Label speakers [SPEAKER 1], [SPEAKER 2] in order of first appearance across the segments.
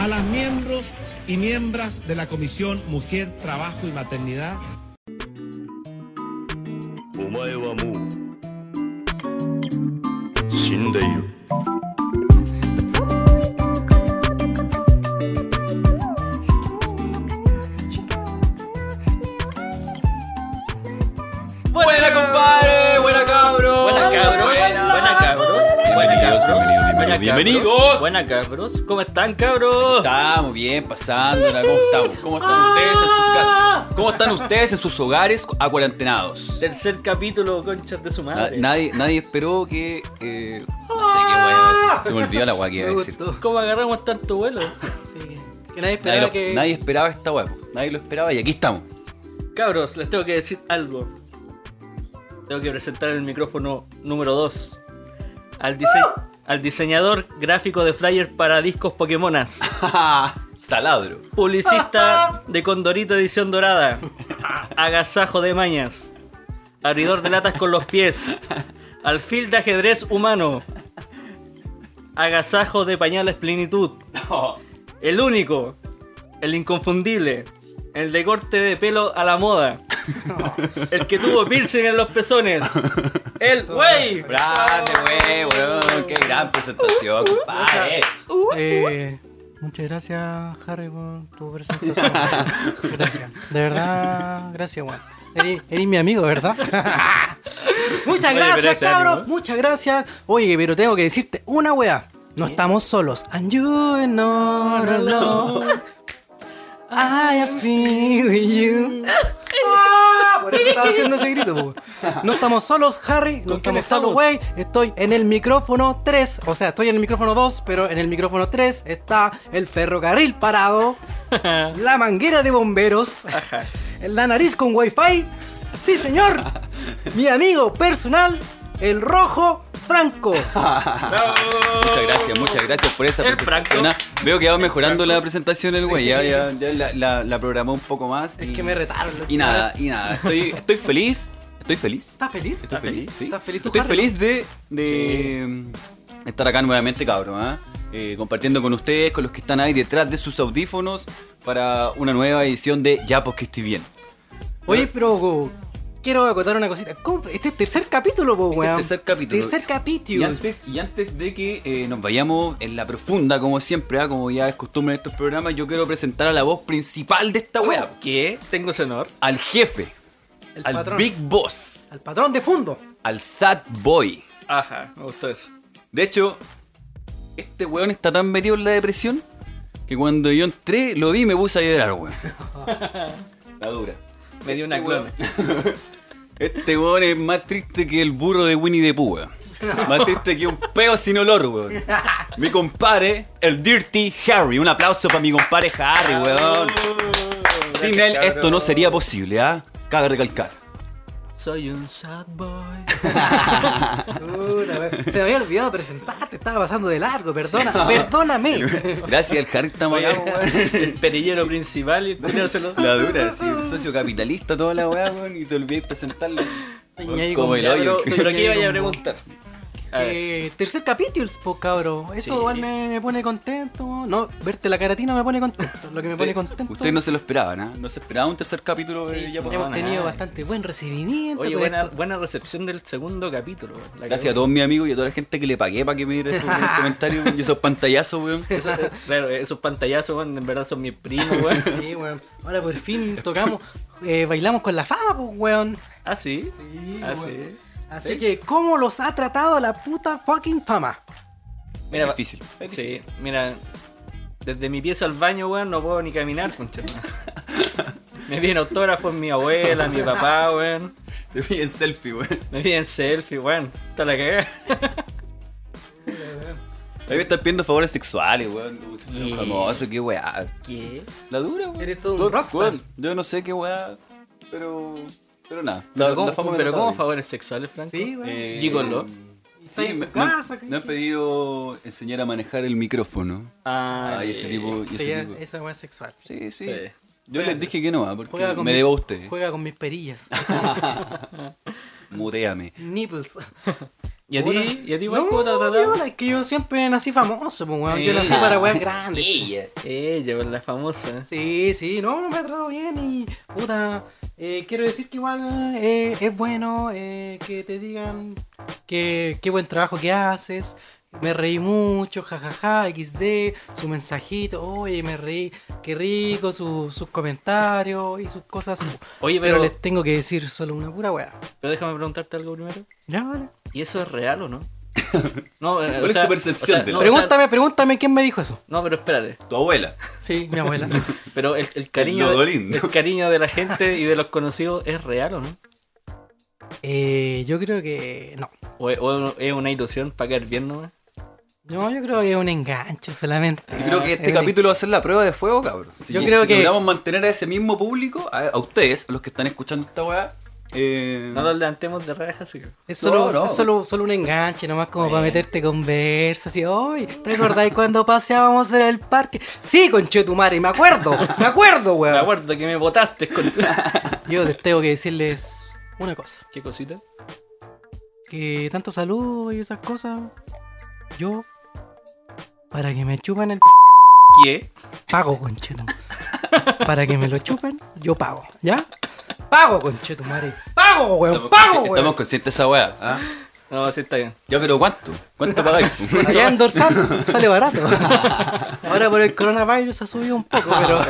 [SPEAKER 1] a las miembros y miembros de la Comisión Mujer, Trabajo y Maternidad.
[SPEAKER 2] Buena compadre, buena cabros.
[SPEAKER 3] Buena cabros,
[SPEAKER 2] Buena,
[SPEAKER 3] buena cabros. Buena
[SPEAKER 4] Bienvenidos,
[SPEAKER 3] cabros.
[SPEAKER 4] bienvenidos,
[SPEAKER 3] Buena
[SPEAKER 4] bienvenidos.
[SPEAKER 3] cabros. Buena cabros. ¿Cómo están cabros?
[SPEAKER 2] Estamos bien, pasándola, ¿cómo estamos? ¿Cómo están
[SPEAKER 5] Ah.
[SPEAKER 2] ustedes en sus casas? ¿Cómo están ustedes en sus hogares acuarentenados?
[SPEAKER 3] Tercer capítulo, conchas de su
[SPEAKER 2] Na-
[SPEAKER 3] madre.
[SPEAKER 2] nadie, nadie esperó que. eh, no sé qué hueá, Se me olvidó la hueá que iba a
[SPEAKER 5] Ah. Me
[SPEAKER 2] decir.
[SPEAKER 5] gustó.
[SPEAKER 3] ¿Cómo agarramos tanto vuelo?
[SPEAKER 5] Sí, que nadie
[SPEAKER 2] Nadie,
[SPEAKER 5] esperaba
[SPEAKER 2] lo-
[SPEAKER 5] que.
[SPEAKER 2] nadie esperaba esta hueá, po. nadie lo esperaba y aquí estamos.
[SPEAKER 3] Cabros, les tengo que decir algo. Tengo que presentar el micrófono número 2 al, dise- al diseñador gráfico de flyer para discos Pokémonas,
[SPEAKER 2] Taladro.
[SPEAKER 3] publicista de Condorito Edición Dorada, agasajo de mañas, abridor de latas con los pies, alfil de ajedrez humano, agasajo de pañales plenitud, el único, el inconfundible, el de corte de pelo a la moda, el que tuvo piercing en los pezones, el wey.
[SPEAKER 2] Grande, wey, weón. Qué gran presentación, compadre.
[SPEAKER 5] Eh, muchas gracias, Harry, por tu presentación. gracias. De verdad, gracias, Juan. Eres, eres mi amigo, ¿verdad? muchas
[SPEAKER 3] Oye, pero
[SPEAKER 5] gracias,
[SPEAKER 3] ese ánimo,
[SPEAKER 5] cabros.
[SPEAKER 3] ¿eh?
[SPEAKER 5] Muchas gracias. Oye, pero tengo que decirte una weá. No estamos solos. And you know alone. I am feeling you. Ah, Por eso estaba haciendo ese grito, po. No estamos solos, Harry. No
[SPEAKER 3] ¿Con quién
[SPEAKER 5] estamos solos,
[SPEAKER 3] estamos?
[SPEAKER 5] güey. Estoy en el micrófono 3. O sea, estoy en el micrófono 2, pero en el micrófono 3 está el ferrocarril parado, la manguera de bomberos, la nariz con wifi. Sí, señor. Mi amigo personal, el rojo Franco.
[SPEAKER 2] Muchas gracias, muchas gracias por esa
[SPEAKER 3] El
[SPEAKER 2] presentación.
[SPEAKER 3] Franco.
[SPEAKER 2] Ah, Veo que va mejorando la presentación el güey. Ya, ya, ya la, la- la programó un poco más.
[SPEAKER 5] Es
[SPEAKER 2] y-
[SPEAKER 5] que me retaron. los
[SPEAKER 2] Y nada, y nada. Estoy, estoy feliz. Estoy feliz.
[SPEAKER 5] ¿Estás feliz?
[SPEAKER 2] Estoy feliz, sí.
[SPEAKER 5] ¿Estás feliz tú,
[SPEAKER 2] Estoy
[SPEAKER 5] Harry?
[SPEAKER 2] feliz de, de estar acá nuevamente, cabrón. ¿ah? Eh, compartiendo con ustedes, con los que están ahí detrás de sus audífonos, para una nueva edición de Ya, pues que estoy bien. Este
[SPEAKER 5] Oye, pero go, quiero acotar una cosita. ¿Cómo? Este es tercer capítulo, po,
[SPEAKER 2] Este
[SPEAKER 5] weón.
[SPEAKER 2] tercer capítulo.
[SPEAKER 5] Tercer capítulo.
[SPEAKER 2] Y antes, y antes de que eh, nos vayamos en la profunda, como siempre, ¿ah? como ya es costumbre en estos programas, yo quiero presentar a la voz principal de esta wea.
[SPEAKER 3] ¿Qué? Tengo ese honor.
[SPEAKER 2] Al jefe,
[SPEAKER 5] El
[SPEAKER 2] al
[SPEAKER 5] patrón.
[SPEAKER 2] Big Boss,
[SPEAKER 5] Al patrón de fondo.
[SPEAKER 2] al Sad Boy.
[SPEAKER 3] Ajá, me gustó eso.
[SPEAKER 2] De hecho, este weón está tan metido en la depresión que cuando yo entré, lo vi y me puse a llorar, weón. La dura.
[SPEAKER 3] Me dio una clona.
[SPEAKER 2] Este weón es más triste que el burro de Winnie the Pooh, weón. Más triste que un peo sin olor, weón. Mi compadre, el Dirty Harry. Un aplauso para mi compadre Harry, weón. Sin él esto no sería posible, ¿ah? Cabe recalcar.
[SPEAKER 3] Soy un sad boy.
[SPEAKER 5] Puta, weón. Se me había olvidado presentarte, estaba pasando de largo, perdona, perdóname.
[SPEAKER 2] Gracias, el Harry está
[SPEAKER 3] Oye,
[SPEAKER 2] malado, weón.
[SPEAKER 3] el perillero principal y el culiao se lo-
[SPEAKER 2] La dura, sí, el socio capitalista, toda la weá, weón, y te olvidé presentarla.
[SPEAKER 5] Ñaño
[SPEAKER 2] Como
[SPEAKER 5] con
[SPEAKER 2] el
[SPEAKER 3] Ya,
[SPEAKER 2] hoyo.
[SPEAKER 3] pero,
[SPEAKER 5] Oye,
[SPEAKER 3] pero aquí
[SPEAKER 5] ya
[SPEAKER 3] vaya a
[SPEAKER 5] llegó.
[SPEAKER 3] preguntar. A ver,
[SPEAKER 5] Eh, tercer capítulo, po, cabro. Eso
[SPEAKER 2] Sí.
[SPEAKER 5] igual me, me pone contento. No, verte la caratina me pone contento. Lo que me pone contento.
[SPEAKER 2] Ustedes no se lo esperaban, ¿ah? No se esperaba un tercer capítulo de
[SPEAKER 5] Sí,
[SPEAKER 2] Ya por
[SPEAKER 5] hemos
[SPEAKER 2] Semana.
[SPEAKER 5] tenido bastante buen recibimiento.
[SPEAKER 3] Oye,
[SPEAKER 5] con
[SPEAKER 3] buena,
[SPEAKER 5] esto.
[SPEAKER 3] buena recepción del segundo capítulo. la que-
[SPEAKER 2] Gracias a todos mis amigos y a toda la gente que le pagué para que me diera esos comentarios y esos pantallazos, weón.
[SPEAKER 3] Eso- eh, claro, esos pantallazos, weón, en verdad son mis primos, weón.
[SPEAKER 5] Sí, weón. Ahora por fin tocamos, eh, bailamos con la fama, pues, weón.
[SPEAKER 3] Ah, sí. ah, sí.
[SPEAKER 5] Así que, ¿cómo los ha tratado la puta fucking fama?
[SPEAKER 3] Mira,
[SPEAKER 2] Es difícil.
[SPEAKER 3] pa- Sí, mira. Desde mi pieza al baño, weón, no puedo ni caminar, concha. Me piden autógrafos mi abuela, mi papá, weón.
[SPEAKER 2] Te vi en selfie, weón.
[SPEAKER 3] Me piden selfie, weón. Está la cagada.
[SPEAKER 2] Ahí me estás pidiendo favores sexuales, weón. Como si fuera un Famoso, qué weá.
[SPEAKER 3] ¿Qué?
[SPEAKER 2] La dura, weón.
[SPEAKER 5] Eres todo un
[SPEAKER 2] Yo-
[SPEAKER 5] rockstar.
[SPEAKER 2] weón, yo no sé qué weá, pero. Pero nada.
[SPEAKER 3] Pero,
[SPEAKER 2] La-
[SPEAKER 3] ¿cómo,
[SPEAKER 2] la fama me
[SPEAKER 3] pero
[SPEAKER 2] trata
[SPEAKER 3] ¿cómo
[SPEAKER 2] bien.
[SPEAKER 3] favores sexuales, Franco?
[SPEAKER 5] Sí, weón.
[SPEAKER 2] Eh,
[SPEAKER 3] Gigolo.
[SPEAKER 5] Está en
[SPEAKER 2] me,
[SPEAKER 5] tu
[SPEAKER 2] me han-
[SPEAKER 5] casa, ¿qué-
[SPEAKER 2] me han pedido enseñar a manejar el micrófono.
[SPEAKER 3] Ah,
[SPEAKER 2] Ah, y ese
[SPEAKER 3] eh,
[SPEAKER 2] tipo. y ese
[SPEAKER 5] Sí,
[SPEAKER 2] tipo.
[SPEAKER 5] esa weá es sexual.
[SPEAKER 2] Sí, sí.
[SPEAKER 3] Sí.
[SPEAKER 2] Yo les dije que no, ah, porque
[SPEAKER 5] Juega con
[SPEAKER 2] me
[SPEAKER 5] mis-
[SPEAKER 2] debo a usted.
[SPEAKER 5] Juega con mis perillas.
[SPEAKER 2] Muteame.
[SPEAKER 5] Nipples.
[SPEAKER 3] ¿Y a ti? ¿Y a ti igual
[SPEAKER 5] no,
[SPEAKER 3] cómo te ha tratado?
[SPEAKER 5] viola, es que yo siempre nací famoso, pues, weón. Yo
[SPEAKER 3] Eh.
[SPEAKER 5] nací para weas grandes.
[SPEAKER 2] Ella.
[SPEAKER 3] Ella, pues, la famosa.
[SPEAKER 5] Sí, sí, no, no me ha tratado bien y puta, eh, quiero decir que igual eh, es bueno eh, que te digan que qué buen trabajo que haces. Me reí mucho, jajaja, XD, su mensajito, oye, me reí, qué rico, su- sus comentarios y sus cosas.
[SPEAKER 3] Oye,
[SPEAKER 5] Pero
[SPEAKER 3] pero,
[SPEAKER 5] les tengo que decir solo una pura weá.
[SPEAKER 3] pero déjame preguntarte algo primero.
[SPEAKER 5] Ya, vale.
[SPEAKER 3] ¿Y eso es real o no? no eh,
[SPEAKER 2] ¿Cuál
[SPEAKER 3] o
[SPEAKER 2] es
[SPEAKER 3] sea,
[SPEAKER 2] tu percepción
[SPEAKER 3] o sea,
[SPEAKER 2] de
[SPEAKER 3] no,
[SPEAKER 2] la-
[SPEAKER 3] o sea,
[SPEAKER 5] pregúntame, pregúntame quién me dijo eso.
[SPEAKER 3] no, pero espérate.
[SPEAKER 2] Tu abuela.
[SPEAKER 5] Sí, mi abuela.
[SPEAKER 3] Pero el, el cariño,
[SPEAKER 2] nodo
[SPEAKER 3] de-
[SPEAKER 2] lindo.
[SPEAKER 3] el cariño de la gente y de los conocidos es real o no?
[SPEAKER 5] Eh, yo creo que no.
[SPEAKER 3] ¿O, es- o es una ilusión para caer bien nomás?
[SPEAKER 5] No, yo creo que es un enganche solamente.
[SPEAKER 2] Yo creo que este
[SPEAKER 5] Eh,
[SPEAKER 2] capítulo va a ser la prueba de fuego, cabrón. Si,
[SPEAKER 5] Yo creo
[SPEAKER 2] si
[SPEAKER 5] que-
[SPEAKER 2] logramos mantener a ese mismo público, a, a ustedes, a los que están escuchando esta weá, eh,
[SPEAKER 3] No los levantemos de rajas, sí.
[SPEAKER 5] Es solo,
[SPEAKER 2] No, no.
[SPEAKER 5] es solo, solo un enganche, nomás como para
[SPEAKER 3] Bueno.
[SPEAKER 5] meterte conversa, así, hoy ¿te acordáis cuando paseábamos en el parque? Sí, conchetumare, me acuerdo, me acuerdo,
[SPEAKER 3] Me
[SPEAKER 5] weón.
[SPEAKER 3] acuerdo que me botaste con...
[SPEAKER 5] Yo les tengo que decirles una cosa,
[SPEAKER 3] ¿Qué cosita?
[SPEAKER 5] que tanto saludo y esas cosas, yo, para que me chupen el
[SPEAKER 3] ¿Qué?
[SPEAKER 5] pago, conchetumare. Para que me lo chupen, yo pago, ¿ya? Pago, conchetumare. Pago, weón,
[SPEAKER 2] estamos,
[SPEAKER 5] pago,
[SPEAKER 2] consci-
[SPEAKER 5] weón.
[SPEAKER 2] estamos conscientes de esa weá. ¿ah?
[SPEAKER 3] No, sí está bien.
[SPEAKER 2] Ya, pero ¿cuánto? ¿Cuánto pagáis?
[SPEAKER 5] Allá en dorsal sale barato. Ahora por el coronavirus ha subido un poco, pero.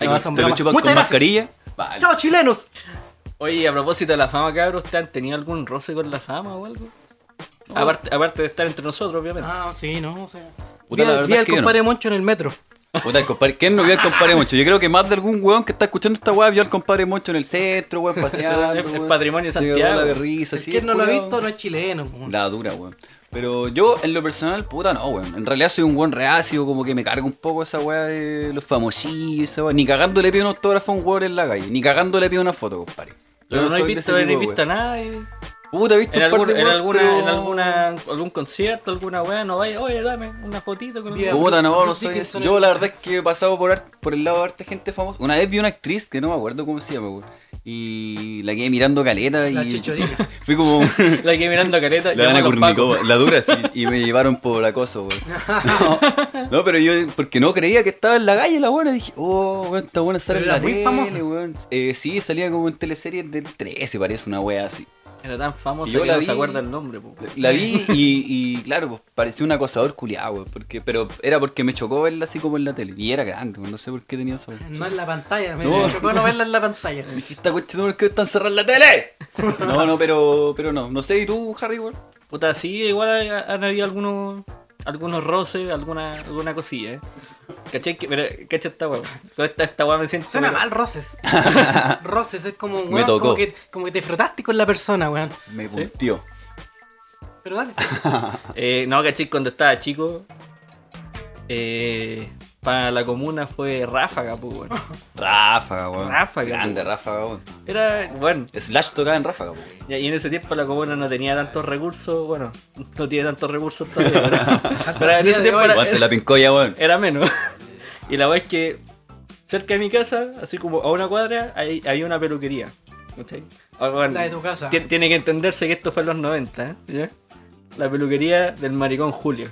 [SPEAKER 2] Ahí
[SPEAKER 5] No, son
[SPEAKER 2] ¿Te lo
[SPEAKER 5] bromas.
[SPEAKER 2] chupan con
[SPEAKER 5] Muchas gracias.
[SPEAKER 2] mascarilla? Vale.
[SPEAKER 5] ¡Chao, chilenos!
[SPEAKER 3] Oye, a propósito de la fama, cabros, ¿ustedes han tenido algún roce con la fama o algo? Aparte, aparte de estar entre nosotros, obviamente.
[SPEAKER 5] Ah, sí, no, o sea.
[SPEAKER 2] Puta,
[SPEAKER 5] vi
[SPEAKER 2] la
[SPEAKER 5] al-
[SPEAKER 2] verdad
[SPEAKER 5] vi
[SPEAKER 2] es
[SPEAKER 5] al
[SPEAKER 2] que yo no.
[SPEAKER 5] compadre Moncho en el metro.
[SPEAKER 2] Puta, el compadre, ¿quién no vio al compadre Moncho? Yo creo que más de algún weón que está escuchando esta weá vio al compadre Moncho en el centro, weón, paseando.
[SPEAKER 3] El- el
[SPEAKER 2] weón.
[SPEAKER 3] patrimonio de
[SPEAKER 2] Se cagó
[SPEAKER 3] Santiago.
[SPEAKER 2] La de risa, sí,
[SPEAKER 5] Quien no lo ha
[SPEAKER 2] culiao.
[SPEAKER 5] visto no es chileno. po.
[SPEAKER 2] La dura, weón. Pero yo, en lo personal, puta, no, weón. En realidad soy un buen reacio, como que me carga un poco esa weá de los famosillos, esa weá. Ni cagando le pido un autógrafo a un weón en la calle. Ni cagando le pido una foto, compadre. Yo
[SPEAKER 3] Pero no, he
[SPEAKER 2] soy de
[SPEAKER 3] visto,
[SPEAKER 2] ese
[SPEAKER 3] no he
[SPEAKER 2] tipo de
[SPEAKER 3] visto
[SPEAKER 2] weón.
[SPEAKER 3] nada. y-
[SPEAKER 2] Puta, he visto
[SPEAKER 3] En,
[SPEAKER 2] un par
[SPEAKER 3] algún,
[SPEAKER 2] de
[SPEAKER 3] en,
[SPEAKER 2] weón,
[SPEAKER 3] alguna,
[SPEAKER 2] pero-
[SPEAKER 3] en alguna, algún concierto, alguna weá, no vaya, oye, dame una fotito con
[SPEAKER 5] Bien.
[SPEAKER 3] el...
[SPEAKER 2] Puta, no, no
[SPEAKER 5] Sí
[SPEAKER 2] soy
[SPEAKER 5] que
[SPEAKER 2] eso.
[SPEAKER 5] son
[SPEAKER 2] Yo
[SPEAKER 5] el-
[SPEAKER 2] la verdad es que he pasado por, har- por el lado de harta gente famosa. Una vez vi una actriz que no me acuerdo cómo se llama, weón. Y la quedé mirando caleta y.
[SPEAKER 5] La Chichorina.
[SPEAKER 2] Fui como.
[SPEAKER 3] La que mirando careta.
[SPEAKER 2] La Ana
[SPEAKER 3] llamo a los
[SPEAKER 2] Kournikova,
[SPEAKER 3] pacos.
[SPEAKER 2] la dura, sí, y me llevaron por acoso, güey. No, no, pero yo, porque no creía que estaba en la calle la buena, dije, oh, weón, esta buena sale en
[SPEAKER 5] Pero
[SPEAKER 2] la
[SPEAKER 5] era muy
[SPEAKER 2] tele,
[SPEAKER 5] famosa.
[SPEAKER 2] weón. Eh, sí, salía como en teleseries del 13, parece una wea así.
[SPEAKER 3] Era tan famosa
[SPEAKER 2] Yo
[SPEAKER 3] que
[SPEAKER 2] la
[SPEAKER 3] no
[SPEAKER 2] vi.
[SPEAKER 3] se acuerda el nombre, po.
[SPEAKER 2] La vi y, y, claro, pues parecía un acosador culiado, weón, porque, pero era porque me chocó verla así como en la tele, y era grande, weón, no sé por qué tenía esa weón.
[SPEAKER 5] No en la pantalla, me
[SPEAKER 2] No.
[SPEAKER 5] chocó no verla en la pantalla.
[SPEAKER 2] Dije, esta cuestión, ¿por qué están cerrada la tele? No, no, pero, pero no, no sé, ¿y tú, Harry, weón?
[SPEAKER 3] Puta, sí, igual hay- han habido algunos algunos roces, alguna, alguna cosilla, eh. ¿Cachai? Que- Pero, ¿cachai esta weá? Con esta, esta weá me siento.
[SPEAKER 5] Suena mal, Roces. Roces es como,
[SPEAKER 2] Me
[SPEAKER 5] weón,
[SPEAKER 2] tocó.
[SPEAKER 5] como que, como que te frotaste con la persona, weón.
[SPEAKER 2] Me puntió.
[SPEAKER 5] Pero dale.
[SPEAKER 3] Eh, no, ¿cachai? Cuando estaba chico, eh, para la comuna fue ráfaga, pues, weón.
[SPEAKER 2] Ráfaga, weón.
[SPEAKER 3] Ráfaga,
[SPEAKER 2] Grande,
[SPEAKER 3] weón.
[SPEAKER 2] ráfaga, weón.
[SPEAKER 3] Era, bueno,
[SPEAKER 2] Slash tocaba en ráfaga, po.
[SPEAKER 3] y y en ese tiempo la comuna no tenía tantos recursos, bueno, no tiene tantos recursos todavía, pero, pero en
[SPEAKER 5] día
[SPEAKER 3] ese
[SPEAKER 5] de
[SPEAKER 3] tiempo
[SPEAKER 5] hoy.
[SPEAKER 3] era,
[SPEAKER 2] Aguante la pincoya, weón.
[SPEAKER 3] era menos. Y la weá es que cerca de mi casa, así como a una cuadra, hay, hay una peluquería. ¿cachai? Ah, bueno,
[SPEAKER 5] La de tu casa.
[SPEAKER 3] ti- Tiene que entenderse que esto fue en los 90, ¿eh? ¿Ya? La peluquería del maricón Julio.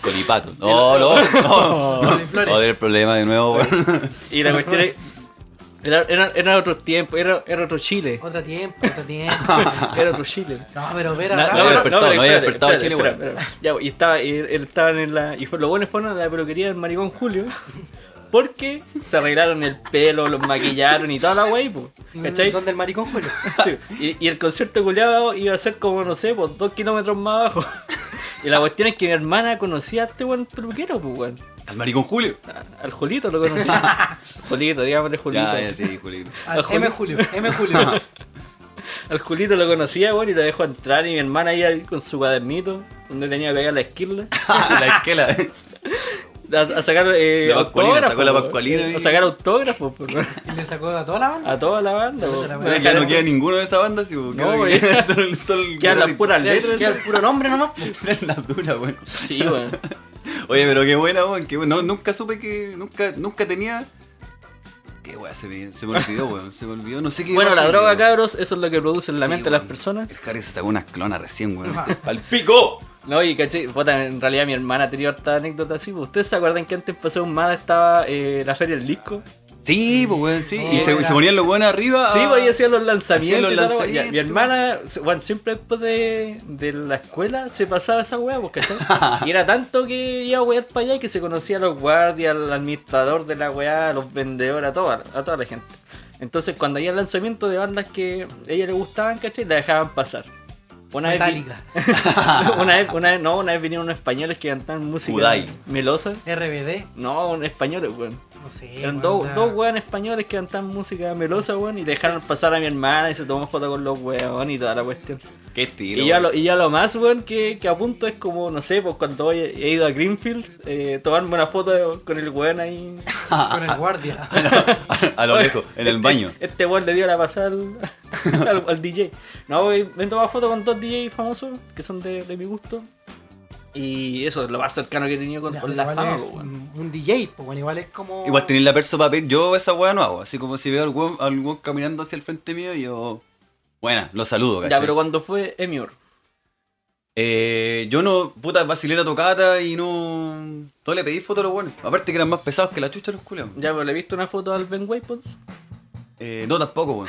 [SPEAKER 2] Colipato. No, no, no. No,
[SPEAKER 5] Flores, flores.
[SPEAKER 2] no el problema de nuevo, weón.
[SPEAKER 3] Y la cuestión es. Era, era, era otro tiempo, era, era otro Chile.
[SPEAKER 5] Otro tiempo, otro tiempo.
[SPEAKER 3] Era otro Chile.
[SPEAKER 5] No, pero ver
[SPEAKER 3] Na-
[SPEAKER 5] a
[SPEAKER 2] no,
[SPEAKER 5] Rafa-
[SPEAKER 2] había despertado,
[SPEAKER 3] pero
[SPEAKER 2] no había
[SPEAKER 3] espérate,
[SPEAKER 2] despertado
[SPEAKER 3] espérate,
[SPEAKER 2] Chile, weón.
[SPEAKER 3] espera, espera. Ya, y estaba, y él- él estaba en la. Y fue, lo bueno fueron a la peluquería del maricón Julio. Porque se arreglaron el pelo, los maquillaron y toda la wey, po, ¿cachai?
[SPEAKER 5] Donde Mm, el maricón Julio.
[SPEAKER 3] Sí, Y, y el concierto culiado iba a ser como, no sé, por dos kilómetros más abajo. Y la cuestión es que mi hermana conocía a este buen peluquero, pues, weón.
[SPEAKER 2] Al maricón Julio.
[SPEAKER 3] A- Al Julito lo conocía. Julito, digámosle Julito.
[SPEAKER 2] Ya, ya, sí, Julio.
[SPEAKER 5] Al
[SPEAKER 3] Julio.
[SPEAKER 5] M Julio, M Julio.
[SPEAKER 3] Al Julito lo conocía, weón, y lo dejó entrar. Y mi hermana iba ahí con su cuadernito, donde tenía que pegar la esquirla.
[SPEAKER 2] la esquela. eh.
[SPEAKER 3] A, a sacar eh,
[SPEAKER 2] La Pascualina,
[SPEAKER 3] autógrafos.
[SPEAKER 2] sacó la
[SPEAKER 3] po,
[SPEAKER 2] Pascualina
[SPEAKER 3] weón.
[SPEAKER 2] ahí.
[SPEAKER 3] A sacar autógrafos, po, weón.
[SPEAKER 5] Y le sacó a toda la banda.
[SPEAKER 3] A toda la banda, po.
[SPEAKER 5] Ya
[SPEAKER 2] Ya no queda ninguno de esa banda, sí, weón.
[SPEAKER 3] No,
[SPEAKER 2] Creo
[SPEAKER 3] weón.
[SPEAKER 2] que queda solo el- solo el
[SPEAKER 3] Quedan las
[SPEAKER 2] gorrito.
[SPEAKER 3] puras letras.
[SPEAKER 5] Queda el puro nombre nomás. po.
[SPEAKER 2] La dura, weón.
[SPEAKER 3] Sí, weón.
[SPEAKER 2] Oye, pero qué buena, weón. qué buena. No, nunca supe que. Nunca, nunca tenía qué, weón, se me, se me olvidó, weón. Se me olvidó, no sé qué.
[SPEAKER 3] Bueno,
[SPEAKER 2] pasa,
[SPEAKER 3] la droga,
[SPEAKER 2] weón.
[SPEAKER 3] cabros, eso es lo que produce en la
[SPEAKER 2] Sí,
[SPEAKER 3] mente de las
[SPEAKER 2] weón. El
[SPEAKER 3] personas.
[SPEAKER 2] Harry se sacó unas clonas recién, weón. ¡Al pico!
[SPEAKER 3] No, y caché, puta, en realidad mi hermana tenía harta anécdota así. pues. ¿Ustedes se acuerdan que antes pasó un mala estaba eh, la feria del disco?
[SPEAKER 2] Sí, pues, weón, sí. y
[SPEAKER 5] Oh,
[SPEAKER 2] se,
[SPEAKER 5] era.
[SPEAKER 2] se ponían los buenos arriba.
[SPEAKER 3] Sí,
[SPEAKER 2] a-
[SPEAKER 3] pues ahí hacían los lanzamientos.
[SPEAKER 2] Hacían Ah. los
[SPEAKER 3] y toda la wea.
[SPEAKER 2] lanzamientos.
[SPEAKER 3] Ya, mi hermana, bueno, siempre después de, de la escuela se pasaba esa weá, pues, ¿cachai? Y era tanto que iba a wear para allá que se conocía a los guardias, al administrador de la weá, a los vendedores, a toda, a toda la gente. Entonces, cuando había lanzamiento de bandas que a ella le gustaban, ¿cachai? La dejaban pasar. Una vez, vi-
[SPEAKER 5] Metallica,
[SPEAKER 3] una, vez, una vez- no, una vez vinieron unos españoles que cantaban música
[SPEAKER 2] Kudai.
[SPEAKER 3] melosa.
[SPEAKER 5] RBD,
[SPEAKER 3] No, un españoles, weón.
[SPEAKER 5] no sé.
[SPEAKER 3] Eran
[SPEAKER 5] weón,
[SPEAKER 3] dos,
[SPEAKER 5] la-
[SPEAKER 3] dos weón españoles que cantaban música melosa, weón, y dejaron pasar a mi hermana y se tomó foto con los weón y toda la cuestión.
[SPEAKER 2] Qué tiro.
[SPEAKER 3] Y ya,
[SPEAKER 2] weón.
[SPEAKER 3] lo, y ya lo más, weón, que, que apunto es como, no sé, pues cuando he, he ido a Greenfield, eh, tomarme una foto con el weón ahí.
[SPEAKER 5] Con el guardia.
[SPEAKER 2] a lo lejos, en el baño.
[SPEAKER 3] Este weón le dio la pasada al, al- al DJ. No, weón, me he tomado foto con dos DJs famosos que son de, de mi gusto. Y eso es lo más cercano que he tenido con,
[SPEAKER 5] Ya,
[SPEAKER 3] con
[SPEAKER 5] pero
[SPEAKER 3] la
[SPEAKER 5] igual
[SPEAKER 3] fama,
[SPEAKER 5] es
[SPEAKER 3] pues, weón.
[SPEAKER 5] un- Un DJ, pues bueno, igual es como.
[SPEAKER 2] Igual tenéis la perso papel, yo esa weá no hago. Así como si veo al weón, al weón caminando hacia el frente mío, yo. Buena, lo saludo, ¿cachai?
[SPEAKER 3] Ya, pero cuando fue Emior.
[SPEAKER 2] Eh, yo no, puta, vacilé la tocata y no. No le pedí foto a los buenos. Aparte que eran más pesados que la chucha los culeos.
[SPEAKER 3] Ya, pero le he visto una foto al Ben Waypons.
[SPEAKER 2] Eh, no, tampoco, weón.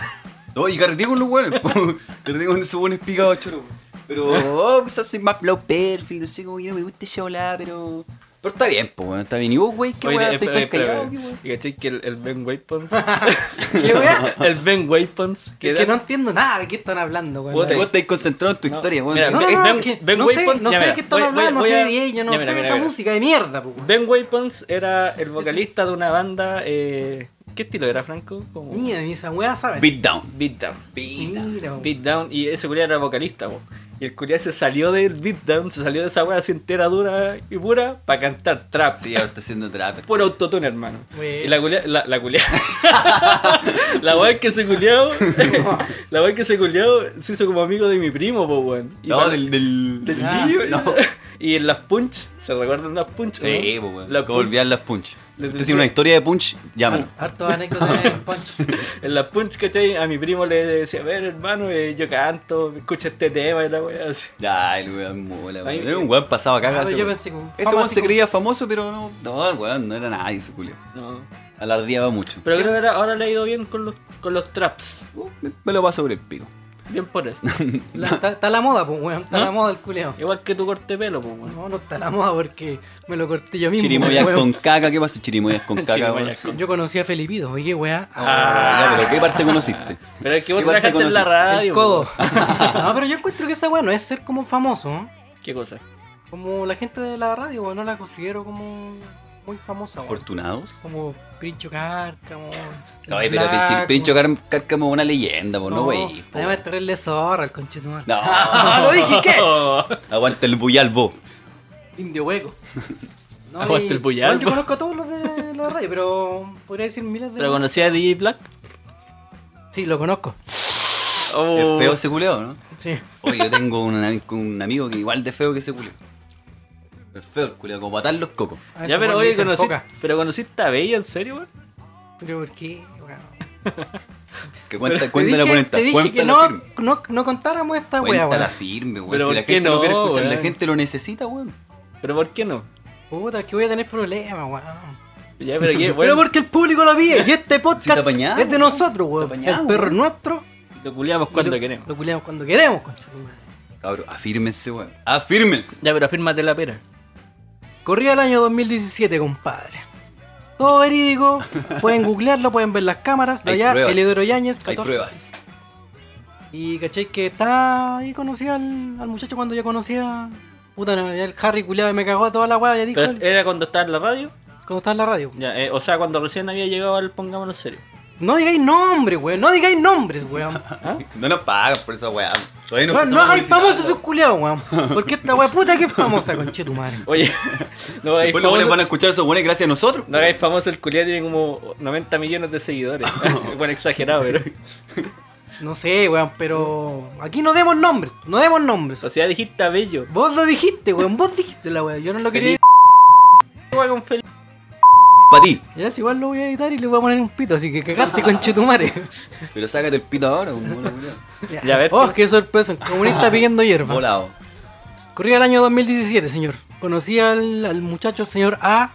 [SPEAKER 2] No, y carreteé con los buenos. carreteé con esos buenos picados choros, weón. Pero, oh, quizás soy más low perfil, no sé cómo yo no me gusta esa volada, pero. Pero está bien, pues, weón, está bien. ¿Y vos, güey, qué
[SPEAKER 3] Oye, eh,
[SPEAKER 2] weón?
[SPEAKER 3] espera,
[SPEAKER 2] ¿Estás
[SPEAKER 3] espera,
[SPEAKER 2] callado?
[SPEAKER 3] espera.
[SPEAKER 2] ¿Qué weón?
[SPEAKER 3] Y cachai que el, el Ben Waypons.
[SPEAKER 5] ¿Qué weá?
[SPEAKER 3] el Ben Waypons.
[SPEAKER 5] Que, que no entiendo nada de qué están hablando, weón.
[SPEAKER 3] Puta,
[SPEAKER 2] Vos estás concentrado en tu
[SPEAKER 3] No,
[SPEAKER 2] historia, weón.
[SPEAKER 3] mira,
[SPEAKER 5] No, no,
[SPEAKER 3] Ben-
[SPEAKER 5] no,
[SPEAKER 3] Ben-
[SPEAKER 5] es que
[SPEAKER 3] Ben
[SPEAKER 5] no
[SPEAKER 3] Waypons,
[SPEAKER 5] sé, no
[SPEAKER 3] ya,
[SPEAKER 5] sé
[SPEAKER 3] mira,
[SPEAKER 5] de qué están
[SPEAKER 3] voy-
[SPEAKER 5] hablando,
[SPEAKER 3] voy-
[SPEAKER 5] no
[SPEAKER 3] voy
[SPEAKER 5] sé
[SPEAKER 3] a-
[SPEAKER 5] de ella, no
[SPEAKER 3] mira,
[SPEAKER 5] sé
[SPEAKER 3] mira,
[SPEAKER 5] esa
[SPEAKER 3] mira.
[SPEAKER 5] música de mierda, pues. weón.
[SPEAKER 3] Ben Waypons era el vocalista de una banda. Eh, ¿Qué estilo era, Franco? Como...
[SPEAKER 5] Mira, ni esa weá sabe.
[SPEAKER 2] Beat down.
[SPEAKER 3] Beatdown.
[SPEAKER 2] Beat down.
[SPEAKER 5] Mira, weón.
[SPEAKER 3] Beatdown. Y ese culiao era vocalista, po. Y el culiao se salió del Beatdown, se salió de esa wea así entera, dura y pura, para cantar trap.
[SPEAKER 2] Sí, ahora está haciendo trapper.
[SPEAKER 3] Por autotune, hermano.
[SPEAKER 5] Bueno.
[SPEAKER 3] Y la culia. La, la culia. la weá que se culiao. la weá que se culiao se hizo como amigo de mi primo, po, weón. Y
[SPEAKER 2] No,
[SPEAKER 3] para-
[SPEAKER 2] del. del.
[SPEAKER 3] del
[SPEAKER 5] Ah.
[SPEAKER 3] Gillo,
[SPEAKER 2] no.
[SPEAKER 3] Y en las punch, ¿se recuerdan las punch?
[SPEAKER 2] Sí,
[SPEAKER 3] po,
[SPEAKER 2] pues, weón.
[SPEAKER 3] Las
[SPEAKER 2] Como
[SPEAKER 3] punch,
[SPEAKER 2] olvidar las punch.
[SPEAKER 3] Les
[SPEAKER 2] Usted
[SPEAKER 3] decía-
[SPEAKER 2] tiene una historia de punch, llámanos.
[SPEAKER 5] Harto anécdotas de Punch.
[SPEAKER 3] en las punch, ¿cachai? A mi primo le decía, a ver, hermano, eh, yo canto, escucha este tema y la weá así.
[SPEAKER 2] Ya, el weón mola,
[SPEAKER 3] Ahí-
[SPEAKER 2] weón. Era un weón pasado acá.
[SPEAKER 5] Ah,
[SPEAKER 2] ese
[SPEAKER 5] yo
[SPEAKER 2] weón.
[SPEAKER 5] pensé que un
[SPEAKER 2] Ese weón se
[SPEAKER 5] famoso-
[SPEAKER 2] creía famoso, pero no. No, el weón no era nadie ese culio.
[SPEAKER 3] No.
[SPEAKER 2] Alardeaba mucho.
[SPEAKER 3] Pero creo que ahora- ahora le ha ido bien con los, con los traps.
[SPEAKER 2] Uh, me, me lo paso por el pico.
[SPEAKER 3] Bien por él.
[SPEAKER 5] La- Está está la moda, pues, weón. Está
[SPEAKER 3] ¿No?
[SPEAKER 5] la moda el culeo.
[SPEAKER 3] Igual que tu corte de pelo, pues, weón.
[SPEAKER 5] No, no está la moda porque me lo corté yo mismo.
[SPEAKER 2] Chirimoyas
[SPEAKER 5] weón.
[SPEAKER 2] con caca, ¿qué pasa? Chirimoyas con caca, weón.
[SPEAKER 3] Chirimoyas con-
[SPEAKER 5] Yo conocí a Felipido, oye, weá.
[SPEAKER 2] Ah, ya, pero ¿qué parte conociste?
[SPEAKER 3] Pero es que vos
[SPEAKER 2] Igual te
[SPEAKER 3] trabajaste en la
[SPEAKER 2] conocí.
[SPEAKER 3] radio.
[SPEAKER 5] El codo.
[SPEAKER 3] pues,
[SPEAKER 5] No, pero yo encuentro que esa weá no es ser como famoso, ¿no?
[SPEAKER 3] weón. ¿Qué cosa?
[SPEAKER 5] Como la gente de la radio, weón, no la considero como muy famosa, weón.
[SPEAKER 2] ¿Afortunados?
[SPEAKER 5] Como Pincho Cárcamo.
[SPEAKER 2] No, pero Pincho- Pincho Car- Cárcamo es una leyenda, po, no, wey. po.
[SPEAKER 5] Además, traerle zorra al conchetumar.
[SPEAKER 2] No,
[SPEAKER 5] Ah, lo dije, ¿qué?
[SPEAKER 2] Oh. aguanta el bullalbo.
[SPEAKER 5] Indio hueco. No,
[SPEAKER 3] Aguante
[SPEAKER 5] y-
[SPEAKER 3] el puyal,
[SPEAKER 5] bueno, yo
[SPEAKER 3] po.
[SPEAKER 5] conozco a todos los de la radio, pero podría decir miles de.
[SPEAKER 3] ¿Pero conocía a DJ Black?
[SPEAKER 5] Sí, lo conozco. Oh.
[SPEAKER 3] Oh.
[SPEAKER 2] Es feo ese culeo, ¿no?
[SPEAKER 5] Sí.
[SPEAKER 2] Oye, yo tengo un, ami- un amigo que igual de feo que ese culeo. Es feo el culeo, como patar los cocos.
[SPEAKER 5] A
[SPEAKER 3] Ya,
[SPEAKER 5] ese
[SPEAKER 3] pero
[SPEAKER 5] weón
[SPEAKER 3] oye,
[SPEAKER 5] le dicen
[SPEAKER 3] conociste,
[SPEAKER 5] foca.
[SPEAKER 3] pero conociste a Bella, ¿en serio, weón?
[SPEAKER 5] Pero ¿por qué? weón?
[SPEAKER 2] Que cuenta,
[SPEAKER 5] Te
[SPEAKER 2] cuéntala
[SPEAKER 5] dije-
[SPEAKER 2] cuenta,
[SPEAKER 5] Te dije que
[SPEAKER 2] cuéntala
[SPEAKER 5] no,
[SPEAKER 2] firme.
[SPEAKER 5] no, no contáramos esta weá,
[SPEAKER 2] Cuéntala
[SPEAKER 5] weón.
[SPEAKER 2] firme, weón.
[SPEAKER 3] Pero
[SPEAKER 2] Si la
[SPEAKER 3] ¿por qué
[SPEAKER 2] gente lo quiere
[SPEAKER 3] no,
[SPEAKER 2] escuchar, la
[SPEAKER 3] weón?
[SPEAKER 2] gente lo necesita, weón.
[SPEAKER 3] ¿Pero por qué no?
[SPEAKER 5] Puta, que voy a tener problemas, weón.
[SPEAKER 3] Ya, pero qué,
[SPEAKER 5] Pero
[SPEAKER 3] bueno,
[SPEAKER 5] porque el público lo pide y este
[SPEAKER 2] Si
[SPEAKER 5] podcast
[SPEAKER 2] está apañado,
[SPEAKER 5] es de
[SPEAKER 2] weón.
[SPEAKER 5] nosotros, weón.
[SPEAKER 2] Está apañado,
[SPEAKER 5] el perro
[SPEAKER 2] weón.
[SPEAKER 5] es nuestro.
[SPEAKER 3] lo culiamos cuando
[SPEAKER 5] y lo-
[SPEAKER 3] queremos.
[SPEAKER 5] Lo culiamos cuando queremos, concha tu madre.
[SPEAKER 2] Cabrón, afírmense, weón. Afírmense.
[SPEAKER 3] Ya, pero afírmate la pera.
[SPEAKER 5] Corría el año 2017, compadre. Todo verídico, pueden googlearlo, pueden ver las cámaras de
[SPEAKER 2] Hay
[SPEAKER 5] allá,
[SPEAKER 2] pruebas.
[SPEAKER 5] Elidoro Yáñez,
[SPEAKER 2] Hay
[SPEAKER 5] 14.
[SPEAKER 2] pruebas.
[SPEAKER 5] Y caché que está ahí conocía al, al muchacho cuando ya conocía. Puta, no, ya el Harry culiado me cagó a toda la weá, ya dijo
[SPEAKER 3] Pero
[SPEAKER 2] eh.
[SPEAKER 5] él,
[SPEAKER 3] era cuando estaba en la radio.
[SPEAKER 5] cuando estaba en la radio.
[SPEAKER 3] Ya, eh, o sea, cuando recién había llegado al Pongámonos Serio.
[SPEAKER 5] No digáis nombres, weón, no digáis nombres, weón.
[SPEAKER 2] No nos pagan por esa weá. Todavía
[SPEAKER 5] No, no
[SPEAKER 2] empezamos
[SPEAKER 5] hagáis
[SPEAKER 2] a publicitar,
[SPEAKER 5] famosos sus
[SPEAKER 2] weón.
[SPEAKER 5] culiados, weón. Porque esta weá puta que es famosa, conche tu madre.
[SPEAKER 3] Oye, no hagáis
[SPEAKER 2] Después los
[SPEAKER 3] famoso,
[SPEAKER 2] buenos van a escuchar esos buenos gracias a nosotros.
[SPEAKER 3] no hagáis famoso el culiado, tiene como 90 millones de seguidores. bueno, exagerado, pero.
[SPEAKER 5] No sé, weón, pero. Aquí no demos nombres, no demos nombres.
[SPEAKER 3] O sea, dijiste a Bello.
[SPEAKER 5] Vos lo dijiste, weón, vos dijiste la weá, yo no lo quería.
[SPEAKER 3] Juega con Felipe.
[SPEAKER 2] para ti.
[SPEAKER 5] Ya, si igual lo voy a editar y le voy a poner un pito, así que cagaste con Chetumare.
[SPEAKER 2] Pero sácate el pito ahora, pues, un mono culiao.
[SPEAKER 3] Ya, a ver.
[SPEAKER 5] Oh, qué sorpresa, un comunista pidiendo hierba.
[SPEAKER 2] Volado.
[SPEAKER 5] Corría el año 2017, señor. Conocí al, al muchacho, señor A.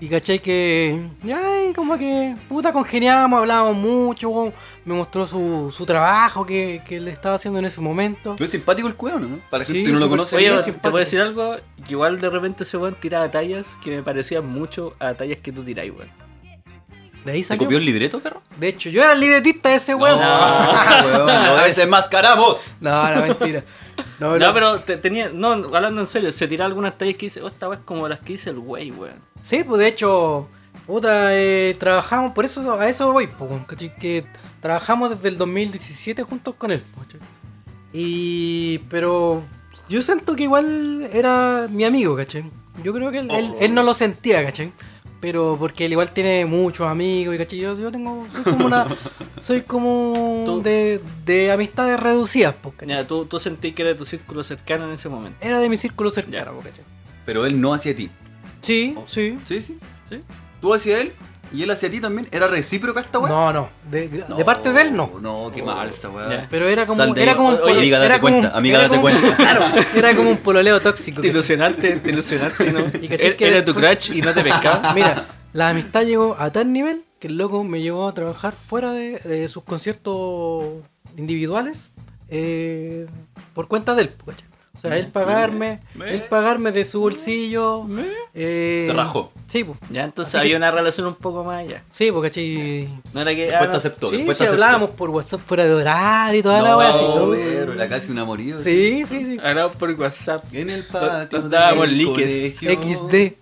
[SPEAKER 5] Y caché que. Ay, como que. Puta, congeniamos, hablábamos mucho. weón. Me mostró su, su trabajo que, que le estaba haciendo en ese momento.
[SPEAKER 2] Pero es simpático el cueón, ¿no? Para la
[SPEAKER 5] Sí,
[SPEAKER 2] gente que no lo
[SPEAKER 5] súper
[SPEAKER 2] conoce.
[SPEAKER 5] serio.
[SPEAKER 3] Oye,
[SPEAKER 5] es
[SPEAKER 3] ¿te
[SPEAKER 5] simpático.
[SPEAKER 3] puedo decir algo? Que igual de repente ese weón tiraba tallas que me parecían mucho a tallas que tú tiráis, weón.
[SPEAKER 5] De ahí
[SPEAKER 2] ¿Se
[SPEAKER 5] salió.
[SPEAKER 2] copió el libreto, perro?
[SPEAKER 5] De hecho, yo era el libretista de ese weón.
[SPEAKER 2] weón, lo desenmascaramos.
[SPEAKER 5] No, no, mentira. No,
[SPEAKER 3] No,
[SPEAKER 5] no.
[SPEAKER 3] pero te- tenía. No, hablando en serio, se tiraba algunas tallas que hice. Oh, esta weá es como las que hice el wey, weón.
[SPEAKER 5] Sí, pues de hecho, puta, eh, trabajamos, por eso a eso voy, po, weón, ¿cachai? que trabajamos desde el 2017 juntos con él. po, ¿cachai? Y. Pero yo siento que igual era mi amigo, ¿cachai? Yo creo que él, él- él no lo sentía, ¿cachai? Pero porque él igual tiene muchos amigos, y ¿cachai? Yo, yo tengo. Soy como una. Soy como.
[SPEAKER 3] Tú-
[SPEAKER 5] De, de amistades reducidas, po, ¿cachai?
[SPEAKER 3] Ya, tú, tú sentí que era de tu círculo cercano en ese momento.
[SPEAKER 5] Era de mi círculo cercano, po, ¿cachai?
[SPEAKER 2] Pero él no hacia ti.
[SPEAKER 5] Sí,
[SPEAKER 3] Oh.
[SPEAKER 5] sí.
[SPEAKER 2] Sí, sí.
[SPEAKER 3] ¿Sí?
[SPEAKER 2] Tú hacia él y él hacia ti también. ¿Era recíproca esta weá?
[SPEAKER 5] No, no. De, de parte de él, no.
[SPEAKER 2] No, qué mal esta weá.
[SPEAKER 3] Oh, Ya.
[SPEAKER 5] Pero era como,
[SPEAKER 2] Sal de
[SPEAKER 5] era
[SPEAKER 2] ahí.
[SPEAKER 5] como un
[SPEAKER 2] Oye,
[SPEAKER 5] polo-
[SPEAKER 2] amiga, date
[SPEAKER 5] era como un-
[SPEAKER 2] cuenta, amiga,
[SPEAKER 5] era
[SPEAKER 2] date
[SPEAKER 5] como un-
[SPEAKER 2] cuenta.
[SPEAKER 5] Claro, era como un pololeo tóxico.
[SPEAKER 3] Te
[SPEAKER 5] ¿cachai?
[SPEAKER 3] ilusionaste, te ilusionaste, ¿no?
[SPEAKER 5] Y caché
[SPEAKER 3] Era-
[SPEAKER 5] que
[SPEAKER 3] Era tu
[SPEAKER 5] después-
[SPEAKER 3] crush y no te pescaba.
[SPEAKER 5] Mira, la amistad llegó a tal nivel que el loco me llevó a trabajar fuera de, de sus conciertos individuales eh, por cuenta de él. ¿cachai? O sea,
[SPEAKER 2] Mm.
[SPEAKER 5] él pagarme,
[SPEAKER 2] Me-
[SPEAKER 5] él pagarme de su bolsillo. eh,
[SPEAKER 2] Se rajó.
[SPEAKER 5] Sí, pues.
[SPEAKER 3] Ya, entonces
[SPEAKER 5] Así que-
[SPEAKER 3] había una relación un poco más allá.
[SPEAKER 5] Sí, pues, ¿cachai?
[SPEAKER 3] No era que. ah,
[SPEAKER 2] Después te
[SPEAKER 3] no.
[SPEAKER 2] aceptó.
[SPEAKER 5] Sí,
[SPEAKER 2] después
[SPEAKER 5] sí,
[SPEAKER 2] te aceptó.
[SPEAKER 5] hablábamos por WhatsApp fuera de horario y toda
[SPEAKER 2] No,
[SPEAKER 5] la wea. así, ¿no?
[SPEAKER 2] pero era casi un amorío.
[SPEAKER 5] Oh. Sí, sí, sí.
[SPEAKER 3] Hablamos por WhatsApp.
[SPEAKER 2] En el
[SPEAKER 3] Nos-
[SPEAKER 2] patio.
[SPEAKER 3] nos dábamos
[SPEAKER 2] del
[SPEAKER 3] liques.
[SPEAKER 2] colegio.
[SPEAKER 5] XD.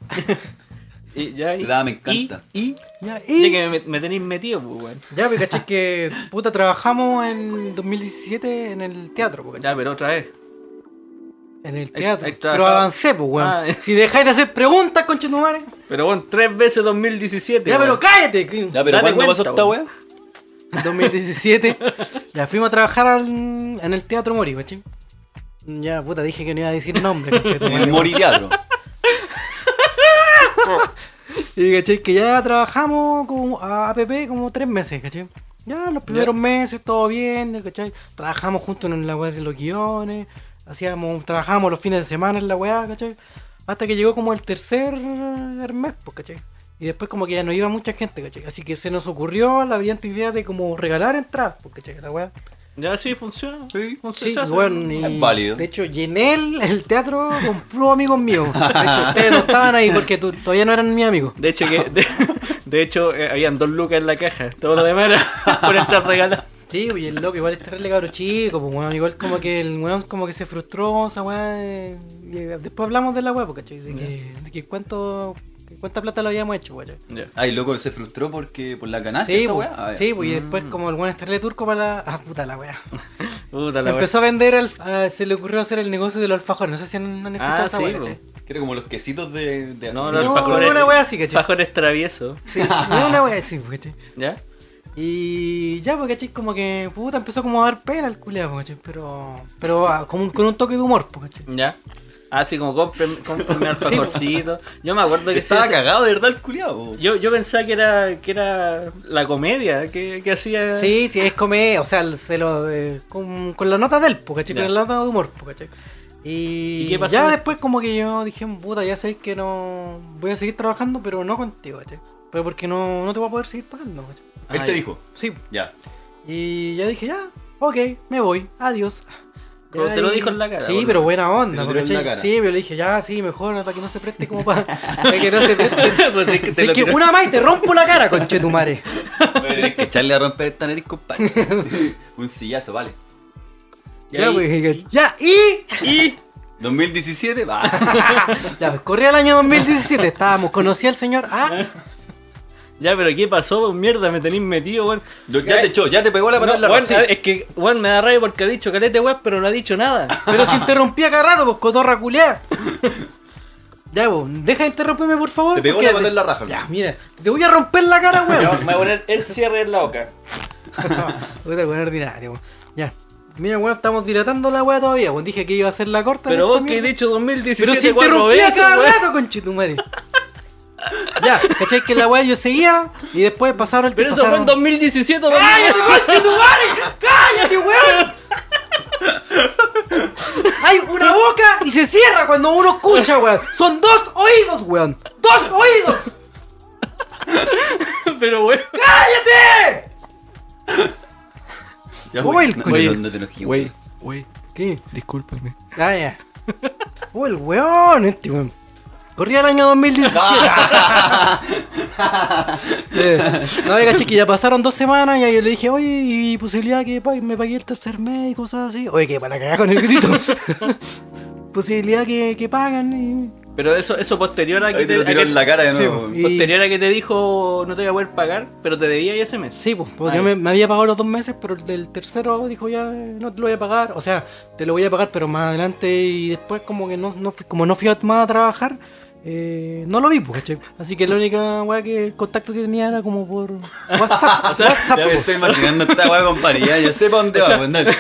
[SPEAKER 3] Y ya. y-
[SPEAKER 2] Le daba me encanta.
[SPEAKER 3] Y.
[SPEAKER 5] Ya,
[SPEAKER 3] y
[SPEAKER 5] y-
[SPEAKER 3] ya que me, me tenéis metido, pues, weón.
[SPEAKER 5] Ya, porque caché que puta trabajamos en 2017 en el teatro, pues, ¿cachai?
[SPEAKER 3] Ya, pero otra vez.
[SPEAKER 5] En el teatro.
[SPEAKER 3] ahí
[SPEAKER 5] pero
[SPEAKER 3] trabajaba-
[SPEAKER 5] avancé, pues, weón.
[SPEAKER 3] Ah, eh.
[SPEAKER 5] Si dejáis de hacer preguntas, conchetumares.
[SPEAKER 3] Pero bueno, tres veces 2017.
[SPEAKER 5] Ya, pero
[SPEAKER 3] weón.
[SPEAKER 5] cállate. que-
[SPEAKER 2] Ya, pero
[SPEAKER 3] Date
[SPEAKER 2] ¿cuándo
[SPEAKER 3] cuenta,
[SPEAKER 2] pasó esta
[SPEAKER 3] weón.
[SPEAKER 2] weá?
[SPEAKER 5] 2017. ya fuimos a trabajar al- en el teatro Mori, caché. Ya, puta, dije que no iba a decir nombre,
[SPEAKER 2] En el
[SPEAKER 5] conchetumare.
[SPEAKER 2] moriteatro.
[SPEAKER 5] Y caché que ya trabajamos como a APP como tres meses, caché. Ya los primeros meses todo bien, caché. Trabajamos juntos en la web de los guiones, hacíamos, trabajábamos los fines de semana en la weá, caché. Hasta que llegó como el tercer mes, pues, caché. Y después como que ya no iba mucha gente, caché. Así que se nos ocurrió la brillante idea de como regalar entradas, pues, caché, la weá.
[SPEAKER 3] Ya sí funciona.
[SPEAKER 2] Sí,
[SPEAKER 5] Sí,
[SPEAKER 3] se hace.
[SPEAKER 5] bueno, y
[SPEAKER 2] Es válido.
[SPEAKER 5] De hecho, llené el, el teatro con puros amigos míos. De hecho, ustedes no estaban ahí porque tú- todavía no eran mis amigos.
[SPEAKER 3] De hecho, que, de, de hecho eh, habían dos lucas en la caja. Todo lo demás era por entrar regalar.
[SPEAKER 5] Sí, y el loco igual está re cabro chico, pues weón, igual como que el weón como que se frustró, esa weá, eh, y, eh, después hablamos de la weá, pues, ¿cachai? De que, de que cuánto, que cuánta plata lo habíamos hecho, ¿cachai?
[SPEAKER 3] Ya.
[SPEAKER 2] Ay, loco, se frustró porque por la canasta
[SPEAKER 5] Sí,
[SPEAKER 2] esa
[SPEAKER 5] pues,
[SPEAKER 2] weá. Ah, ya.
[SPEAKER 5] sí, pues, y después como el weón está re turco para la... Ah, puta la weá.
[SPEAKER 3] Puta la
[SPEAKER 5] Empezó a vender, alf- ah, se le ocurrió hacer el negocio de los alfajores, no sé si han, han escuchado
[SPEAKER 3] Ah,
[SPEAKER 5] esa
[SPEAKER 3] sí,
[SPEAKER 5] weá,
[SPEAKER 3] po.
[SPEAKER 5] ¿cachai?
[SPEAKER 2] Que era como los quesitos de. de-
[SPEAKER 3] No,
[SPEAKER 5] No,
[SPEAKER 3] los alfajores.
[SPEAKER 5] una wea así, ¿cachai?
[SPEAKER 3] Alfajores traviesos.
[SPEAKER 5] Sí, no, una weá así, pues, ¿cachai?
[SPEAKER 3] ¿Ya?
[SPEAKER 5] Y ya, porque ¿cachai? como que puta empezó como a dar pena al culiado, ¿cachai? Pero, pero ah, como un- con un toque de humor, pues, ¿cachai?
[SPEAKER 3] ¿Ya? Así como compren, compren alfajorcito. Yo me acuerdo que
[SPEAKER 2] Estaba
[SPEAKER 3] sí,
[SPEAKER 2] cagado de verdad el culiado.
[SPEAKER 3] Yo, yo pensaba que era, que era la comedia que, que hacía.
[SPEAKER 5] Sí, sí, es comedia, o sea, el- se lo, eh, con, con la nota del, po, ¿cachai?
[SPEAKER 3] Ya.
[SPEAKER 5] Con la nota de humor, po, ¿cachai? Y,
[SPEAKER 3] ¿Y qué pasó?
[SPEAKER 5] ya después como que yo dije, puta, ya sé que no voy a seguir trabajando, pero no contigo, ¿cachai? Pero porque no, no te voy a poder seguir pagando, ¿cachai?
[SPEAKER 2] Él
[SPEAKER 3] Ah,
[SPEAKER 2] te
[SPEAKER 3] ya.
[SPEAKER 2] dijo,
[SPEAKER 5] Sí,
[SPEAKER 2] ya.
[SPEAKER 5] y ya dije, ya, ok, me voy, adiós.
[SPEAKER 3] Pero
[SPEAKER 5] Ya,
[SPEAKER 3] te lo
[SPEAKER 5] y-
[SPEAKER 3] dijo en la cara,
[SPEAKER 5] Sí,
[SPEAKER 2] boludo.
[SPEAKER 5] pero buena onda,
[SPEAKER 2] Te lo tiró en
[SPEAKER 5] ¿cachai?
[SPEAKER 2] la cara.
[SPEAKER 5] Sí, pero le dije, ya, sí, mejor para que no se preste como para, para que no se preste.
[SPEAKER 3] Pues es que te lo
[SPEAKER 5] es que
[SPEAKER 3] tiró.
[SPEAKER 5] una más y te rompo la cara, conchetumare.
[SPEAKER 2] Tienes que echarle a romper esta nariz, compadre. Un sillazo, vale.
[SPEAKER 3] Ya,
[SPEAKER 5] Ya,
[SPEAKER 3] y-
[SPEAKER 5] pues, ya, y...
[SPEAKER 3] Y
[SPEAKER 2] 2017, va.
[SPEAKER 5] Ya, pues, corría el año 2017, estábamos, conocí al señor ah, A.
[SPEAKER 3] Ya, pero ¿qué pasó? pues, Mierda, me tenéis metido, weón.
[SPEAKER 2] Yo- ya te echó, ya te pegó la
[SPEAKER 3] eh, No,
[SPEAKER 2] patada en la
[SPEAKER 3] weón, ah,
[SPEAKER 2] racha.
[SPEAKER 3] Es que, weón, me da rabia porque ha dicho calete, weón, pero no ha dicho nada.
[SPEAKER 5] Pero se interrumpía cada rato, pues cotorra culeada. Ya, vos, deja de interrumpirme, eh, por favor.
[SPEAKER 2] Te pegó
[SPEAKER 5] porque-
[SPEAKER 2] la patada en la raja,
[SPEAKER 5] Ya, mira, te voy a romper la cara,
[SPEAKER 3] Ya,
[SPEAKER 5] weón.
[SPEAKER 3] me voy a poner el cierre en la boca.
[SPEAKER 5] Puta, weón, ordinario, weón. Ya. Mira, weón, estamos dilatando la weá todavía, weón. Dije que iba a ser la corta. en
[SPEAKER 3] Pero
[SPEAKER 5] esta
[SPEAKER 3] vos que he
[SPEAKER 5] mierda.
[SPEAKER 3] dicho 2017
[SPEAKER 5] Pero se
[SPEAKER 3] cuatro
[SPEAKER 5] interrumpía
[SPEAKER 3] veces,
[SPEAKER 5] cada
[SPEAKER 3] weón.
[SPEAKER 5] rato, conchetumare. Ya, ¿cachai? Que la weá yo seguía y después pasaron el
[SPEAKER 3] Pero eso fue
[SPEAKER 5] pasaron-
[SPEAKER 3] en 2017. donde-
[SPEAKER 5] ¡Cállate, conche tu madre! ¡Cállate, weón! Hay una boca y se cierra cuando uno escucha, weón. Son dos oídos, weón. ¡Dos oídos!
[SPEAKER 3] Pero bueno.
[SPEAKER 5] ¡Cállate!
[SPEAKER 2] Ya,
[SPEAKER 5] Uy, el
[SPEAKER 2] no,
[SPEAKER 5] coño.
[SPEAKER 2] no, no te enojes,
[SPEAKER 4] Wey, wey,
[SPEAKER 5] ¿Qué?
[SPEAKER 4] discúlpame.
[SPEAKER 5] Ah, ya. Uy, el weón, este weón. Corría el año 2017. Eh, no, oiga, chiqui, ya pasaron dos semanas y ahí yo le dije, oye, y posibilidad que pa- me pague el tercer mes y cosas así. Oye, que para cagar con el grito. posibilidad que, que pagan. Y...
[SPEAKER 3] Pero eso, eso posterior a que
[SPEAKER 2] Ahí te lo
[SPEAKER 3] a
[SPEAKER 2] tiró
[SPEAKER 3] que-
[SPEAKER 2] en la cara de
[SPEAKER 5] Sí,
[SPEAKER 2] nuevo.
[SPEAKER 5] po.
[SPEAKER 2] weón.
[SPEAKER 5] Y-
[SPEAKER 3] Posterior a que te dijo no te voy a poder pagar, pero te debía ahí ese mes.
[SPEAKER 5] Sí, pues, porque
[SPEAKER 3] Ah,
[SPEAKER 5] yo
[SPEAKER 3] ya.
[SPEAKER 5] me, me había pagado los dos meses, pero el del tercero dijo ya eh, no te lo voy a pagar. O sea, te lo voy a pagar, pero más adelante y después como que no, no fui, como no fui a- más a trabajar, eh, no lo vi, pues, ¿cachai? Así que la única weá que el contacto que tenía era como por WhatsApp. WhatsApp, pues.
[SPEAKER 2] Ya me
[SPEAKER 5] po.
[SPEAKER 2] estoy imaginando esta weá, compadre. Ya, ya sé para dónde va, weón. Dale.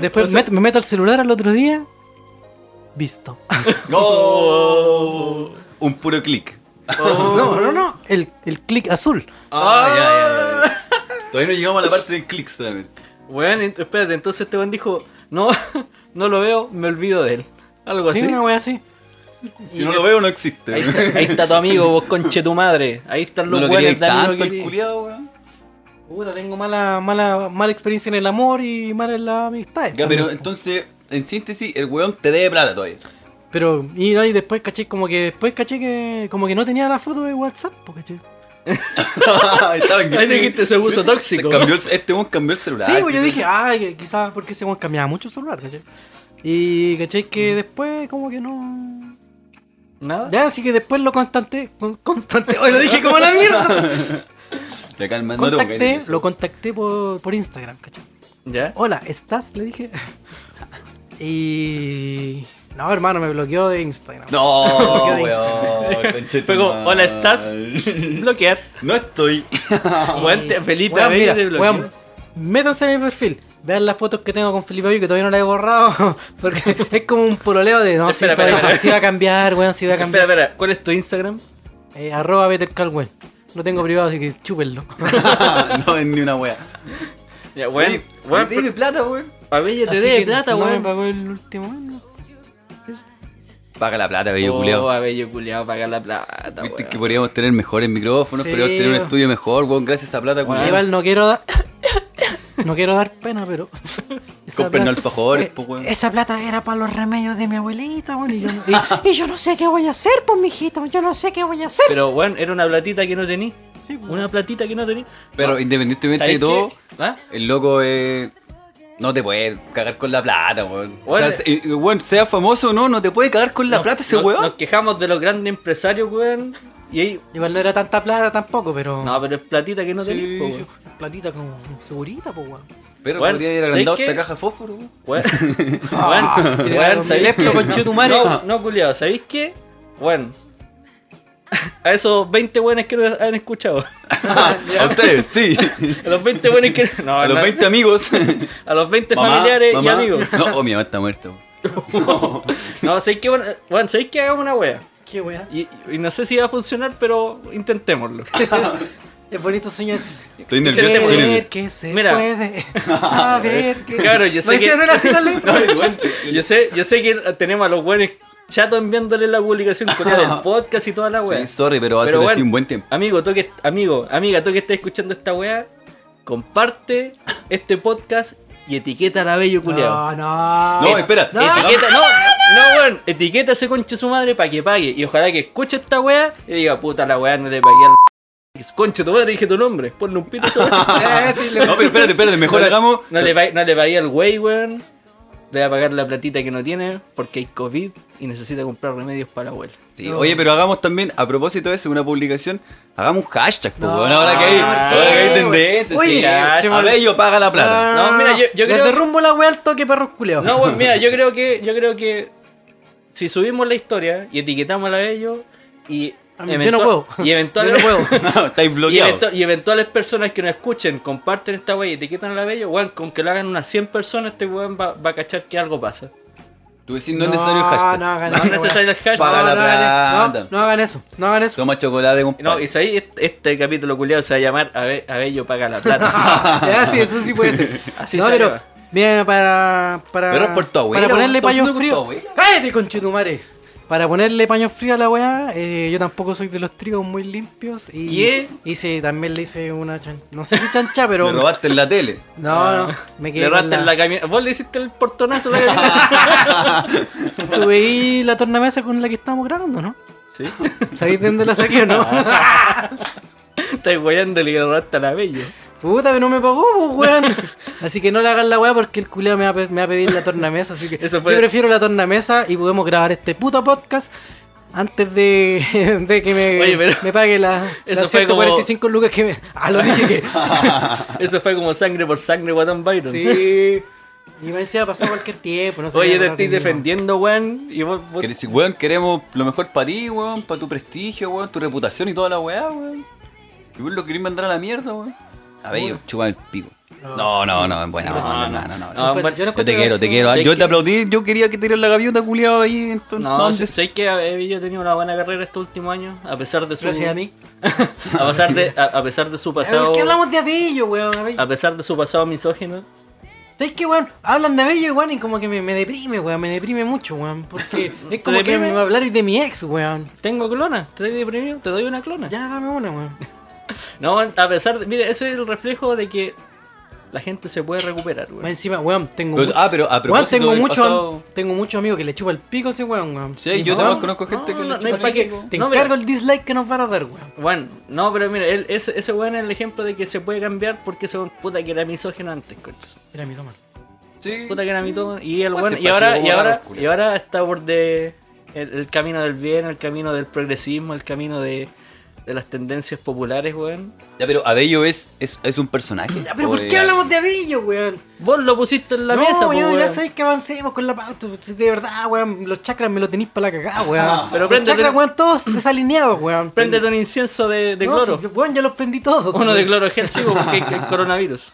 [SPEAKER 5] Después met- me meto al celular al otro día. Visto.
[SPEAKER 2] ¡No! Un puro clic.
[SPEAKER 3] Oh.
[SPEAKER 5] No, no, no. El, el clic azul.
[SPEAKER 2] Ah, ya, ya, ya. Todavía no llegamos a la parte del clic solamente.
[SPEAKER 3] Bueno, ent- espérate, entonces este buen dijo, no, no lo veo, me olvido de él. Algo
[SPEAKER 5] Sí,
[SPEAKER 3] así.
[SPEAKER 5] una weá así.
[SPEAKER 2] Si no lo veo, no existe.
[SPEAKER 3] Ahí está, ahí está tu amigo, vos conche tu madre. Ahí están
[SPEAKER 2] No
[SPEAKER 3] los
[SPEAKER 2] lo
[SPEAKER 3] weones,
[SPEAKER 2] quería
[SPEAKER 3] Dani, lo
[SPEAKER 2] tanto el
[SPEAKER 3] quería.
[SPEAKER 2] culiado, weón.
[SPEAKER 5] Puta, tengo mala, mala, mala experiencia en el amor y mala en la amistad.
[SPEAKER 2] Ya, pero entonces, en síntesis, el weón te debe plata todavía.
[SPEAKER 5] Pero, y ahí después caché, como que después caché que como que no tenía la foto de WhatsApp, po, caché.
[SPEAKER 2] Estaba en-
[SPEAKER 3] Ahí dijiste, se puso
[SPEAKER 2] Se- se
[SPEAKER 3] tóxico.
[SPEAKER 2] cambió el- este weón cambió el celular.
[SPEAKER 5] sí, pues yo dije, ay, quizás porque ese weón cambiaba mucho el celular, caché. Y caché
[SPEAKER 2] Mm.
[SPEAKER 5] que después como que no.
[SPEAKER 3] Nada.
[SPEAKER 5] Ya, así que después lo constanté, con- constante, hoy lo dije como la mierda.
[SPEAKER 2] Ya calma, no te
[SPEAKER 5] Contacté,
[SPEAKER 2] pongas
[SPEAKER 5] lo contacté por, por Instagram, caché.
[SPEAKER 3] ¿Ya?
[SPEAKER 5] Hola, ¿estás? Le dije. Y. No, hermano, me bloqueó de Instagram.
[SPEAKER 2] No,
[SPEAKER 5] Porque de
[SPEAKER 2] weón. conchetumare.
[SPEAKER 3] Fue como, hola, ¿estás? Bloquear.
[SPEAKER 2] No estoy.
[SPEAKER 3] Weón, te- Felipe
[SPEAKER 5] Weón,
[SPEAKER 3] Abello
[SPEAKER 5] mira,
[SPEAKER 3] te bloqueó.
[SPEAKER 5] weón, métanse a mi perfil. Vean las fotos que tengo con Felipe Abello que todavía no la he borrado. Porque es como un pololeo de. No,
[SPEAKER 3] Espera,
[SPEAKER 5] si, todavía-
[SPEAKER 3] espera, espera.
[SPEAKER 5] si va a cambiar, weón, si va a
[SPEAKER 3] Espera,
[SPEAKER 5] cambiar.
[SPEAKER 3] espera, ¿cuál es tu Instagram?
[SPEAKER 5] Eh, arroba Better Call Weón. Lo tengo privado, así que chúpenlo.
[SPEAKER 2] no es ni una wea.
[SPEAKER 3] Ya, weón,
[SPEAKER 2] Oye,
[SPEAKER 3] weón,
[SPEAKER 2] me debe plata, weón.
[SPEAKER 3] Abello te
[SPEAKER 5] Así
[SPEAKER 3] debe
[SPEAKER 5] que
[SPEAKER 3] plata,
[SPEAKER 5] no
[SPEAKER 3] weón.
[SPEAKER 5] me pagó el último año.
[SPEAKER 2] Paga la plata, bello
[SPEAKER 3] Oh,
[SPEAKER 2] culiao.
[SPEAKER 3] Abello culiao, paga la plata,
[SPEAKER 2] Viste que
[SPEAKER 3] weón.
[SPEAKER 2] podríamos tener mejores micrófonos,
[SPEAKER 5] Sí,
[SPEAKER 2] podríamos tener un
[SPEAKER 5] weón.
[SPEAKER 2] estudio mejor, weón, gracias a plata,
[SPEAKER 5] Igual
[SPEAKER 2] culiao.
[SPEAKER 5] no quiero dar. No quiero dar pena, pero. esa
[SPEAKER 2] Compren
[SPEAKER 5] plata-
[SPEAKER 2] alfajores,
[SPEAKER 5] eh,
[SPEAKER 2] po, weón.
[SPEAKER 5] Esa plata era para los remedios de mi abuelita, weón. Y yo, no- y- y yo no sé qué voy a hacer, pues, mijito. Yo no sé qué voy a hacer.
[SPEAKER 3] Pero, weón, era una platita que no tení.
[SPEAKER 5] Sí, pues.
[SPEAKER 3] Una platita que no tení.
[SPEAKER 2] Pero independientemente de
[SPEAKER 3] ¿Sabes
[SPEAKER 2] todo,
[SPEAKER 3] qué? ¿Ah?
[SPEAKER 2] el loco eh, no te puede cagar con la plata, weón. O sea,
[SPEAKER 3] Weón,
[SPEAKER 2] se- eh, weón, sea famoso o no, no te puede cagar con la plata ese
[SPEAKER 3] Nos-
[SPEAKER 2] weón.
[SPEAKER 3] Nos quejamos de los grandes empresarios, weón. Y ahí.
[SPEAKER 5] Igual no era tanta plata tampoco, pero.
[SPEAKER 3] No, pero es platita que no
[SPEAKER 5] Sí,
[SPEAKER 3] tenés, po, weón.
[SPEAKER 5] sí, platita como segurita, pues, weón.
[SPEAKER 2] Pero
[SPEAKER 3] Weón,
[SPEAKER 2] podría haber
[SPEAKER 3] ¿sabes
[SPEAKER 2] agrandado
[SPEAKER 3] qué?
[SPEAKER 2] esta caja de fósforo, weón.
[SPEAKER 3] Weón, weón,
[SPEAKER 5] Ah, Qué
[SPEAKER 3] weón,
[SPEAKER 5] raro,
[SPEAKER 3] ¿sabéis
[SPEAKER 5] leplo,
[SPEAKER 3] qué?
[SPEAKER 5] conchetumare.
[SPEAKER 3] No, no, culiado, ¿sabéis qué? Weón. A esos 20 weones que nos han escuchado.
[SPEAKER 2] a ustedes, sí.
[SPEAKER 3] A los 20 weones que. No,
[SPEAKER 2] A los
[SPEAKER 3] no.
[SPEAKER 2] 20 amigos.
[SPEAKER 3] A los 20
[SPEAKER 2] Mamá,
[SPEAKER 3] familiares
[SPEAKER 2] mamá.
[SPEAKER 3] y amigos.
[SPEAKER 2] No, oh, mi mamá está muerta. weón.
[SPEAKER 3] No, ¿sabéis qué? Weón, Weón, ¿sabéis qué? Hagamos una wea.
[SPEAKER 5] Qué weá.
[SPEAKER 3] Y, y no sé si va a funcionar, pero intentémoslo.
[SPEAKER 5] Es bonito soñar.
[SPEAKER 2] Estoy nervioso, estoy nervioso.
[SPEAKER 5] que se
[SPEAKER 3] Mira.
[SPEAKER 5] puede. Saber que.
[SPEAKER 3] Claro, yo sé
[SPEAKER 5] no,
[SPEAKER 3] que-
[SPEAKER 5] No era así la letra.
[SPEAKER 3] Yo sé, yo sé que tenemos a los buenos chatos enviándole la publicación con el podcast y toda la wea.
[SPEAKER 2] Sí, sorry, pero va a ser
[SPEAKER 3] bueno,
[SPEAKER 2] así un buen tiempo.
[SPEAKER 3] Amigo, tú que, amigo, amiga, tú que estás escuchando esta weá, comparte este podcast y etiqueta a la bello culeado.
[SPEAKER 5] No, no.
[SPEAKER 2] No, espera. Eh,
[SPEAKER 5] No,
[SPEAKER 3] Etiqueta, Eh, no, no, weón, etiqueta a ese conche su madre para que pague. Y ojalá que escuche esta weá y diga, puta la weá, no le pagué al conche tu madre, dije tu nombre, ponle un pito a esa weá.
[SPEAKER 5] Eh, sí, le-
[SPEAKER 2] No, pero espérate, espérate,
[SPEAKER 3] No
[SPEAKER 2] mejor
[SPEAKER 3] le-
[SPEAKER 2] hagamos.
[SPEAKER 3] No le, pa- no le pagué al wey, weón. Le voy a pagar la platita que no tiene porque hay COVID y necesita comprar remedios para la abuela.
[SPEAKER 2] Sí, oye, pero hagamos también, a propósito de eso, una publicación, hagamos un hashtag, po,
[SPEAKER 5] No,
[SPEAKER 2] weón, ahora que hay,
[SPEAKER 5] no,
[SPEAKER 2] ahora que hay
[SPEAKER 5] sí,
[SPEAKER 2] tendencia.
[SPEAKER 5] Oye,
[SPEAKER 2] sí.
[SPEAKER 5] se me-
[SPEAKER 2] a Bello paga la plata.
[SPEAKER 3] No, mira, yo- yo
[SPEAKER 5] Les
[SPEAKER 3] creo-
[SPEAKER 5] derrumbo la weá al toque, perros culeados.
[SPEAKER 3] No, bueno, mira, yo creo que yo creo que si subimos la historia y etiquetamos a la Bello y
[SPEAKER 5] A mí- yo no puedo.
[SPEAKER 3] y eventuales
[SPEAKER 5] Yo no puedo.
[SPEAKER 2] No, estáis
[SPEAKER 3] y,
[SPEAKER 2] bloqueados.
[SPEAKER 3] eventu- y eventuales personas que nos escuchen comparten esta wea y etiquetan a la Bello, weón, con que lo hagan unas 100 personas este weón va, va a cachar que algo pasa.
[SPEAKER 2] Tú decís, no, es necesario hashtag.
[SPEAKER 5] No, hagan
[SPEAKER 3] No
[SPEAKER 5] eso.
[SPEAKER 3] es necesario el hashtag.
[SPEAKER 5] No,
[SPEAKER 2] Paga
[SPEAKER 5] no,
[SPEAKER 2] la
[SPEAKER 5] hagan
[SPEAKER 2] plata.
[SPEAKER 5] no, no hagan eso. No hagan eso.
[SPEAKER 2] Toma chocolate, compadre.
[SPEAKER 3] No, y sabéis, este, este capítulo culiado se va a llamar Abe- Abello paga la plata.
[SPEAKER 5] ya, sí, eso sí puede ser.
[SPEAKER 3] Así
[SPEAKER 5] no,
[SPEAKER 3] salió.
[SPEAKER 5] pero. Mira, para. para
[SPEAKER 2] Pero es por tu abuela,
[SPEAKER 5] Para ponerle
[SPEAKER 2] weón, todo
[SPEAKER 5] paños
[SPEAKER 2] haciendo por tu
[SPEAKER 5] fríos.
[SPEAKER 2] abuela.
[SPEAKER 5] ¡Cállate, conchetumare! Para ponerle paños fríos a la weá, eh, yo tampoco soy de los tríos muy limpios. Y,
[SPEAKER 3] ¿Qué?
[SPEAKER 5] Hice, también le hice una chan, No sé si chancha,
[SPEAKER 2] Me
[SPEAKER 5] pero.
[SPEAKER 2] robaste en la tele.
[SPEAKER 5] no, no, Ah, me quedé.
[SPEAKER 3] Ah, Le
[SPEAKER 5] con
[SPEAKER 3] raste en la camioneta. Vos le hiciste el portonazo a la camioneta.
[SPEAKER 5] Tú veí la tornamesa con la que estábamos grabando, ¿no?
[SPEAKER 3] sí.
[SPEAKER 5] ¿Sabéis de dónde la saqué o no?
[SPEAKER 3] Estás guayando y le robaste al Abello.
[SPEAKER 5] Puta, que no me pagó, pues, weón. Así que no le hagan la weá porque el culiao me va, a pe- me va a pedir la tornamesa. Así que
[SPEAKER 3] Eso fue-
[SPEAKER 5] yo prefiero la tornamesa y podemos grabar este puto podcast antes de, de que me,
[SPEAKER 3] Oye, pero-
[SPEAKER 5] me pague la,
[SPEAKER 3] Eso
[SPEAKER 5] las
[SPEAKER 3] fue como-
[SPEAKER 5] 145 lucas que me. Ah, lo dije que.
[SPEAKER 3] Eso fue como sangre por sangre, Guatán Byron.
[SPEAKER 5] sí. Y me decía, pasar cualquier tiempo, no sé.
[SPEAKER 3] Oye,
[SPEAKER 5] qué
[SPEAKER 3] te
[SPEAKER 5] hablar
[SPEAKER 3] estoy
[SPEAKER 5] de mí,
[SPEAKER 3] defendiendo, weón. Y vos, vos-
[SPEAKER 2] Que le decís, weón, queremos lo mejor para ti, weón, para tu prestigio, weón, tu reputación y toda la weá, weón. Y vos lo querés mandar a la mierda, weón. A ver, yo, chupame el pico. No, no, no, bueno, no, no, no, no.
[SPEAKER 5] No,
[SPEAKER 3] No, yo
[SPEAKER 5] encuentro- yo no
[SPEAKER 2] Yo
[SPEAKER 5] encuentro
[SPEAKER 2] te quiero, te
[SPEAKER 5] eso-
[SPEAKER 2] quiero.
[SPEAKER 3] Sí,
[SPEAKER 2] Yo
[SPEAKER 3] es
[SPEAKER 2] te
[SPEAKER 3] que-
[SPEAKER 2] aplaudí, yo quería que tirar la gaviota culiado ahí, entonces.
[SPEAKER 3] No,
[SPEAKER 2] ¿dónde?
[SPEAKER 3] sé sé que Abello ha tenido una buena carrera estos últimos años, a pesar de su.
[SPEAKER 5] Gracias a mí.
[SPEAKER 3] a pesar de, a, a pesar de su
[SPEAKER 5] Ay,
[SPEAKER 3] pasado. Ah.
[SPEAKER 5] ¿Por qué Eh, hablamos de apellido, weón? Apellido.
[SPEAKER 3] A pesar de su pasado misógino.
[SPEAKER 5] ¿Sabes qué, weón? Hablan de Bello, weón, y como que me, me deprime, weón. Me deprime mucho, weón. Porque es como que
[SPEAKER 3] deprime?
[SPEAKER 5] me va a hablar de mi ex, weón.
[SPEAKER 3] Tengo clona, estoy deprimido, te doy una clona.
[SPEAKER 5] Ya, dame una, weón.
[SPEAKER 3] No, a pesar de. Mire, ese es el reflejo de que la gente se puede recuperar,
[SPEAKER 5] Más
[SPEAKER 3] weón.
[SPEAKER 5] encima, weón, tengo
[SPEAKER 2] Pero-
[SPEAKER 5] mucho-
[SPEAKER 2] ah, pero a
[SPEAKER 5] weón,
[SPEAKER 2] propósito
[SPEAKER 5] tengo
[SPEAKER 2] del
[SPEAKER 5] mucho,
[SPEAKER 2] pasado-
[SPEAKER 5] tengo mucho amigo que le chupa el pico a ese weón, weón.
[SPEAKER 2] Sí, yo
[SPEAKER 5] te
[SPEAKER 2] también conozco gente
[SPEAKER 3] no,
[SPEAKER 2] que
[SPEAKER 3] no,
[SPEAKER 2] le
[SPEAKER 3] no hay
[SPEAKER 2] chupa
[SPEAKER 3] pa'
[SPEAKER 2] el
[SPEAKER 3] qué.
[SPEAKER 2] pico.
[SPEAKER 5] Te
[SPEAKER 3] No,
[SPEAKER 5] encargo
[SPEAKER 3] mira.
[SPEAKER 5] el dislike que nos van a dar, weón.
[SPEAKER 3] Bueno, no, pero mira, él- ese, ese weón es el ejemplo de que se puede cambiar porque ese weón puta que era misógino antes, conchas.
[SPEAKER 5] Era mi toma.
[SPEAKER 2] Sí.
[SPEAKER 3] Puta que era mitómano. Y el
[SPEAKER 2] Pues
[SPEAKER 3] bueno,
[SPEAKER 2] se
[SPEAKER 3] y ahora,
[SPEAKER 2] pasó
[SPEAKER 3] y ahora,
[SPEAKER 2] raro, culiao.
[SPEAKER 3] y ahora está por de el, el camino del bien, el camino del progresismo, el camino de, de las tendencias populares, weón.
[SPEAKER 2] Ya, pero Abello es, es, es un personaje.
[SPEAKER 5] Ya, pero
[SPEAKER 2] o
[SPEAKER 5] ¿por
[SPEAKER 2] es
[SPEAKER 5] qué
[SPEAKER 2] algo?
[SPEAKER 5] hablamos de avillo, weón?
[SPEAKER 3] Vos lo pusiste en la
[SPEAKER 5] no,
[SPEAKER 3] mesa, po,
[SPEAKER 5] weón,
[SPEAKER 3] weón.
[SPEAKER 5] ya sabéis que avancemos con la pauta. si De verdad, weón, los chakras me lo tenéis para la cagada, weón.
[SPEAKER 3] pero
[SPEAKER 5] los
[SPEAKER 3] préndete-
[SPEAKER 5] chakras, weón, todos desalineados, weón.
[SPEAKER 3] Préndete un incienso de, de
[SPEAKER 5] No,
[SPEAKER 3] cloro.
[SPEAKER 5] sí, yo- weón, yo los prendí todos.
[SPEAKER 3] Uno de
[SPEAKER 5] weón.
[SPEAKER 3] cloro gel, sí, po, porque hay- hay coronavirus.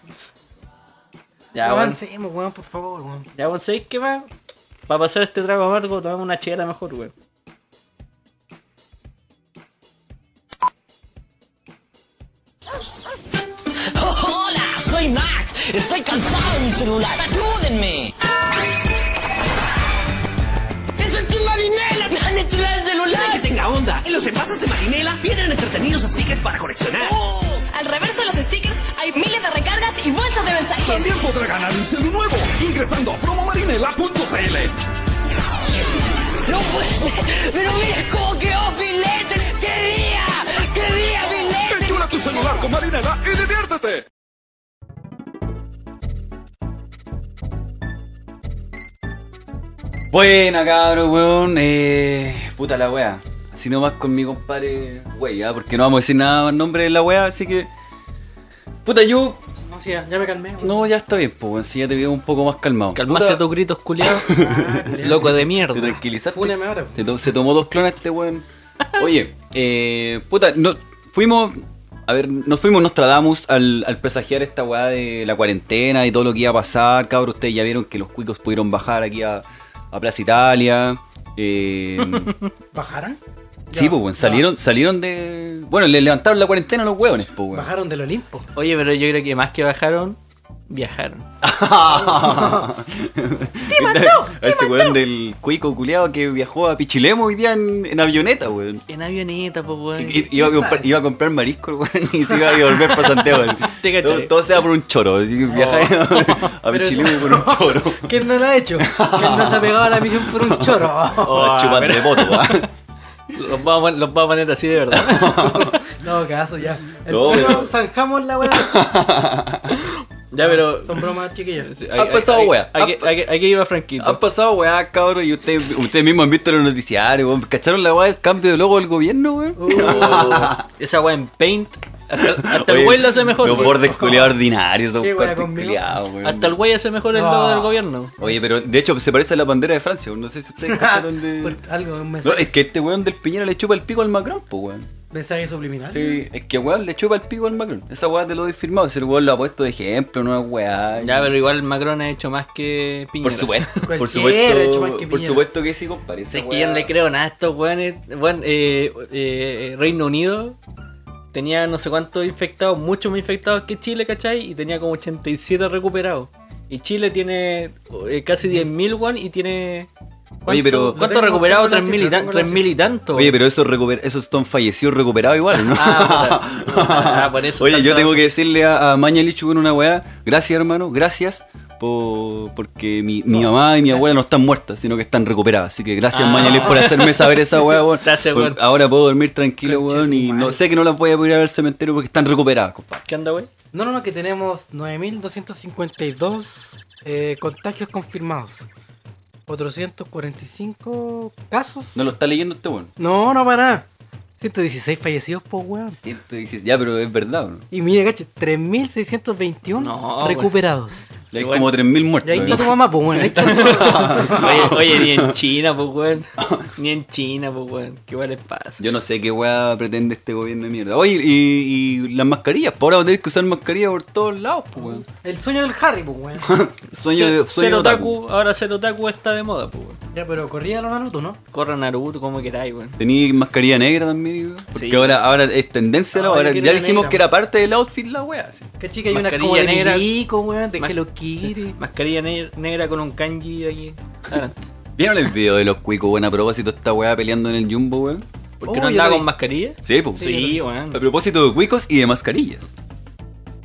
[SPEAKER 3] Ya, weón.
[SPEAKER 5] Avancemos, weón, por favor, weón.
[SPEAKER 3] Ya, weón, ¿sabéis qué va? Para pasar este trago amargo, tomamos una chela mejor, weón.
[SPEAKER 4] Hola, soy Max. Estoy cansado de mi celular. Ayúdenme. ¡Es el marinela! ¡Me han hecho el celular!
[SPEAKER 6] que tenga onda. En los envases de marinela vienen entretenidos stickers para coleccionar.
[SPEAKER 4] Oh.
[SPEAKER 7] Al reverso de los stickers hay miles de recargas y bolsas de mensajes.
[SPEAKER 6] También podrá ganar un celu nuevo ingresando a promomarinela.cl.
[SPEAKER 4] ¡No puede ser! ¡Pero mira cómo quedó filete! ¡Qué día! ¡Qué día, filete!
[SPEAKER 6] Enchula tu celular con marinela y diviértete.
[SPEAKER 2] Buena, cabrón, weón. Eh, puta la wea. Así nomás con mi compadre, wey, ah, porque no vamos a decir nada en nombre de la wea, así que. Puta, yo.
[SPEAKER 5] No, sí, ya, ya me calmé, weón.
[SPEAKER 2] No, ya está bien, pues, weón. Si ya te veo un poco más calmado.
[SPEAKER 3] Calmaste
[SPEAKER 2] Puta,
[SPEAKER 3] tus gritos, culiados. Loco de mierda.
[SPEAKER 2] Te tranquilizaste.
[SPEAKER 5] Fúneme ahora, pues.
[SPEAKER 2] Te to- se tomó dos clones este weón. Oye, eh, puta, no, fuimos. A ver, nos fuimos Nostradamus al, al presagiar esta weá de la cuarentena y todo lo que iba a pasar. Cabrón, ustedes ya vieron que los cuicos pudieron bajar aquí a, a Plaza Italia. Eh,
[SPEAKER 5] ¿Bajaron?
[SPEAKER 2] sí, pues, weón, salieron, salieron de. Bueno, le levantaron la cuarentena a los huevones, pues, weón.
[SPEAKER 5] Bajaron del Olimpo.
[SPEAKER 3] Oye, pero yo creo que más que bajaron, viajaron.
[SPEAKER 2] A ese weón del cuico culeado que viajó a Pichilemo hoy día en, en avioneta, weón.
[SPEAKER 3] En avioneta, pues, weón.
[SPEAKER 2] I- Iba a, comprar, iba a comprar marisco, el weón, y se iba a volver para Santiago. el-
[SPEAKER 3] Te cachai.
[SPEAKER 2] todo, todo sea por un choro. así que viajar a
[SPEAKER 5] Pero-
[SPEAKER 2] Pichilemu por un choro.
[SPEAKER 5] ¿Quién no lo ha hecho? ¿Quién no se ha pegado a la misión por un choro?
[SPEAKER 2] Ahora chupan de voto, weón.
[SPEAKER 3] Los vamos, a pon- los vamos a poner así de verdad.
[SPEAKER 5] No, caso ya. El
[SPEAKER 2] No,
[SPEAKER 5] perro,
[SPEAKER 2] pero-
[SPEAKER 5] zanjamos la weá.
[SPEAKER 3] ya, pero.
[SPEAKER 5] Son bromas chiquillos.
[SPEAKER 3] Sí,
[SPEAKER 2] Han pasado,
[SPEAKER 3] aquí-
[SPEAKER 2] wea.
[SPEAKER 3] Aquí,
[SPEAKER 2] Han-
[SPEAKER 3] aquí, aquí iba Franquito.
[SPEAKER 2] Han pasado, weá, cabrón, y ustedes ustedes mismos han visto los noticiarios, weón. ¿Cacharon la weá del cambio de logo del gobierno, weón?
[SPEAKER 3] Oh, esa weá en paint. Hasta, hasta
[SPEAKER 2] Oye,
[SPEAKER 3] el güey lo hace mejor.
[SPEAKER 2] Los
[SPEAKER 3] weón.
[SPEAKER 2] bordes culiados ordinarios,
[SPEAKER 5] Qué
[SPEAKER 2] esos
[SPEAKER 5] weá
[SPEAKER 2] cortes
[SPEAKER 5] conmigo.
[SPEAKER 2] culiados, weón.
[SPEAKER 3] Hasta el güey hace mejor el
[SPEAKER 5] No.
[SPEAKER 3] logo del gobierno.
[SPEAKER 2] Oye, pero de hecho se parece a la bandera de Francia, weón. no sé si ustedes cacharon de...
[SPEAKER 5] Por algo, un mes.
[SPEAKER 2] No, es que este weón del Piñera le chupa el pico al Macron, pues weón.
[SPEAKER 5] ¿Mensaje subliminal?
[SPEAKER 2] Sí, es que weón le chupa el pico al Macron. Esa weá te lo doy firmado. Ese weón lo ha puesto de ejemplo, no es weá.
[SPEAKER 3] Ya, pero igual Macron ha hecho más que
[SPEAKER 2] por
[SPEAKER 3] Piñera.
[SPEAKER 2] supuesto, por
[SPEAKER 5] Cualquiera ha hecho más que
[SPEAKER 2] supuesto, por
[SPEAKER 5] Piñera.
[SPEAKER 2] supuesto que sí, compadre.
[SPEAKER 3] Sí,
[SPEAKER 2] esa
[SPEAKER 3] Es que yo no
[SPEAKER 2] weá-
[SPEAKER 3] le creo nada a estos weones. Weón, eh, eh, Reino Unido tenía no sé cuántos infectados, muchos más infectados que Chile, ¿cachai? Y tenía como 87 recuperados. Y Chile tiene eh, casi 10.000, weón, y tiene.
[SPEAKER 2] Mm. Oye, pero-
[SPEAKER 3] ¿Cuánto
[SPEAKER 5] Tengo-
[SPEAKER 3] recuperados?
[SPEAKER 5] tengo la
[SPEAKER 3] 3.000 y,
[SPEAKER 5] cifra,
[SPEAKER 3] tan-
[SPEAKER 5] tengo la
[SPEAKER 3] 3.000 y tanto.
[SPEAKER 2] Oye, pero esos, recuper- esos están fallecidos recuperados igual, ¿no?
[SPEAKER 3] Ah, puta. Ah, por eso
[SPEAKER 2] Oye, yo
[SPEAKER 3] tanto-
[SPEAKER 2] tengo que decirle a, a Maña Lichu con una weá, gracias hermano, gracias, por, porque mi, mi mamá y mi abuela no están muertas, sino que están recuperadas. Así que gracias
[SPEAKER 3] Ah.
[SPEAKER 2] Maña Lichu por hacerme saber esa weá, weón.
[SPEAKER 3] Gracias, weón.
[SPEAKER 2] Por- Ahora puedo dormir tranquilo,
[SPEAKER 5] Conche
[SPEAKER 2] weón,
[SPEAKER 5] tu
[SPEAKER 2] y no
[SPEAKER 5] madre.
[SPEAKER 2] sé que no las voy a poder ir al cementerio porque están recuperadas, compadre.
[SPEAKER 3] ¿Qué onda, wey?
[SPEAKER 5] No, no, no, que tenemos 9.252 eh, contagios confirmados. 445 casos.
[SPEAKER 2] No lo está leyendo este weón.
[SPEAKER 5] No, no, para nada. 116 fallecidos, po, weón.
[SPEAKER 2] Siento, dices, ya, pero es verdad, ¿no?
[SPEAKER 5] Y mira, cacho, 3.621
[SPEAKER 3] No, weón.
[SPEAKER 5] recuperados.
[SPEAKER 2] Le hay
[SPEAKER 3] Igual.
[SPEAKER 2] como 3.000
[SPEAKER 5] Y
[SPEAKER 2] muertos.
[SPEAKER 5] ahí está
[SPEAKER 2] ¿no?
[SPEAKER 5] tu mamá, pues, weón. Ahí está tu mamá.
[SPEAKER 3] Oye, oye, ni en China, pues, weón. Ni en China, pues, weón. ¿Qué weón les pasa?
[SPEAKER 2] Yo no sé qué weá pretende este gobierno de mierda. Oye, y, y las mascarillas, por ahora tenés que usar mascarillas por todos lados, pues, weón.
[SPEAKER 5] El sueño del Harry, pues, weón.
[SPEAKER 2] Sueño de
[SPEAKER 3] Ser-
[SPEAKER 2] sueño
[SPEAKER 3] ser
[SPEAKER 2] de otaku.
[SPEAKER 3] otaku, ahora ser otaku está de moda, pues, weón.
[SPEAKER 5] Ya, pero corrida los Naruto, ¿no?
[SPEAKER 3] Corra Naruto como queráis, weón.
[SPEAKER 2] Tenía mascarilla negra también, güey. Porque
[SPEAKER 3] Sí.
[SPEAKER 2] ahora, ahora es tendencia la
[SPEAKER 5] Ahora
[SPEAKER 2] ahora,
[SPEAKER 5] quiero
[SPEAKER 2] Ya
[SPEAKER 5] una
[SPEAKER 2] dijimos
[SPEAKER 5] negra.
[SPEAKER 2] que era parte del outfit la wea. sí.
[SPEAKER 5] Que chica, hay una
[SPEAKER 3] Mascarilla
[SPEAKER 5] como de
[SPEAKER 3] negra.
[SPEAKER 5] Milico, weón, de
[SPEAKER 3] Mas-
[SPEAKER 5] Hello Kitty.
[SPEAKER 3] Mascarilla ne- negra con un kanji aquí. Adelante.
[SPEAKER 2] ¿Vieron el video de los cuicos, weón? A propósito, esta wea peleando en el jumbo, weón.
[SPEAKER 3] ¿Por
[SPEAKER 5] Oh,
[SPEAKER 3] qué
[SPEAKER 5] yo
[SPEAKER 3] no andaba
[SPEAKER 5] lo
[SPEAKER 3] con
[SPEAKER 5] vi.
[SPEAKER 3] mascarilla?
[SPEAKER 2] Sí, pues.
[SPEAKER 3] Sí,
[SPEAKER 2] A
[SPEAKER 3] weón.
[SPEAKER 2] propósito de cuicos y de mascarillas.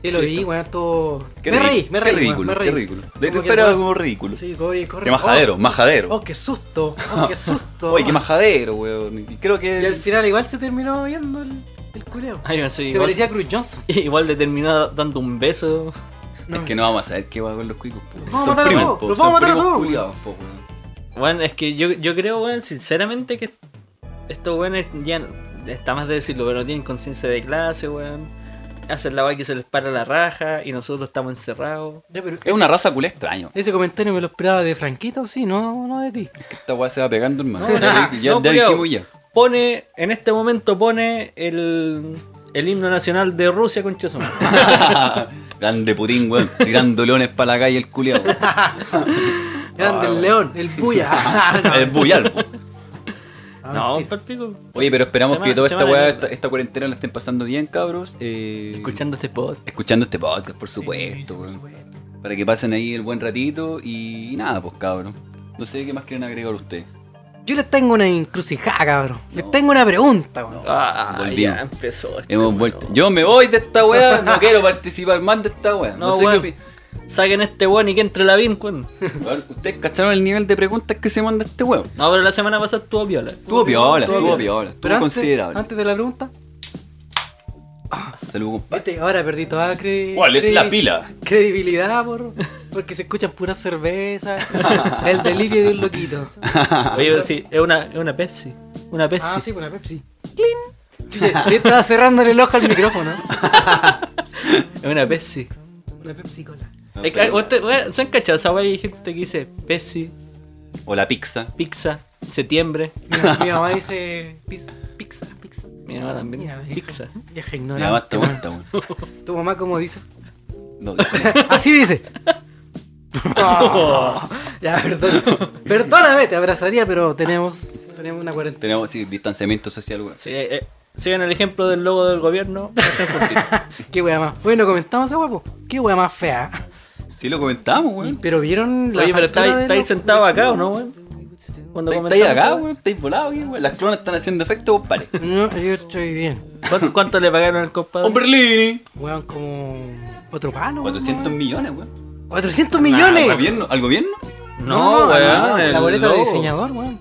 [SPEAKER 5] Sí, lo
[SPEAKER 3] Sí,
[SPEAKER 5] vi,
[SPEAKER 3] está.
[SPEAKER 5] weón, todo...
[SPEAKER 2] Qué
[SPEAKER 5] me
[SPEAKER 2] ri-
[SPEAKER 5] reí, me reí,
[SPEAKER 2] Qué
[SPEAKER 5] weón,
[SPEAKER 2] ridículo,
[SPEAKER 5] me reí.
[SPEAKER 2] qué ridículo. De
[SPEAKER 5] Como que,
[SPEAKER 2] espera
[SPEAKER 5] weón,
[SPEAKER 2] como ridículo.
[SPEAKER 5] Sí, corre, corre.
[SPEAKER 2] Qué majadero,
[SPEAKER 5] Oh,
[SPEAKER 2] majadero.
[SPEAKER 5] Oh, qué susto, oh, qué susto.
[SPEAKER 2] Oye, qué majadero, weón. Y creo
[SPEAKER 5] Y al
[SPEAKER 2] que.
[SPEAKER 5] final igual se terminó viendo el, el culeo.
[SPEAKER 3] Ay, yo soy
[SPEAKER 5] Se
[SPEAKER 3] igual-
[SPEAKER 5] parecía a Cruz Johnson.
[SPEAKER 3] Igual le terminó dando un beso.
[SPEAKER 2] Es que no vamos a saber qué va con los cuicos, pues.
[SPEAKER 5] Vamos a matar a todos, los vamos a matar a todos, weón.
[SPEAKER 3] Bueno, es que yo, yo creo, weón, sinceramente que estos weones ya está más de decirlo, pero tienen conciencia de clase, weón. Hacen la vaca que se les para la raja y nosotros estamos encerrados.
[SPEAKER 5] Ya, pero
[SPEAKER 2] Es una raza culé extraño.
[SPEAKER 5] Ese comentario me lo esperaba de Franquito, sí, no, no de ti.
[SPEAKER 2] Esta weá se va pegando, hermano.
[SPEAKER 3] No,
[SPEAKER 2] Ya- Ya
[SPEAKER 3] no,
[SPEAKER 2] ya
[SPEAKER 3] culiao.
[SPEAKER 2] dijimos ya.
[SPEAKER 3] Pone, en este momento pone el, el himno nacional de Rusia con Chesón.
[SPEAKER 2] Grande Putin, weón. Tirando leones para la calle el culiao. weón.
[SPEAKER 5] Grande, el león, el puya.
[SPEAKER 2] el bullal. po.
[SPEAKER 5] Ah,
[SPEAKER 3] no, pa'l pico.
[SPEAKER 2] Oye, pero esperamos
[SPEAKER 3] Semana-
[SPEAKER 2] que toda esta
[SPEAKER 3] semana
[SPEAKER 2] weá,
[SPEAKER 3] de
[SPEAKER 2] esta,
[SPEAKER 3] mierda.
[SPEAKER 2] esta cuarentena la estén pasando bien, cabros. eh,
[SPEAKER 3] Escuchando este podcast.
[SPEAKER 2] escuchando este podcast, por supuesto, weón. Para que pasen ahí el buen ratito y, y nada, pues cabros. No sé qué más quieren agregar ustedes.
[SPEAKER 5] Yo les tengo una encrucijada, cabrón. Les tengo una pregunta, weón.
[SPEAKER 3] Ah,
[SPEAKER 2] Volvimos.
[SPEAKER 3] ya empezó. este
[SPEAKER 2] Hemos
[SPEAKER 3] weón.
[SPEAKER 2] vuelto. Yo me voy de esta weá, no quiero participar más de esta weá. No,
[SPEAKER 3] No,
[SPEAKER 2] sé
[SPEAKER 3] weón.
[SPEAKER 2] qué.
[SPEAKER 3] Saquen este weón y que entre la BIM, weón.
[SPEAKER 2] pi- Weón, Ustedes cacharon el nivel de preguntas que se manda este weón.
[SPEAKER 3] No, pero la semana pasada estuvo viola.
[SPEAKER 2] Estuvo piola,
[SPEAKER 5] Pero
[SPEAKER 2] estuvo
[SPEAKER 5] antes-
[SPEAKER 2] piola,
[SPEAKER 5] pero
[SPEAKER 2] estuvo
[SPEAKER 5] antes-
[SPEAKER 2] considerable.
[SPEAKER 5] Antes de la pregunta,
[SPEAKER 2] Saludos, compadre.
[SPEAKER 5] viste, ahora perdí toda credibilidad.
[SPEAKER 2] ¿Cuál es la pila?
[SPEAKER 5] Credibilidad, por, porque se escuchan puras cervezas. el delirio de un loquito.
[SPEAKER 2] Ah,
[SPEAKER 3] Oye, pero sí, es una, es una Pepsi. Una Pepsi.
[SPEAKER 5] Ah, sí, con la Pepsi. ¡Cling! Chucha, yo estaba cerrando el ojo al micrófono.
[SPEAKER 3] Es una Pepsi.
[SPEAKER 5] Una Pepsi cola.
[SPEAKER 2] No,
[SPEAKER 3] Es que,
[SPEAKER 2] Ah, pero-
[SPEAKER 3] ¿usted- weón, ¿Se han cachado esa weá? Hay gente que dice Pepsi,
[SPEAKER 2] O la pizza.
[SPEAKER 3] pizza, septiembre.
[SPEAKER 5] Mi, mi mamá dice pis- pizza, pizza.
[SPEAKER 3] Mi mamá también.
[SPEAKER 5] Mira, vieja-
[SPEAKER 3] pizza.
[SPEAKER 5] Vieja
[SPEAKER 2] Ya basta,
[SPEAKER 5] ignorante. weón.
[SPEAKER 2] basta, weón.
[SPEAKER 5] Tu mamá, como dice?
[SPEAKER 2] No, dice-
[SPEAKER 5] Así dice. Oh, ya, perdón. Perdóname, te abrazaría, pero tenemos, tenemos una cuarentena.
[SPEAKER 2] tenemos sí, distanciamiento social, weón.
[SPEAKER 3] Sí, eh, eh, sigan el ejemplo del logo del gobierno.
[SPEAKER 5] Qué wea más. Bueno, comentamos ese guapo. Qué wea más fea.
[SPEAKER 2] Sí lo comentamos, weón.
[SPEAKER 5] Pero vieron la.
[SPEAKER 3] Oye, pero
[SPEAKER 5] factura
[SPEAKER 3] estáis
[SPEAKER 5] de
[SPEAKER 3] estáis
[SPEAKER 5] los-
[SPEAKER 3] sentados acá, ¿o no, weón? Cuando
[SPEAKER 2] Estáis
[SPEAKER 3] comentamos
[SPEAKER 2] acá,
[SPEAKER 3] esa weá.
[SPEAKER 2] weón, estáis volados, aquí, weón. Las clonas están haciendo efecto, compadre.
[SPEAKER 5] No, yo estoy bien.
[SPEAKER 3] ¿Cuánto, cuánto le pagaron al compadre?
[SPEAKER 2] Berlini.
[SPEAKER 5] Weón, como. Cuatro palos.
[SPEAKER 2] 400 millones, weón.
[SPEAKER 5] weón. 400
[SPEAKER 2] ¿Al
[SPEAKER 5] millones.
[SPEAKER 2] gobierno? ¿Al gobierno?
[SPEAKER 3] No, weón.
[SPEAKER 5] no,
[SPEAKER 3] el
[SPEAKER 5] la boleta de
[SPEAKER 3] logo.
[SPEAKER 5] diseñador, weón.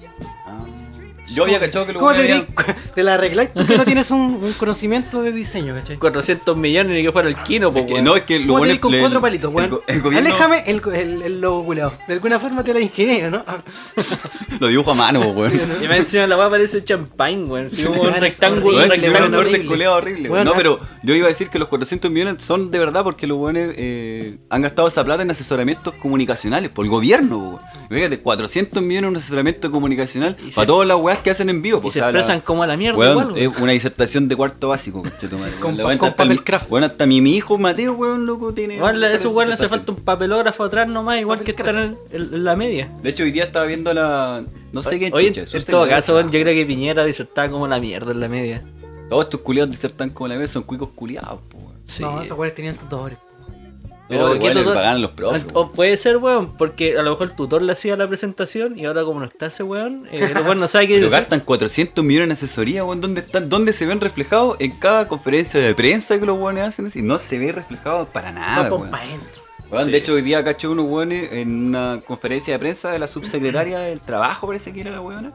[SPEAKER 2] Yo había cachado que lo
[SPEAKER 5] ¿Cómo te
[SPEAKER 2] weón
[SPEAKER 5] diré? Te la arregláis tú que no tienes un, un conocimiento de diseño, ¿cachai?
[SPEAKER 3] 400 millones ni que fuera el Kino, po,
[SPEAKER 2] habían-
[SPEAKER 3] weón.
[SPEAKER 2] No, es que lo
[SPEAKER 5] ¿Cómo te
[SPEAKER 2] bueno
[SPEAKER 5] diré con cuatro palitos,
[SPEAKER 2] el,
[SPEAKER 5] weón?
[SPEAKER 2] go- el gobierno
[SPEAKER 5] Aléjame el, el, el logo culeado. De alguna forma te la ingenio, ¿no? Ah,
[SPEAKER 2] lo dibujo a mano, weón.
[SPEAKER 3] Y me encima la weá parece champagne, weón. Sí, como un
[SPEAKER 5] Weón, es
[SPEAKER 3] rectángulo, un
[SPEAKER 2] Weón,
[SPEAKER 5] horrible,
[SPEAKER 2] si tuviera un
[SPEAKER 5] weón,
[SPEAKER 3] rectángulo.
[SPEAKER 2] corte
[SPEAKER 5] horrible.
[SPEAKER 2] culeado horrible. weón.
[SPEAKER 5] Weón,
[SPEAKER 2] No,
[SPEAKER 5] ah.
[SPEAKER 2] pero yo iba a decir que los 400 millones son eh, de verdad porque los buenos han gastado esa plata en asesoramientos comunicacionales por el gobierno. weón. Fíjate, 400 millones en un asesoramiento comunicacional para todas las weas que hacen en vivo. pues,
[SPEAKER 3] se expresan como a la mierda
[SPEAKER 2] weón,
[SPEAKER 3] igual, weón.
[SPEAKER 2] es una disertación de cuarto básico, conchetumare, weón.
[SPEAKER 5] Con
[SPEAKER 2] La
[SPEAKER 5] pa-
[SPEAKER 2] weón,
[SPEAKER 5] con
[SPEAKER 2] hasta mi-
[SPEAKER 5] papel craft.
[SPEAKER 2] Weón, hasta mi, mi hijo Mateo, weón, loco, tiene...
[SPEAKER 3] Igual a esos weones le hace
[SPEAKER 2] disertación.
[SPEAKER 3] falta un papelógrafo atrás nomás, igual que están en, en la media.
[SPEAKER 2] De hecho, hoy día estaba viendo la... No sé qué
[SPEAKER 3] Oye,
[SPEAKER 2] chucha,
[SPEAKER 3] en
[SPEAKER 2] suerte
[SPEAKER 3] todo
[SPEAKER 2] que-
[SPEAKER 3] caso, weón, yo creo que Piñera disertaba como la mierda en la media.
[SPEAKER 2] Todos estos culiados disertan como la mierda, son cuicos culiados, po, weón.
[SPEAKER 3] Sí.
[SPEAKER 5] No, esos güeyes tenían tutores.
[SPEAKER 2] Pero
[SPEAKER 3] ¿qué
[SPEAKER 2] igual le
[SPEAKER 3] tutor-
[SPEAKER 2] pagan los profes,
[SPEAKER 3] Ah,
[SPEAKER 2] weón.
[SPEAKER 3] O puede ser, weón, porque a lo mejor el tutor le hacía la presentación y ahora como no está ese weón, eh, el weón no sabe qué
[SPEAKER 2] Pero
[SPEAKER 3] decir.
[SPEAKER 2] gastan 400 millones en asesoría, weón. ¿Dónde, están, ¿Dónde se ven reflejados? En cada conferencia de prensa que los weones hacen así. No se ve reflejado para nada,
[SPEAKER 5] Vamos
[SPEAKER 2] weón.
[SPEAKER 5] pa' adentro.
[SPEAKER 2] Weón, De hecho, hoy día cacho unos weones en una conferencia de prensa de la subsecretaria del trabajo, parece que era la weona.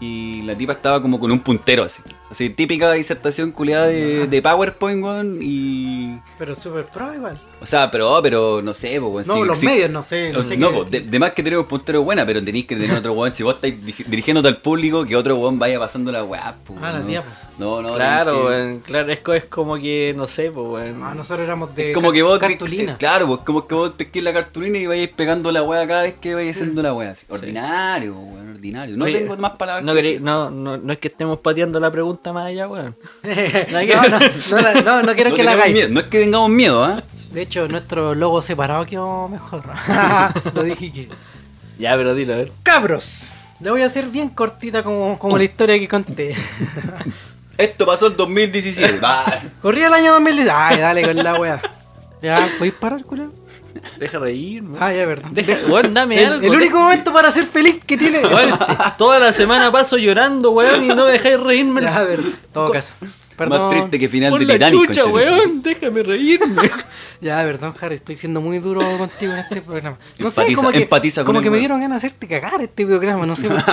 [SPEAKER 2] Y la tipa estaba como con un puntero así. Así, típica disertación culiada de, de PowerPoint, weón. Y.
[SPEAKER 5] Pero super pro igual.
[SPEAKER 2] O sea, pero, oh, pero no sé, po, weón.
[SPEAKER 5] No,
[SPEAKER 2] si-
[SPEAKER 5] los
[SPEAKER 2] si-
[SPEAKER 5] medios, no sé. No,
[SPEAKER 2] o-
[SPEAKER 5] sé
[SPEAKER 2] no,
[SPEAKER 5] qué-
[SPEAKER 2] po, de, de más que tener un puntero buena, pero tenéis que tener otro weón. Si vos estáis diri- dirigiéndote al público, que otro weón vaya pasando la weá, po,
[SPEAKER 5] Ah, la
[SPEAKER 2] ¿no?
[SPEAKER 5] tía, po.
[SPEAKER 2] No, no,
[SPEAKER 3] Claro,
[SPEAKER 2] tenéis que-
[SPEAKER 3] weón, claro, es, co- es como que, no sé, pues, weón.
[SPEAKER 5] No, Ah, nosotros éramos de
[SPEAKER 2] Mm. Es como que vos. te-
[SPEAKER 5] cartulina.
[SPEAKER 2] eh, claro, pues como que vos pesquís la cartulina y vayáis pegando la weá cada vez que
[SPEAKER 5] Mm.
[SPEAKER 2] vayáis haciendo la weá. así. Ordinario, pues, weón, ordinario. No
[SPEAKER 3] Oye,
[SPEAKER 2] tengo más palabras.
[SPEAKER 3] No,
[SPEAKER 2] que
[SPEAKER 3] querí-
[SPEAKER 2] decir.
[SPEAKER 3] no, no, no es que estemos pateando la pregunta más allá, weón.
[SPEAKER 5] no, no, no, la- no, no quiero
[SPEAKER 2] No
[SPEAKER 5] que la
[SPEAKER 2] tengamos
[SPEAKER 5] hagáis.
[SPEAKER 2] miedo, No es que tengamos miedo, ¿ah?
[SPEAKER 5] De hecho, nuestro logo separado quedó mejor. Lo dije que.
[SPEAKER 3] Ya, pero dilo, a ver.
[SPEAKER 5] Cabros, la voy a hacer bien cortita como, como la historia que conté.
[SPEAKER 2] Esto pasó en 2017. va.
[SPEAKER 5] Corría el año 2010. Ay, dale con la wea. Ya, ¿podéis parar, culo?
[SPEAKER 3] Deja reírme.
[SPEAKER 5] Ah, ya, verdad.
[SPEAKER 3] Deja- weón, dame
[SPEAKER 5] el,
[SPEAKER 3] algo.
[SPEAKER 5] el único momento para ser feliz que tiene.
[SPEAKER 3] Weón, toda la semana paso llorando, weón, y no me dejáis reírme.
[SPEAKER 5] Ya, a ver, en todo caso.
[SPEAKER 2] Más
[SPEAKER 5] Perdón.
[SPEAKER 2] triste que final
[SPEAKER 3] Por
[SPEAKER 2] de
[SPEAKER 3] la
[SPEAKER 2] Titanic.
[SPEAKER 3] chucha,
[SPEAKER 2] conchetumare.
[SPEAKER 3] weón, déjame reírme.
[SPEAKER 5] Ya, perdón, Harry, estoy siendo muy duro contigo en este programa. No sé,
[SPEAKER 2] Empatiza-
[SPEAKER 5] como que,
[SPEAKER 2] empatiza con
[SPEAKER 5] como
[SPEAKER 2] el
[SPEAKER 5] que me
[SPEAKER 2] weón.
[SPEAKER 5] dieron ganas de hacerte cagar este programa, no sé por qué.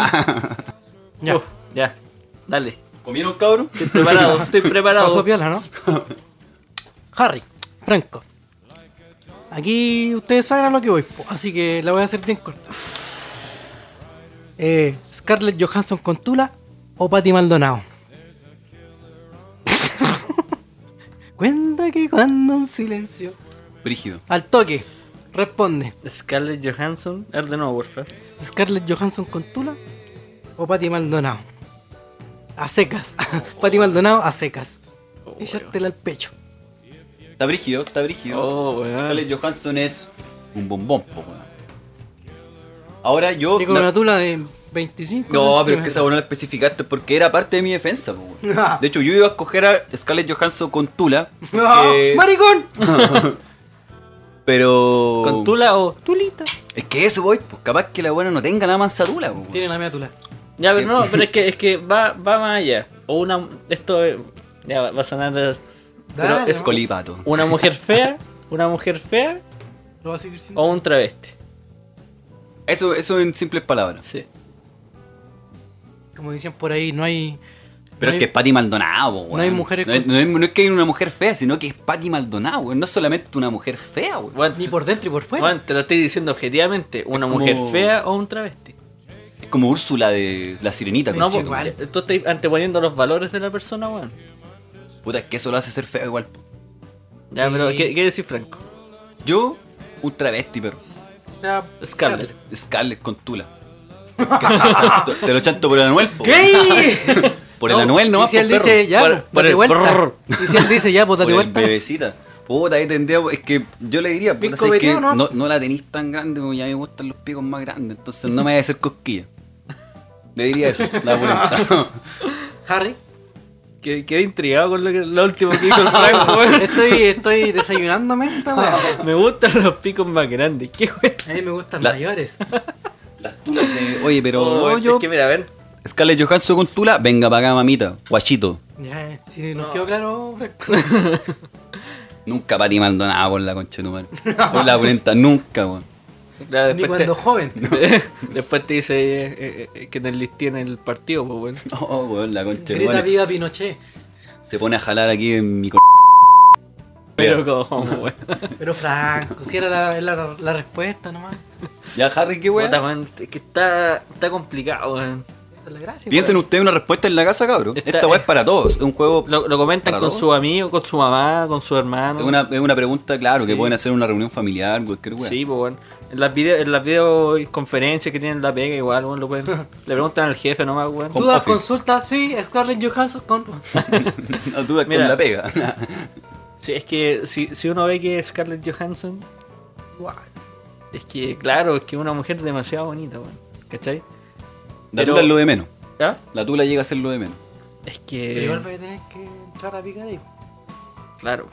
[SPEAKER 5] Ya,
[SPEAKER 2] Oh.
[SPEAKER 3] Uh, ya, dale.
[SPEAKER 2] ¿Comieron cabrón?
[SPEAKER 3] Estoy preparado, estoy
[SPEAKER 5] pasó
[SPEAKER 3] preparado.
[SPEAKER 5] piola, ¿no? Harry, Franco. Aquí ustedes saben a lo que voy, po, así que la voy a hacer bien corta. Eh, Scarlett Johansson con Tula o Patty Maldonado. Cuenta que cuando un silencio.
[SPEAKER 2] Brígido.
[SPEAKER 5] Al toque, responde.
[SPEAKER 3] Scarlett Johansson, a ver de nuevo, por favor.
[SPEAKER 5] Scarlett Johansson con Tula o Patty Maldonado. A secas. Patty Maldonado a secas. Echártela al pecho.
[SPEAKER 2] Está brígido, está brígido.
[SPEAKER 3] Oh, weón.
[SPEAKER 2] Scarlett Johansson es un bombón, po, weón. Ahora yo.
[SPEAKER 5] Y con
[SPEAKER 2] no-
[SPEAKER 5] una tula de 25.
[SPEAKER 2] No, pero es que esa
[SPEAKER 5] centímetros.
[SPEAKER 2] weá no la especificaste porque era parte de mi defensa, po, weón.
[SPEAKER 5] Ah.
[SPEAKER 2] De hecho, yo iba a escoger a Scarlett Johansson con Tula.
[SPEAKER 5] ¡No!
[SPEAKER 2] que-
[SPEAKER 5] ¡Ah! ¡Maricón!
[SPEAKER 2] Pero.
[SPEAKER 3] ¿Con tula o tulita?
[SPEAKER 2] Es que eso voy, pues capaz que la buena no tenga la mansa tula, po, weón.
[SPEAKER 5] Tiene la mía tula.
[SPEAKER 3] Ya, pero no, pero es que, es que va, va más allá. O una. Esto eh, ya va va a sonar. eh, Pero
[SPEAKER 5] Dale,
[SPEAKER 3] es
[SPEAKER 5] ¿no?
[SPEAKER 2] Colipato.
[SPEAKER 3] una mujer fea, una mujer fea
[SPEAKER 5] Lo va a seguir
[SPEAKER 2] Oh.
[SPEAKER 5] siendo.
[SPEAKER 3] o un travesti.
[SPEAKER 2] Eso, eso en simples palabras.
[SPEAKER 3] Sí.
[SPEAKER 5] Como dicen por ahí, no hay.
[SPEAKER 2] Pero
[SPEAKER 5] no
[SPEAKER 2] es que
[SPEAKER 5] hay-
[SPEAKER 2] es Pati Maldonado, po, weón.
[SPEAKER 5] no hay mujeres
[SPEAKER 2] No, es-
[SPEAKER 5] con-
[SPEAKER 2] no es- no es que hay una mujer fea, sino que es Pati Maldonado, weón. No es solamente una mujer fea, weón.
[SPEAKER 3] Juan,
[SPEAKER 5] Ni por dentro y por fuera.
[SPEAKER 3] Juan, te lo estoy diciendo objetivamente, una
[SPEAKER 2] como-
[SPEAKER 3] mujer fea o un travesti.
[SPEAKER 2] Es como Úrsula de la sirenita,
[SPEAKER 5] No,
[SPEAKER 2] conchetumare.
[SPEAKER 5] po, igual.
[SPEAKER 3] Eh, Tú estás anteponiendo los valores de la persona, weón.
[SPEAKER 2] Puta, es que eso lo hace ser feo igual. po.
[SPEAKER 3] Ya,
[SPEAKER 5] Sí.
[SPEAKER 3] pero ¿qué, qué decís, Franco?
[SPEAKER 2] Yo, un travesti, pero.
[SPEAKER 5] O sea,
[SPEAKER 3] Scarlett.
[SPEAKER 2] Scarlett con Tula. Que se lo chanto- se lo chanto por el Anuel, po.
[SPEAKER 5] ¿Qué?
[SPEAKER 2] Por el Anuel
[SPEAKER 5] no
[SPEAKER 2] nomás,
[SPEAKER 5] Y si él
[SPEAKER 2] po, perro.
[SPEAKER 5] dice ya,
[SPEAKER 3] Por-
[SPEAKER 5] pues,
[SPEAKER 3] por
[SPEAKER 5] date
[SPEAKER 3] el
[SPEAKER 5] vuelta.
[SPEAKER 3] brrr.
[SPEAKER 5] Y si él dice ya, pues
[SPEAKER 2] Por
[SPEAKER 5] date
[SPEAKER 2] el
[SPEAKER 5] vuelta.
[SPEAKER 2] bebecita. Puta, ahí tendría. Es que yo le diría,
[SPEAKER 5] Bien
[SPEAKER 2] puta, si es que
[SPEAKER 5] cometeado,
[SPEAKER 2] no,
[SPEAKER 5] ¿no?
[SPEAKER 2] no la tenéis tan grande como ya me gustan los picos más grandes, entonces no me vaya a hacer cosquillas. Le diría eso, la pulenta.
[SPEAKER 5] Harry,
[SPEAKER 3] Quedé, quedé intrigado con lo, que, lo último que hizo el Franco, weón.
[SPEAKER 5] estoy, estoy desayunándome esta weá.
[SPEAKER 3] Me gustan los picos más grandes. ¿Qué weón?
[SPEAKER 5] A mí me gustan
[SPEAKER 2] La-
[SPEAKER 5] mayores.
[SPEAKER 2] Las tulas de. Oye, pero.
[SPEAKER 3] Oh,
[SPEAKER 2] yo-
[SPEAKER 3] Es que mira, a ver.
[SPEAKER 2] Scarlett Johansson con tula, venga para acá, mamita. Guachito.
[SPEAKER 5] Ya, eh, si nos quedó claro, Franco.
[SPEAKER 2] Nunca pati Maldonado con la concha de tu madre. Con la pulenta, nunca, weón.
[SPEAKER 3] Ya,
[SPEAKER 5] Ni
[SPEAKER 3] después,
[SPEAKER 5] cuando
[SPEAKER 3] te,
[SPEAKER 5] joven.
[SPEAKER 3] después te dice eh, eh, eh, que te enlisté en el partido, pues, weón.
[SPEAKER 2] Oh, weón, la concha de tu
[SPEAKER 5] Grita
[SPEAKER 2] madre.
[SPEAKER 5] viva Pinochet.
[SPEAKER 2] Se pone a jalar aquí en mi c.
[SPEAKER 3] Pero como, weón.
[SPEAKER 5] Pero Franco, si era la, la, la respuesta nomás.
[SPEAKER 2] Ya, Harry, qué weón.
[SPEAKER 3] Puta, weón, es que está, está complicado, weón.
[SPEAKER 5] Esa es la gracia.
[SPEAKER 2] Piensen
[SPEAKER 5] weón.
[SPEAKER 2] ustedes una respuesta en la casa, cabrón.
[SPEAKER 3] Está-
[SPEAKER 2] Esta weá es para todos. Es un juego.
[SPEAKER 3] Lo, lo comentan
[SPEAKER 2] ¿Para
[SPEAKER 3] con
[SPEAKER 2] todos?
[SPEAKER 3] su amigo, con su mamá, con su
[SPEAKER 2] Es
[SPEAKER 3] hermano.
[SPEAKER 2] una, es una pregunta, claro,
[SPEAKER 3] Sí.
[SPEAKER 2] que pueden hacer en una reunión familiar, cualquier weá.
[SPEAKER 3] Sí, pues, weón. En las, video, en las videoconferencias que tienen la pega, igual, weón, lo pueden. Le preguntan al jefe nomás, weón.
[SPEAKER 2] Home
[SPEAKER 5] Dudas,
[SPEAKER 2] office.
[SPEAKER 5] consultas, sí, Scarlett Johansson con...
[SPEAKER 2] No dudas
[SPEAKER 3] Mira.
[SPEAKER 2] con la pega.
[SPEAKER 3] Sí, es que si, si uno ve que Scarlett Johansson. guau, Es que, claro, es que una mujer demasiado bonita, weón. ¿Cachai?
[SPEAKER 2] La
[SPEAKER 3] Pero-
[SPEAKER 2] tula es lo de menos.
[SPEAKER 3] ¿Ah?
[SPEAKER 2] La tula llega a ser lo de menos.
[SPEAKER 3] Es
[SPEAKER 2] Eh,
[SPEAKER 5] Pero igual
[SPEAKER 3] que.
[SPEAKER 5] voy a tener que entrar a picar ahí.
[SPEAKER 3] Claro.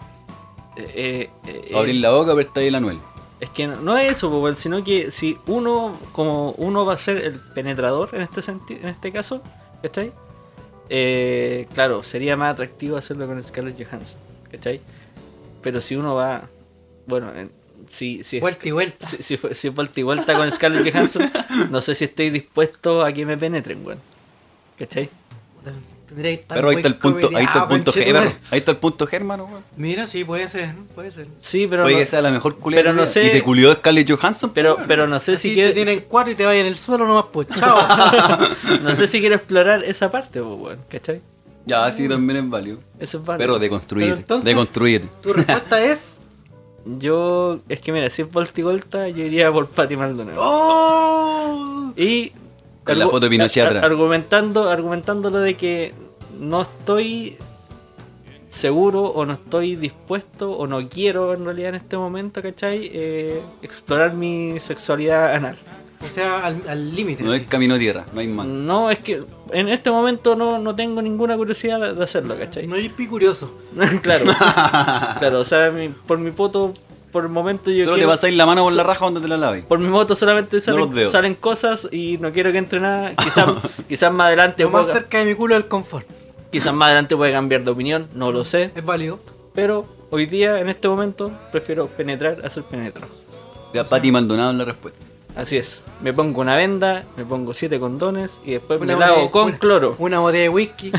[SPEAKER 3] Eh, eh, eh, eh,
[SPEAKER 2] Abrir la boca, pero está ahí el anuel.
[SPEAKER 3] Es que no, no es eso, po, weón, sino que si uno, como uno va a ser el penetrador en este sentido, en este caso, ¿cachai? Eh, claro, sería más atractivo hacerlo con Scarlett Johansson, ¿cachai? Pero si uno va, bueno, en- si, si,
[SPEAKER 5] Vuelta y vuelta.
[SPEAKER 3] si, si fue- si es vuelta y vuelta con Scarlett Johansson, no sé si estoy dispuesto a que me penetren, weón. ¿Cachai?
[SPEAKER 5] Tendría que estar
[SPEAKER 2] Pero ahí
[SPEAKER 5] muy Ah,
[SPEAKER 2] está el punto, ahí está el
[SPEAKER 5] cobeteado,
[SPEAKER 2] punto G,
[SPEAKER 5] conchetumare.
[SPEAKER 2] perro. Ahí está el punto G, hermano. weón.
[SPEAKER 5] Mira, sí, puede ser, ¿no? puede ser.
[SPEAKER 3] Sí, pero
[SPEAKER 2] Puede
[SPEAKER 3] no,
[SPEAKER 2] que sea la mejor culera.
[SPEAKER 3] pero
[SPEAKER 2] de
[SPEAKER 3] no
[SPEAKER 2] la vida.
[SPEAKER 3] sé-
[SPEAKER 2] Y te culió Scarlett Johansson.
[SPEAKER 3] pero,
[SPEAKER 2] pues, weón.
[SPEAKER 3] pero no sé
[SPEAKER 5] Así
[SPEAKER 3] si
[SPEAKER 5] te
[SPEAKER 3] quiere-
[SPEAKER 5] tienen cuatro y te vayan en el suelo nomás, pues chao.
[SPEAKER 3] no sé si quiero explorar esa parte, po, weón, ¿cachai?
[SPEAKER 2] Ya, sí, también es válido.
[SPEAKER 3] Eso es válido.
[SPEAKER 2] Pero de
[SPEAKER 5] Pero
[SPEAKER 2] construir,
[SPEAKER 5] entonces,
[SPEAKER 2] de construir.
[SPEAKER 5] Tu respuesta es...
[SPEAKER 3] Yo, es que mira, si es vuelta y vuelta, yo iría por Pati Maldonado.
[SPEAKER 5] ¡Oh!
[SPEAKER 3] Y.
[SPEAKER 2] Con la
[SPEAKER 3] argu-
[SPEAKER 2] foto de Pinochet
[SPEAKER 3] ar-
[SPEAKER 2] atrás.
[SPEAKER 3] Argumentando, argumentando lo de que no estoy seguro o no estoy dispuesto o no quiero en realidad en este momento, ¿cachai? Eh, explorar mi sexualidad anal.
[SPEAKER 5] O sea, al al límite.
[SPEAKER 2] No
[SPEAKER 5] así.
[SPEAKER 2] es camino a tierra, no hay más.
[SPEAKER 3] No, es que en este momento no, no tengo ninguna curiosidad de- de hacerlo, ¿cachai?
[SPEAKER 5] No hay pi curioso.
[SPEAKER 3] claro. claro, o sea, mi- por mi poto, por el momento yo
[SPEAKER 2] Solo
[SPEAKER 3] quiero-
[SPEAKER 2] le pasáis la mano por la raja donde te la laves.
[SPEAKER 3] Por mi moto solamente salen,
[SPEAKER 2] los dedos.
[SPEAKER 3] salen cosas y no quiero que entre nada. Quizás, quizás más adelante
[SPEAKER 5] Lo más
[SPEAKER 3] pueda-
[SPEAKER 5] cerca de mi culo es el confort.
[SPEAKER 3] quizás más adelante puede cambiar de opinión, no lo sé.
[SPEAKER 5] Es válido.
[SPEAKER 3] Pero hoy día, en este momento, prefiero penetrar a ser penetrado.
[SPEAKER 2] De a Pati Maldonado en la respuesta.
[SPEAKER 3] Así es. Me pongo una venda, me pongo siete condones y después me
[SPEAKER 5] botella-
[SPEAKER 3] lavo con
[SPEAKER 5] una-
[SPEAKER 3] cloro.
[SPEAKER 5] Una botella de whisky.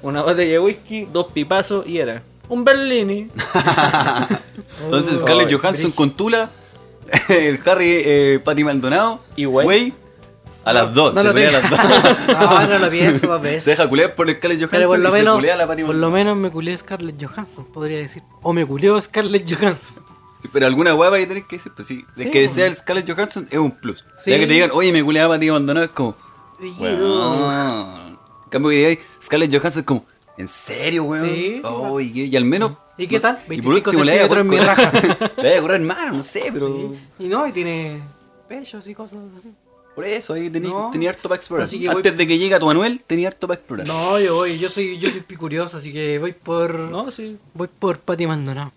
[SPEAKER 3] Una botella de whisky, dos pipazos y era. Un Berlini.
[SPEAKER 5] Oh,
[SPEAKER 2] Entonces, Scarlett
[SPEAKER 3] Ay,
[SPEAKER 2] Johansson con Tula, el Harry eh, Pati Maldonado,
[SPEAKER 3] Y güey.
[SPEAKER 2] a las dos,
[SPEAKER 5] no
[SPEAKER 2] se
[SPEAKER 5] lo
[SPEAKER 2] pelea a
[SPEAKER 5] tengo.
[SPEAKER 2] las dos.
[SPEAKER 5] No, no lo pienso dos veces.
[SPEAKER 2] Se deja culear por el Scarlett
[SPEAKER 5] Pero
[SPEAKER 2] Johansson
[SPEAKER 5] por lo,
[SPEAKER 2] y se
[SPEAKER 5] menos,
[SPEAKER 2] culea a la Pati
[SPEAKER 5] por lo menos me culé a Scarlett Johansson, podría decir. O me culeó a Scarlett Johansson.
[SPEAKER 2] Maldonado. Pero alguna guapa que tenés que decir, pues sí. De
[SPEAKER 5] Sí,
[SPEAKER 2] que
[SPEAKER 5] pues.
[SPEAKER 2] sea el Scarlett Johansson es un plus.
[SPEAKER 5] Sí.
[SPEAKER 2] Ya que te digan, oye, me culea a Pati Maldonado, es como... "Weón". En Ah. cambio que digáis, Scarlett Johansson es como... ¿En serio, weón?
[SPEAKER 5] Sí, sí,
[SPEAKER 2] Oh, y, y al menos...
[SPEAKER 5] ¿Y qué
[SPEAKER 2] no-
[SPEAKER 5] tal?
[SPEAKER 2] y por
[SPEAKER 5] 25
[SPEAKER 2] último, le vaya a poder
[SPEAKER 5] centímetros en mi
[SPEAKER 2] correr- Le vaya a correr más, no sé, pero...
[SPEAKER 5] Y no, y tiene pechos y cosas así.
[SPEAKER 2] Por eso, ahí tenía,
[SPEAKER 5] No.
[SPEAKER 2] tenía harto para explorar.
[SPEAKER 5] Así que
[SPEAKER 2] Antes
[SPEAKER 5] voy-
[SPEAKER 2] de que llegue a tu Manuel, tenía harto para explorar.
[SPEAKER 5] No, yo voy, yo soy, yo soy picurioso, así que voy por.
[SPEAKER 3] No, sí.
[SPEAKER 5] Voy por Pati Maldonado.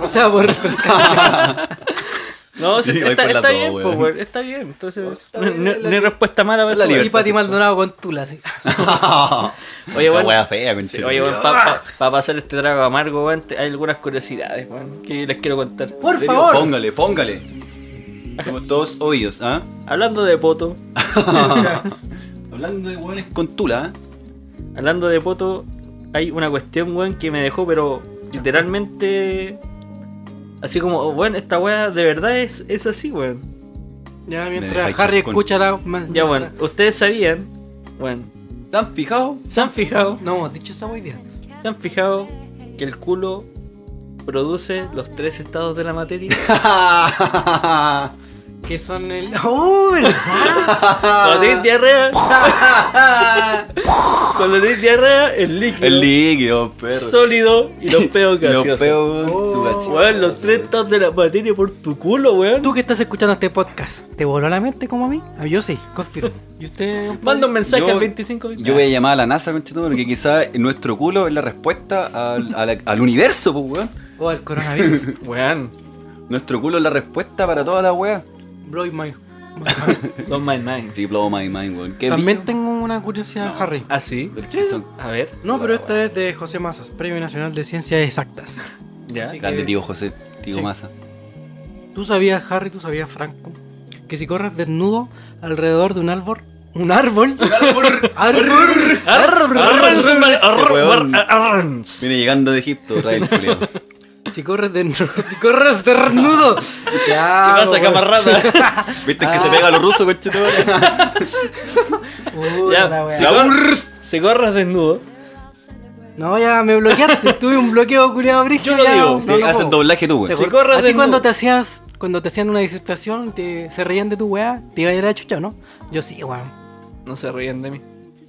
[SPEAKER 5] o sea, por Scarlett.
[SPEAKER 3] No, sí,
[SPEAKER 2] Sí, voy
[SPEAKER 3] está,
[SPEAKER 2] por la
[SPEAKER 3] está
[SPEAKER 2] dos,
[SPEAKER 3] bien, po,
[SPEAKER 2] weón.
[SPEAKER 3] weón, Está bien. Entonces,
[SPEAKER 5] Oh, Está
[SPEAKER 3] no,
[SPEAKER 5] bien,
[SPEAKER 3] no-
[SPEAKER 5] la-
[SPEAKER 3] no hay respuesta mala para
[SPEAKER 2] la
[SPEAKER 3] esa weá.
[SPEAKER 5] y Pati Maldonado con Tula, así.
[SPEAKER 3] Oye,
[SPEAKER 2] La
[SPEAKER 3] bueno.
[SPEAKER 2] wea fea, con
[SPEAKER 3] Sí, oye, para pasar este trago amargo, weón, te- hay algunas curiosidades, weón, que les quiero contar.
[SPEAKER 5] Por favor.
[SPEAKER 2] Póngale, póngale. Somos todos oídos, ¿ah?
[SPEAKER 3] Hablando de poto,
[SPEAKER 2] Hablando de hueones con tula, ¿ah?
[SPEAKER 3] hablando de poto, hay una cuestión, weón, que me dejó, pero literalmente. Así como, bueno, esta weá de verdad es, es así, weón.
[SPEAKER 5] Ya
[SPEAKER 2] Me
[SPEAKER 5] mientras
[SPEAKER 2] dejáis
[SPEAKER 5] Harry
[SPEAKER 2] con-
[SPEAKER 5] escucha la. ma-
[SPEAKER 3] Ya, bueno, ustedes sabían, bueno,
[SPEAKER 2] ¿Se han fijado?
[SPEAKER 3] se han fijado,
[SPEAKER 5] No, hemos dicho esa hoy día.
[SPEAKER 3] se han fijado que el culo produce los tres estados de la materia.
[SPEAKER 5] Que son el. ¡Oh, verdad!
[SPEAKER 3] Cuando tenés diarrea, cuando tenés diarrea, el líquido.
[SPEAKER 2] El líquido, perro.
[SPEAKER 3] sólido y los peos
[SPEAKER 2] Los
[SPEAKER 3] gaseosos.
[SPEAKER 2] peos, su gaseoso.
[SPEAKER 3] Oh, Weón, los tres estados de la materia por tu culo, weón.
[SPEAKER 5] Tú que estás escuchando este podcast, ¿te voló la mente como a mí? Ah, Yo sí, confirmo. ¿Y usted?
[SPEAKER 3] Manda un mensaje
[SPEAKER 2] Yo-
[SPEAKER 3] al 25
[SPEAKER 2] Yo voy a llamar a la NASA, conchito, porque quizás nuestro culo es la respuesta al, a la- al universo, pues, weón.
[SPEAKER 5] O al Oh, coronavirus.
[SPEAKER 3] Weón,
[SPEAKER 2] Nuestro culo es la respuesta para todas las weas.
[SPEAKER 5] Blow my.
[SPEAKER 3] don't mind mine.
[SPEAKER 2] Sí, blow my mind, weón. Qué
[SPEAKER 5] También
[SPEAKER 2] brillo.
[SPEAKER 5] tengo una curiosidad, Harry.
[SPEAKER 3] ¿Ah, sí?
[SPEAKER 2] Pero es que son-
[SPEAKER 3] A ver,
[SPEAKER 5] No, pero esta es de José Mazas, Premio Nacional de Ciencias Exactas.
[SPEAKER 3] ya.
[SPEAKER 5] Sí.
[SPEAKER 2] Grande tío José, tío
[SPEAKER 5] Sí.
[SPEAKER 2] Massa.
[SPEAKER 5] ¿Tú sabías, Harry, tú sabías, Franco, que si corres desnudo alrededor de un árbol, un árbol, árbol,
[SPEAKER 3] Arr, arr,
[SPEAKER 5] árbol,
[SPEAKER 3] arr, arr,
[SPEAKER 2] weón.
[SPEAKER 3] arr, arr.
[SPEAKER 2] Viene llegando de Egipto, trae el culiao.
[SPEAKER 5] si corres desnudo, si corres desnudo, ¿qué
[SPEAKER 3] ¿Qué
[SPEAKER 5] hago,
[SPEAKER 3] pasa,
[SPEAKER 5] weón?
[SPEAKER 2] Ah,
[SPEAKER 3] camarada?
[SPEAKER 2] ¿Viste que se
[SPEAKER 3] Ah.
[SPEAKER 2] pega a los rusos, conchetumare?
[SPEAKER 5] Puta la
[SPEAKER 3] ya,
[SPEAKER 5] wea.
[SPEAKER 3] si, corres, si corres desnudo,
[SPEAKER 5] No, ya me bloqueaste, tuve un bloqueo culiado brígido.
[SPEAKER 3] Yo lo
[SPEAKER 5] ya,
[SPEAKER 3] digo,
[SPEAKER 5] no
[SPEAKER 2] Sí, hace
[SPEAKER 5] puedo.
[SPEAKER 2] el doblaje tú,
[SPEAKER 5] ¿Te
[SPEAKER 2] güey.
[SPEAKER 3] Sí.
[SPEAKER 5] acuerdas?
[SPEAKER 3] corres
[SPEAKER 5] ¿A ti
[SPEAKER 3] desnudo.
[SPEAKER 5] cuando te hacías cuando te hacían una disertación, te, se reían de tu weá, te iba a ir a la chucha, ¿o ¿no? Yo sí, weón.
[SPEAKER 3] No se ríen de mí.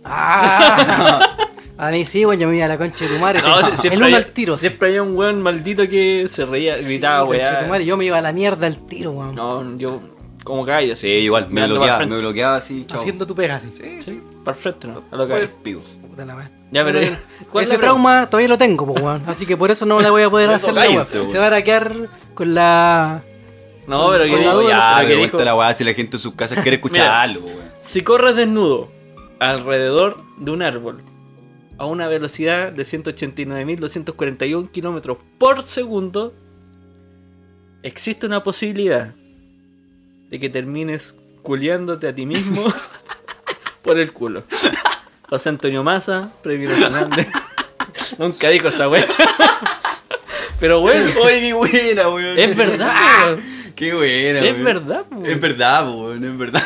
[SPEAKER 5] Ah, a mí sí, weón, yo me iba a la concha de tu madre.
[SPEAKER 3] No,
[SPEAKER 5] te-
[SPEAKER 3] si- siempre
[SPEAKER 5] el uno
[SPEAKER 3] hay-
[SPEAKER 5] al tiro. sí.
[SPEAKER 3] Siempre había un weón maldito que se reía, gritaba,
[SPEAKER 5] Sí, concha de tu
[SPEAKER 3] weá.
[SPEAKER 5] madre, yo me iba a la mierda al tiro, weón.
[SPEAKER 3] No, yo como callo,
[SPEAKER 2] Sí, igual, me
[SPEAKER 3] Mirando
[SPEAKER 2] bloqueaba,
[SPEAKER 3] para el
[SPEAKER 2] me bloqueaba así, chao.
[SPEAKER 5] haciendo tu pega así.
[SPEAKER 2] Sí,
[SPEAKER 3] Sí,
[SPEAKER 2] sí.
[SPEAKER 3] perfecto, ¿no? A lo
[SPEAKER 2] Por el
[SPEAKER 3] que
[SPEAKER 2] pico.
[SPEAKER 5] Puta la madre.
[SPEAKER 3] Ya, pero-
[SPEAKER 5] Bueno,
[SPEAKER 3] ¿cuál es
[SPEAKER 5] ese
[SPEAKER 3] la
[SPEAKER 5] trauma todavía lo tengo, po, weón. Así que por eso no le voy a poder
[SPEAKER 2] Por eso
[SPEAKER 5] hacer la weá.
[SPEAKER 2] cállense, weón.
[SPEAKER 5] Se va a quedar con la.
[SPEAKER 3] No, pero que
[SPEAKER 5] Con la
[SPEAKER 3] dijo,
[SPEAKER 5] duda,
[SPEAKER 3] ya,
[SPEAKER 2] Ya, pero
[SPEAKER 3] pero que
[SPEAKER 2] cuenta
[SPEAKER 3] dijo,
[SPEAKER 2] la weá si la gente en sus casas quiere
[SPEAKER 3] Mira.
[SPEAKER 2] escucharlo, weón.
[SPEAKER 3] Si corres desnudo alrededor de un árbol a una velocidad de 189.241 kilómetros por segundo, existe una posibilidad de que termines culiándote a ti mismo por el culo. José Antonio Massa, premio Fernández. Nunca dijo esa wea. Pero bueno,
[SPEAKER 2] Oye, qué buena, weón. Ah,
[SPEAKER 3] es verdad, weón.
[SPEAKER 2] Qué buena,
[SPEAKER 3] Es
[SPEAKER 2] weón.
[SPEAKER 3] verdad, weón.
[SPEAKER 2] Es verdad, weón, es verdad.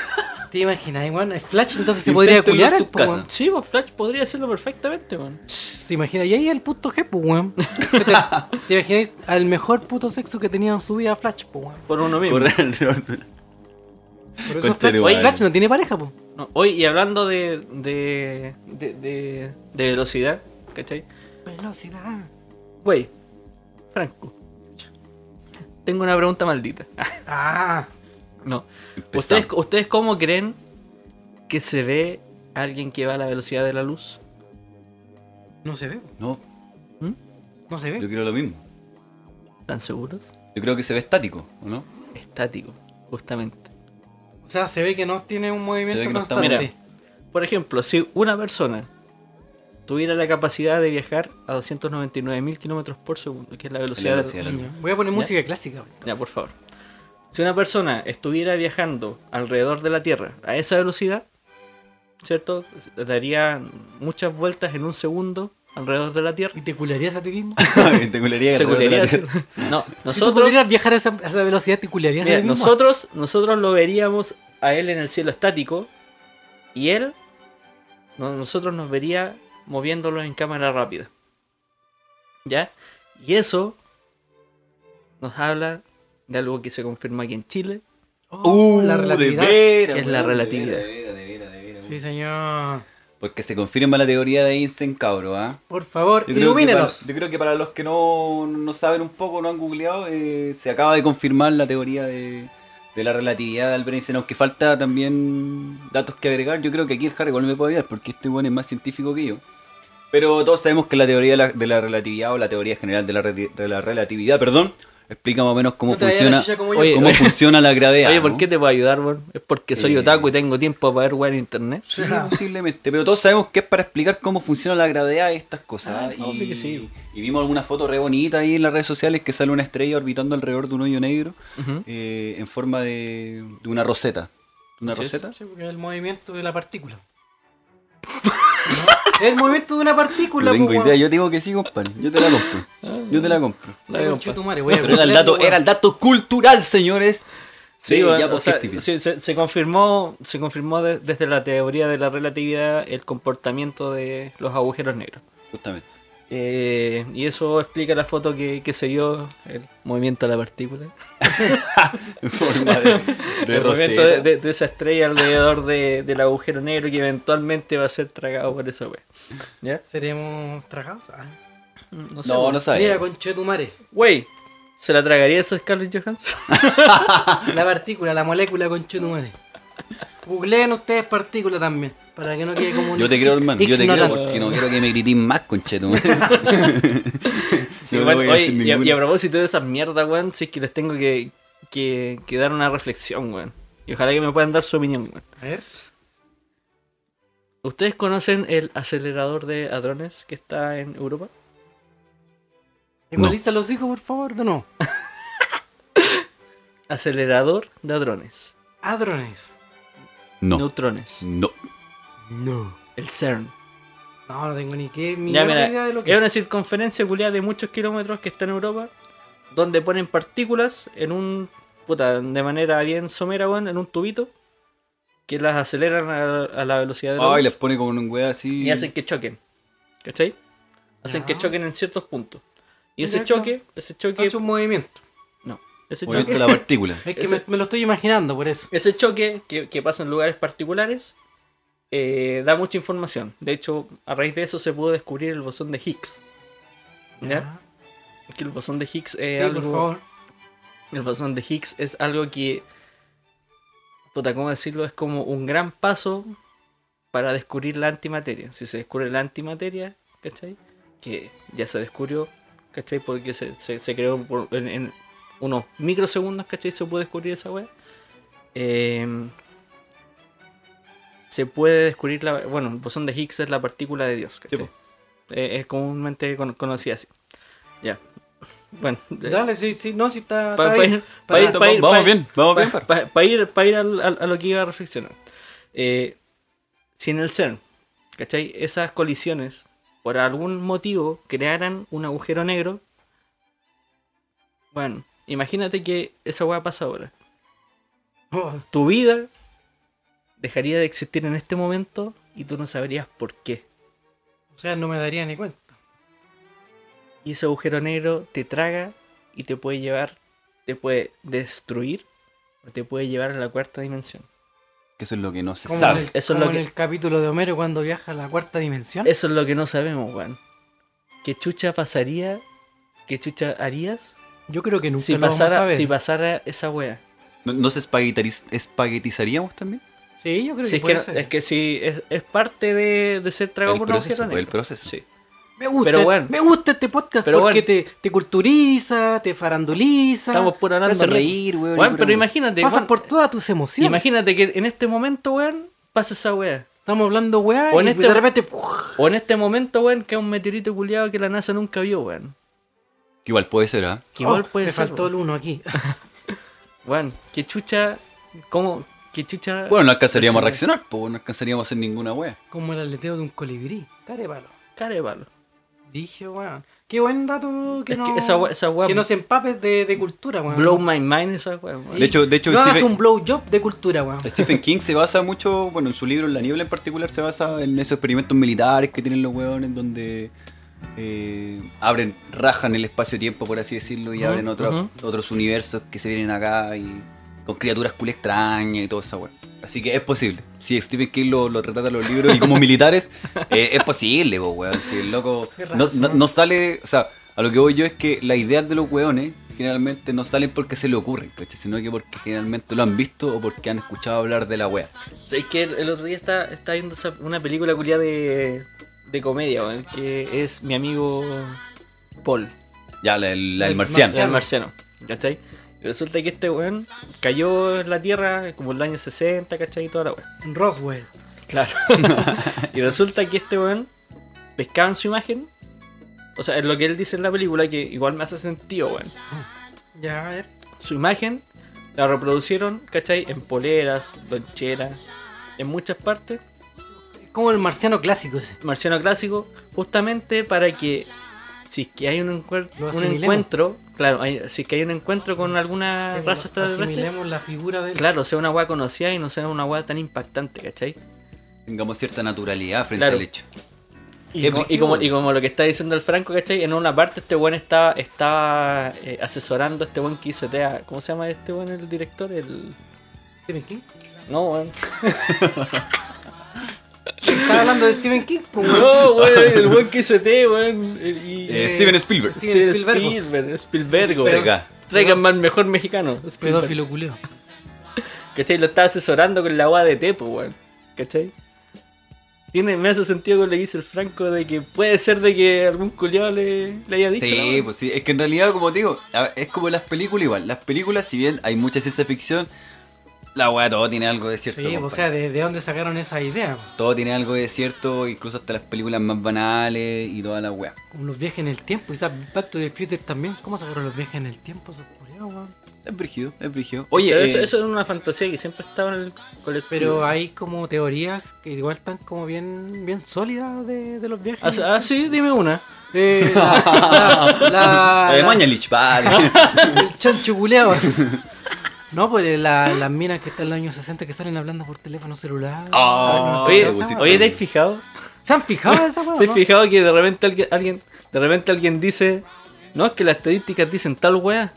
[SPEAKER 5] ¿Te imaginas, weón? El Flash entonces se podría
[SPEAKER 2] Inténtenlo en
[SPEAKER 5] culiar,
[SPEAKER 2] sus
[SPEAKER 5] po,
[SPEAKER 2] casas.
[SPEAKER 5] weón.
[SPEAKER 3] Sí, pues Flash podría hacerlo perfectamente, weón.
[SPEAKER 5] Se imagina, y ahí el puto G, po, weón. Se ¿Te, te imagináis al mejor puto sexo que tenía en su vida Flash, po, weón?
[SPEAKER 3] Por uno mismo.
[SPEAKER 2] Corre alrededor de-
[SPEAKER 5] Por eso
[SPEAKER 2] Concha
[SPEAKER 5] Flash,
[SPEAKER 2] de madre.
[SPEAKER 5] Flash no tiene pareja, po.
[SPEAKER 3] No, hoy, y hablando de, de, de, de, de velocidad, ¿cachai?
[SPEAKER 5] Velocidad.
[SPEAKER 3] Güey, Franco, tengo una pregunta maldita.
[SPEAKER 5] Ah,
[SPEAKER 3] No. ¿Ustedes,
[SPEAKER 2] Empezamos.
[SPEAKER 3] ¿Ustedes cómo creen que se ve alguien que va a la velocidad de la luz?
[SPEAKER 5] no se ve,
[SPEAKER 2] No,
[SPEAKER 5] no se
[SPEAKER 2] yo
[SPEAKER 5] ve.
[SPEAKER 2] creo lo mismo.
[SPEAKER 3] ¿Están seguros?
[SPEAKER 2] Yo creo que se ve estático, ¿o no?
[SPEAKER 3] Estático, justamente.
[SPEAKER 5] O sea, se ve que no tiene un
[SPEAKER 2] Se
[SPEAKER 5] movimiento
[SPEAKER 2] ve que no está-
[SPEAKER 5] constante.
[SPEAKER 3] Mira, por ejemplo, si una persona tuviera la capacidad de viajar a 299.000 kilómetros por segundo, que es la velocidad,
[SPEAKER 2] La
[SPEAKER 3] de la
[SPEAKER 2] velocidad
[SPEAKER 3] luz.
[SPEAKER 2] de la luz.
[SPEAKER 5] Voy a poner música clásica, weón.
[SPEAKER 3] Ya, por favor. Si una persona estuviera viajando alrededor de la Tierra a esa velocidad, ¿cierto? Daría muchas vueltas en un segundo alrededor de la Tierra.
[SPEAKER 5] ¿Y te culiarías a ti mismo?
[SPEAKER 2] Te culearía
[SPEAKER 3] Se
[SPEAKER 2] alrededor de la
[SPEAKER 3] culearía,
[SPEAKER 2] tierra.
[SPEAKER 3] sí. No,
[SPEAKER 5] Si tú
[SPEAKER 3] nosotros,
[SPEAKER 5] pudieras viajar a esa, a esa velocidad, te culiarías a
[SPEAKER 3] mira,
[SPEAKER 5] ti mismo.
[SPEAKER 3] nosotros, nosotros lo veríamos a él en el cielo estático y él, no- nosotros nos vería moviéndolo en cámara rápida. ¿Ya? Y eso nos habla de algo que se confirma aquí en Chile,
[SPEAKER 5] Oh, la
[SPEAKER 2] Uh,
[SPEAKER 5] relatividad.
[SPEAKER 2] de veras,
[SPEAKER 3] Que es la
[SPEAKER 2] weón, de
[SPEAKER 3] relatividad.
[SPEAKER 2] veras, de veras, de veras, de veras,
[SPEAKER 5] Sí, señor.
[SPEAKER 2] Porque se confirma la teoría de Einstein, cabro, ¿ah?
[SPEAKER 5] Por favor,
[SPEAKER 2] Yo creo, que para,
[SPEAKER 5] ilumínenos.
[SPEAKER 2] yo creo que para los que no, no saben un poco, no han googleado, eh, se acaba de confirmar la teoría de, de la relatividad de Albert Einstein, aunque falta también datos que agregar. Yo creo que aquí el Harry igual me puede ayudar, porque este bueno es más científico que yo. Pero todos sabemos que la teoría de la, de la relatividad o la teoría general de la, reti- de la relatividad, perdón, explica más o menos cómo
[SPEAKER 5] No te vayas a la
[SPEAKER 2] funciona
[SPEAKER 5] chucha como
[SPEAKER 3] yo. Oye,
[SPEAKER 2] cómo
[SPEAKER 3] oye.
[SPEAKER 2] funciona la gravedad.
[SPEAKER 3] Oye, ¿por
[SPEAKER 2] ¿no?
[SPEAKER 3] qué te puedo ayudar, weón? Es porque soy
[SPEAKER 2] Eh.
[SPEAKER 3] otaku y tengo tiempo para ver weón en internet.
[SPEAKER 2] Sí, posiblemente. Pero todos sabemos que es para explicar cómo funciona la gravedad y estas cosas.
[SPEAKER 3] Ah, obvio
[SPEAKER 2] y,
[SPEAKER 3] que sí.
[SPEAKER 2] y vimos alguna foto re bonita ahí en las redes sociales que sale una estrella orbitando alrededor de un hoyo negro eh, en forma de, de una roseta. ¿Una
[SPEAKER 3] Así es.
[SPEAKER 2] roseta?
[SPEAKER 5] Sí, porque es el movimiento de la partícula. ¿No? El movimiento de una partícula,
[SPEAKER 2] No tengo
[SPEAKER 5] pues,
[SPEAKER 2] idea, yo digo que sí, compadre. Yo te la compro.
[SPEAKER 3] Ah.
[SPEAKER 2] Yo te la compro.
[SPEAKER 5] La
[SPEAKER 3] Pero
[SPEAKER 5] concha de tu madre, voy a
[SPEAKER 2] Pero era el dato,
[SPEAKER 5] googlearlo, weón.
[SPEAKER 2] era el dato cultural, señores. pues,
[SPEAKER 3] Sí,
[SPEAKER 2] de
[SPEAKER 3] weón,
[SPEAKER 2] Japo
[SPEAKER 3] o sea,
[SPEAKER 2] Hipstipis.
[SPEAKER 3] sí, se, se confirmó, se confirmó de- desde la teoría de la relatividad el comportamiento de los agujeros negros.
[SPEAKER 2] Justamente.
[SPEAKER 3] Eh, y eso explica la foto que, que se vio, el movimiento de la partícula.
[SPEAKER 2] En forma de, de
[SPEAKER 3] el movimiento
[SPEAKER 2] roseta.
[SPEAKER 3] de, de- de esa estrella alrededor de- del agujero negro que eventualmente va a ser tragado por esa wea. ¿Ya?
[SPEAKER 5] ¿Seremos tragados? Ah.
[SPEAKER 3] No sé.
[SPEAKER 2] No,
[SPEAKER 3] weón.
[SPEAKER 2] no sabía.
[SPEAKER 5] Mira, conchetumare.
[SPEAKER 3] Wey, ¿se la tragaría eso Scarlett Johansson?
[SPEAKER 5] La partícula, la molécula, conchetumare. Googleen ustedes partícula también. Para que no quede como un
[SPEAKER 2] Yo te creo, hermano. Yo te creo
[SPEAKER 5] ignorante.
[SPEAKER 2] porque no quiero que me grites más, concheto.
[SPEAKER 3] Sí, bueno, oye, y, a, y a propósito de esas mierdas, weón, sí es que les tengo que, que, que dar una reflexión, weón. Y ojalá que me puedan dar su opinión, weón.
[SPEAKER 5] A ver.
[SPEAKER 3] ¿Ustedes conocen el acelerador de hadrones que está en Europa?
[SPEAKER 5] Igualiza los hijos, por favor, no.
[SPEAKER 3] Acelerador de hadrones.
[SPEAKER 5] Hadrones.
[SPEAKER 2] No,
[SPEAKER 3] Neutrones.
[SPEAKER 2] no.
[SPEAKER 5] No.
[SPEAKER 3] El CERN.
[SPEAKER 5] No, no tengo ni qué ni
[SPEAKER 3] Ya, mira,
[SPEAKER 5] idea de lo que
[SPEAKER 3] es
[SPEAKER 5] es.
[SPEAKER 3] una circunferencia culiada de muchos kilómetros que está en Europa, donde ponen partículas en un. puta, de manera bien somera, weón, en un tubito, que las aceleran a, a la velocidad de la
[SPEAKER 2] Ay,
[SPEAKER 3] luz.
[SPEAKER 2] les pone como un wea así.
[SPEAKER 3] y hacen que choquen. ¿Cachai? Hacen
[SPEAKER 5] Ya.
[SPEAKER 3] que choquen en ciertos puntos. Y
[SPEAKER 5] Ya,
[SPEAKER 3] ese
[SPEAKER 5] claro.
[SPEAKER 3] choque, ese choque.
[SPEAKER 5] Hace un movimiento.
[SPEAKER 3] No. Ese
[SPEAKER 2] Movimiento de
[SPEAKER 3] choque,
[SPEAKER 2] la partícula.
[SPEAKER 5] Es que me, me lo estoy imaginando por eso.
[SPEAKER 3] ese choque que, que pasa en lugares particulares eh, da mucha información. De hecho, a raíz de eso se pudo descubrir el bosón de Higgs. ¿Ya? Que el bosón de Higgs es
[SPEAKER 5] Sí,
[SPEAKER 3] algo.
[SPEAKER 5] por favor.
[SPEAKER 3] El bosón de Higgs es algo que. Puta, ¿cómo decirlo? Es como un gran paso para descubrir la antimateria. Si se descubre la antimateria, ¿cachai? Que ya se descubrió, ¿cachai? Porque se, se- se creó por- en, en unos microsegundos, ¿cachai? Se puede descubrir esa wea. Eh, se puede descubrir la. Bueno, el bosón de Higgs es la partícula de Dios, ¿cachai?
[SPEAKER 2] Sí,
[SPEAKER 3] Eh, es comúnmente con- conocida así. Ya. Bueno, eh,
[SPEAKER 5] Dale, sí, sí, no, sí está.
[SPEAKER 3] Pa-
[SPEAKER 5] Ah, está
[SPEAKER 3] pa-
[SPEAKER 5] bien.
[SPEAKER 3] pa- pa-
[SPEAKER 5] Está-
[SPEAKER 3] pa- ir-
[SPEAKER 2] Vamos
[SPEAKER 3] pa-
[SPEAKER 2] bien, vamos bien.
[SPEAKER 3] para ir, pa' ir al- al- a lo que iba a reflexionar. Eh, si en el CERN, ¿cachai? Esas colisiones, por algún motivo, crearan un agujero negro. Bueno, imagínate que esa weá pasa ahora.
[SPEAKER 5] Oh,
[SPEAKER 3] Tu vida dejaría de existir en este momento y tú no sabrías por qué.
[SPEAKER 5] o sea, no me daría ni cuenta.
[SPEAKER 3] Y ese agujero negro te traga y te puede llevar, te puede destruir o te puede llevar a la cuarta dimensión.
[SPEAKER 2] Que eso es lo que no se
[SPEAKER 5] Como
[SPEAKER 2] sabe.
[SPEAKER 5] en el,
[SPEAKER 3] eso es
[SPEAKER 5] como
[SPEAKER 3] lo
[SPEAKER 5] en
[SPEAKER 3] que-
[SPEAKER 5] el capítulo de Homero cuando viaja a la cuarta dimensión.
[SPEAKER 3] Eso es lo que no sabemos, weón. ¿Qué chucha pasaría? ¿Qué chucha harías
[SPEAKER 5] Yo creo que nunca
[SPEAKER 3] si
[SPEAKER 5] lo vamos a
[SPEAKER 3] pasara,
[SPEAKER 5] saber.
[SPEAKER 3] si pasara esa wea?
[SPEAKER 2] ¿No, no se espaguetariz- espaguetizaríamos también?
[SPEAKER 5] Sí, yo creo
[SPEAKER 3] Si
[SPEAKER 5] que
[SPEAKER 3] es, que
[SPEAKER 5] puede
[SPEAKER 3] no-
[SPEAKER 5] ser.
[SPEAKER 3] es que si es, es parte de, de ser tragado
[SPEAKER 2] El
[SPEAKER 3] por
[SPEAKER 2] proceso, pues,
[SPEAKER 3] una
[SPEAKER 2] el proceso.
[SPEAKER 3] Sí.
[SPEAKER 5] Me gusta,
[SPEAKER 3] Pero bueno.
[SPEAKER 5] me gusta este podcast
[SPEAKER 3] Pero
[SPEAKER 5] porque
[SPEAKER 3] bueno.
[SPEAKER 5] te, te culturiza, te faranduliza.
[SPEAKER 3] Estamos por hablando.
[SPEAKER 2] Te hace
[SPEAKER 3] ¿no?
[SPEAKER 2] reír, weón,
[SPEAKER 3] Weón,
[SPEAKER 2] y
[SPEAKER 3] pero
[SPEAKER 2] pura-
[SPEAKER 3] imagínate,
[SPEAKER 5] Pasas
[SPEAKER 3] weón,
[SPEAKER 5] por todas tus emociones.
[SPEAKER 3] imagínate que en este momento, weón, pasa esa wea.
[SPEAKER 5] Estamos hablando weá
[SPEAKER 3] O en
[SPEAKER 5] y
[SPEAKER 3] este-
[SPEAKER 5] de repente ¡puf!
[SPEAKER 3] O en este momento, weón, que es un meteorito culiado que la NASA nunca vio, weón.
[SPEAKER 2] Que igual puede ser, ¿ah?
[SPEAKER 3] Que igual
[SPEAKER 5] Oh,
[SPEAKER 3] puede
[SPEAKER 5] me
[SPEAKER 3] ser,
[SPEAKER 5] faltó
[SPEAKER 3] weón.
[SPEAKER 5] el uno aquí.
[SPEAKER 3] Weón, qué chucha. ¿Cómo? ¿Qué chucha?
[SPEAKER 2] Bueno, no alcanzaríamos a
[SPEAKER 3] Chucha,
[SPEAKER 2] reaccionar, pues no alcanzaríamos a hacer ninguna wea.
[SPEAKER 5] Como el aleteo de un colibrí. Carepalo.
[SPEAKER 3] Cara de palo.
[SPEAKER 5] Dije, weón. Qué buen dato que
[SPEAKER 3] Es
[SPEAKER 5] no.
[SPEAKER 3] que esa wea- esa wea-
[SPEAKER 5] que no se empapes de, de cultura, weón.
[SPEAKER 3] Blow my mind esa wea, weón.
[SPEAKER 2] De hecho, de hecho
[SPEAKER 5] no hagas
[SPEAKER 2] Stephen,
[SPEAKER 5] un blowjob de cultura, weón.
[SPEAKER 2] Stephen King se basa mucho, bueno, en su libro La Niebla en particular, se basa en esos experimentos militares que tienen los weones, donde eh, abren, rajan el espacio-tiempo, por así decirlo, y abren otros otros universos que se vienen acá y con criaturas cool extrañas y todo esa wea. Así que es posible. Si Stephen King lo, lo retrata en los libros y como militares, eh, es posible, po, weón. Si el loco no, no- no sale, o sea, a lo que voy yo es que las ideas de los weones generalmente no salen porque se le ocurren, ¿cachai? sino que porque generalmente lo han visto o porque han escuchado hablar de la wea.
[SPEAKER 3] Es que el, el otro día estaba, estaba viendo esa- una película culiada de, de comedia, weón, que es mi amigo Paul,
[SPEAKER 2] Ya, la, del- la del
[SPEAKER 5] El
[SPEAKER 2] marciano.
[SPEAKER 5] marciano.
[SPEAKER 3] el marciano. ¿Cachai? Y resulta que este weón cayó en la tierra como en los años 60, ¿cachai? Y toda la weón.
[SPEAKER 5] Roswell.
[SPEAKER 3] Claro. y resulta que este weón pescaba en su imagen. O sea, es lo que él dice en la película que igual me hace sentido, weón.
[SPEAKER 5] Ya, a ver.
[SPEAKER 3] su imagen la reproducieron, ¿cachai? En poleras, loncheras, en muchas partes.
[SPEAKER 5] Como el marciano clásico ese.
[SPEAKER 3] Marciano clásico, justamente para que si es que hay un, encuer-
[SPEAKER 5] Lo
[SPEAKER 3] un
[SPEAKER 5] asimilemos.
[SPEAKER 3] encuentro, claro, hay- si es que hay un encuentro con alguna raza extraterrestre,
[SPEAKER 5] Asimilemos la figura del.
[SPEAKER 3] claro, sea una hueá conocida y no sea una hueá tan impactante, ¿cachai?
[SPEAKER 2] Tengamos cierta naturalidad frente
[SPEAKER 3] Claro.
[SPEAKER 2] al hecho.
[SPEAKER 3] Y,
[SPEAKER 2] Qué
[SPEAKER 3] co- y
[SPEAKER 2] brígido,
[SPEAKER 3] como,
[SPEAKER 2] weón.
[SPEAKER 3] y como lo que está diciendo el Franco, ¿cachai? En una parte este buen estaba, estaba eh, asesorando a este buen que hizo TEA. ¿Cómo se llama este buen el director? El...
[SPEAKER 5] Stephen King.
[SPEAKER 3] No, weón.
[SPEAKER 5] Estaba hablando de Stephen King, pues, weón.
[SPEAKER 3] No, weón, el buen que hizo té, weón. el- y-
[SPEAKER 2] Eh, Steven Spielberg.
[SPEAKER 5] Steven
[SPEAKER 3] Sí,
[SPEAKER 5] Spielberg.
[SPEAKER 3] Spielberg, Spielberg, weón.
[SPEAKER 2] Venga.
[SPEAKER 3] Traigan más mejor mexicano. Spielberg.
[SPEAKER 5] Pedófilo culeo.
[SPEAKER 3] ¿Cachai? Lo está asesorando con la agua de E Tepo, weón. ¿Cachai? Tiene, me hace sentido con lo que dice el Franco de que puede ser de que algún culiado le, le haya dicho. la
[SPEAKER 2] Sí,
[SPEAKER 3] weá.
[SPEAKER 2] pues sí, es que en realidad, como te digo, a- es como las películas igual. Las películas, si bien hay mucha ciencia ficción, la wea todo tiene algo de cierto.
[SPEAKER 5] Sí, pues, o
[SPEAKER 2] compadre.
[SPEAKER 5] sea, ¿de, de dónde sacaron esa idea?
[SPEAKER 2] Todo tiene algo de cierto, incluso hasta las películas más banales y toda la wea.
[SPEAKER 5] Como los viajes en el tiempo, quizás Back to the Future también. ¿Cómo sacaron los viajes en el tiempo esos culiados, weón?
[SPEAKER 2] Es brígido, es brígido. Oye,
[SPEAKER 3] Pero
[SPEAKER 2] eh,
[SPEAKER 3] eso, eso es una fantasía que siempre estaba en el colectivo.
[SPEAKER 5] Pero hay como teorías que igual están como bien, bien sólidas de, de los viajes.
[SPEAKER 3] Ah, ah, sí, dime una.
[SPEAKER 5] Eh, la, la- la-
[SPEAKER 2] la de Mañalich, Ah, padre.
[SPEAKER 5] el chancho culeado. No, pues la- las minas que están en los años 60 que salen hablando por teléfono celular.
[SPEAKER 2] Ah,
[SPEAKER 3] Oye,
[SPEAKER 2] te
[SPEAKER 5] ¿se han-
[SPEAKER 2] pusiste-
[SPEAKER 3] oye, ¿te has fijado?
[SPEAKER 5] ¿Se han fijado esa weón?
[SPEAKER 3] ¿Se has fijado que de repente alguien, alguien, de repente alguien dice, no, es que las estadísticas dicen tal wea?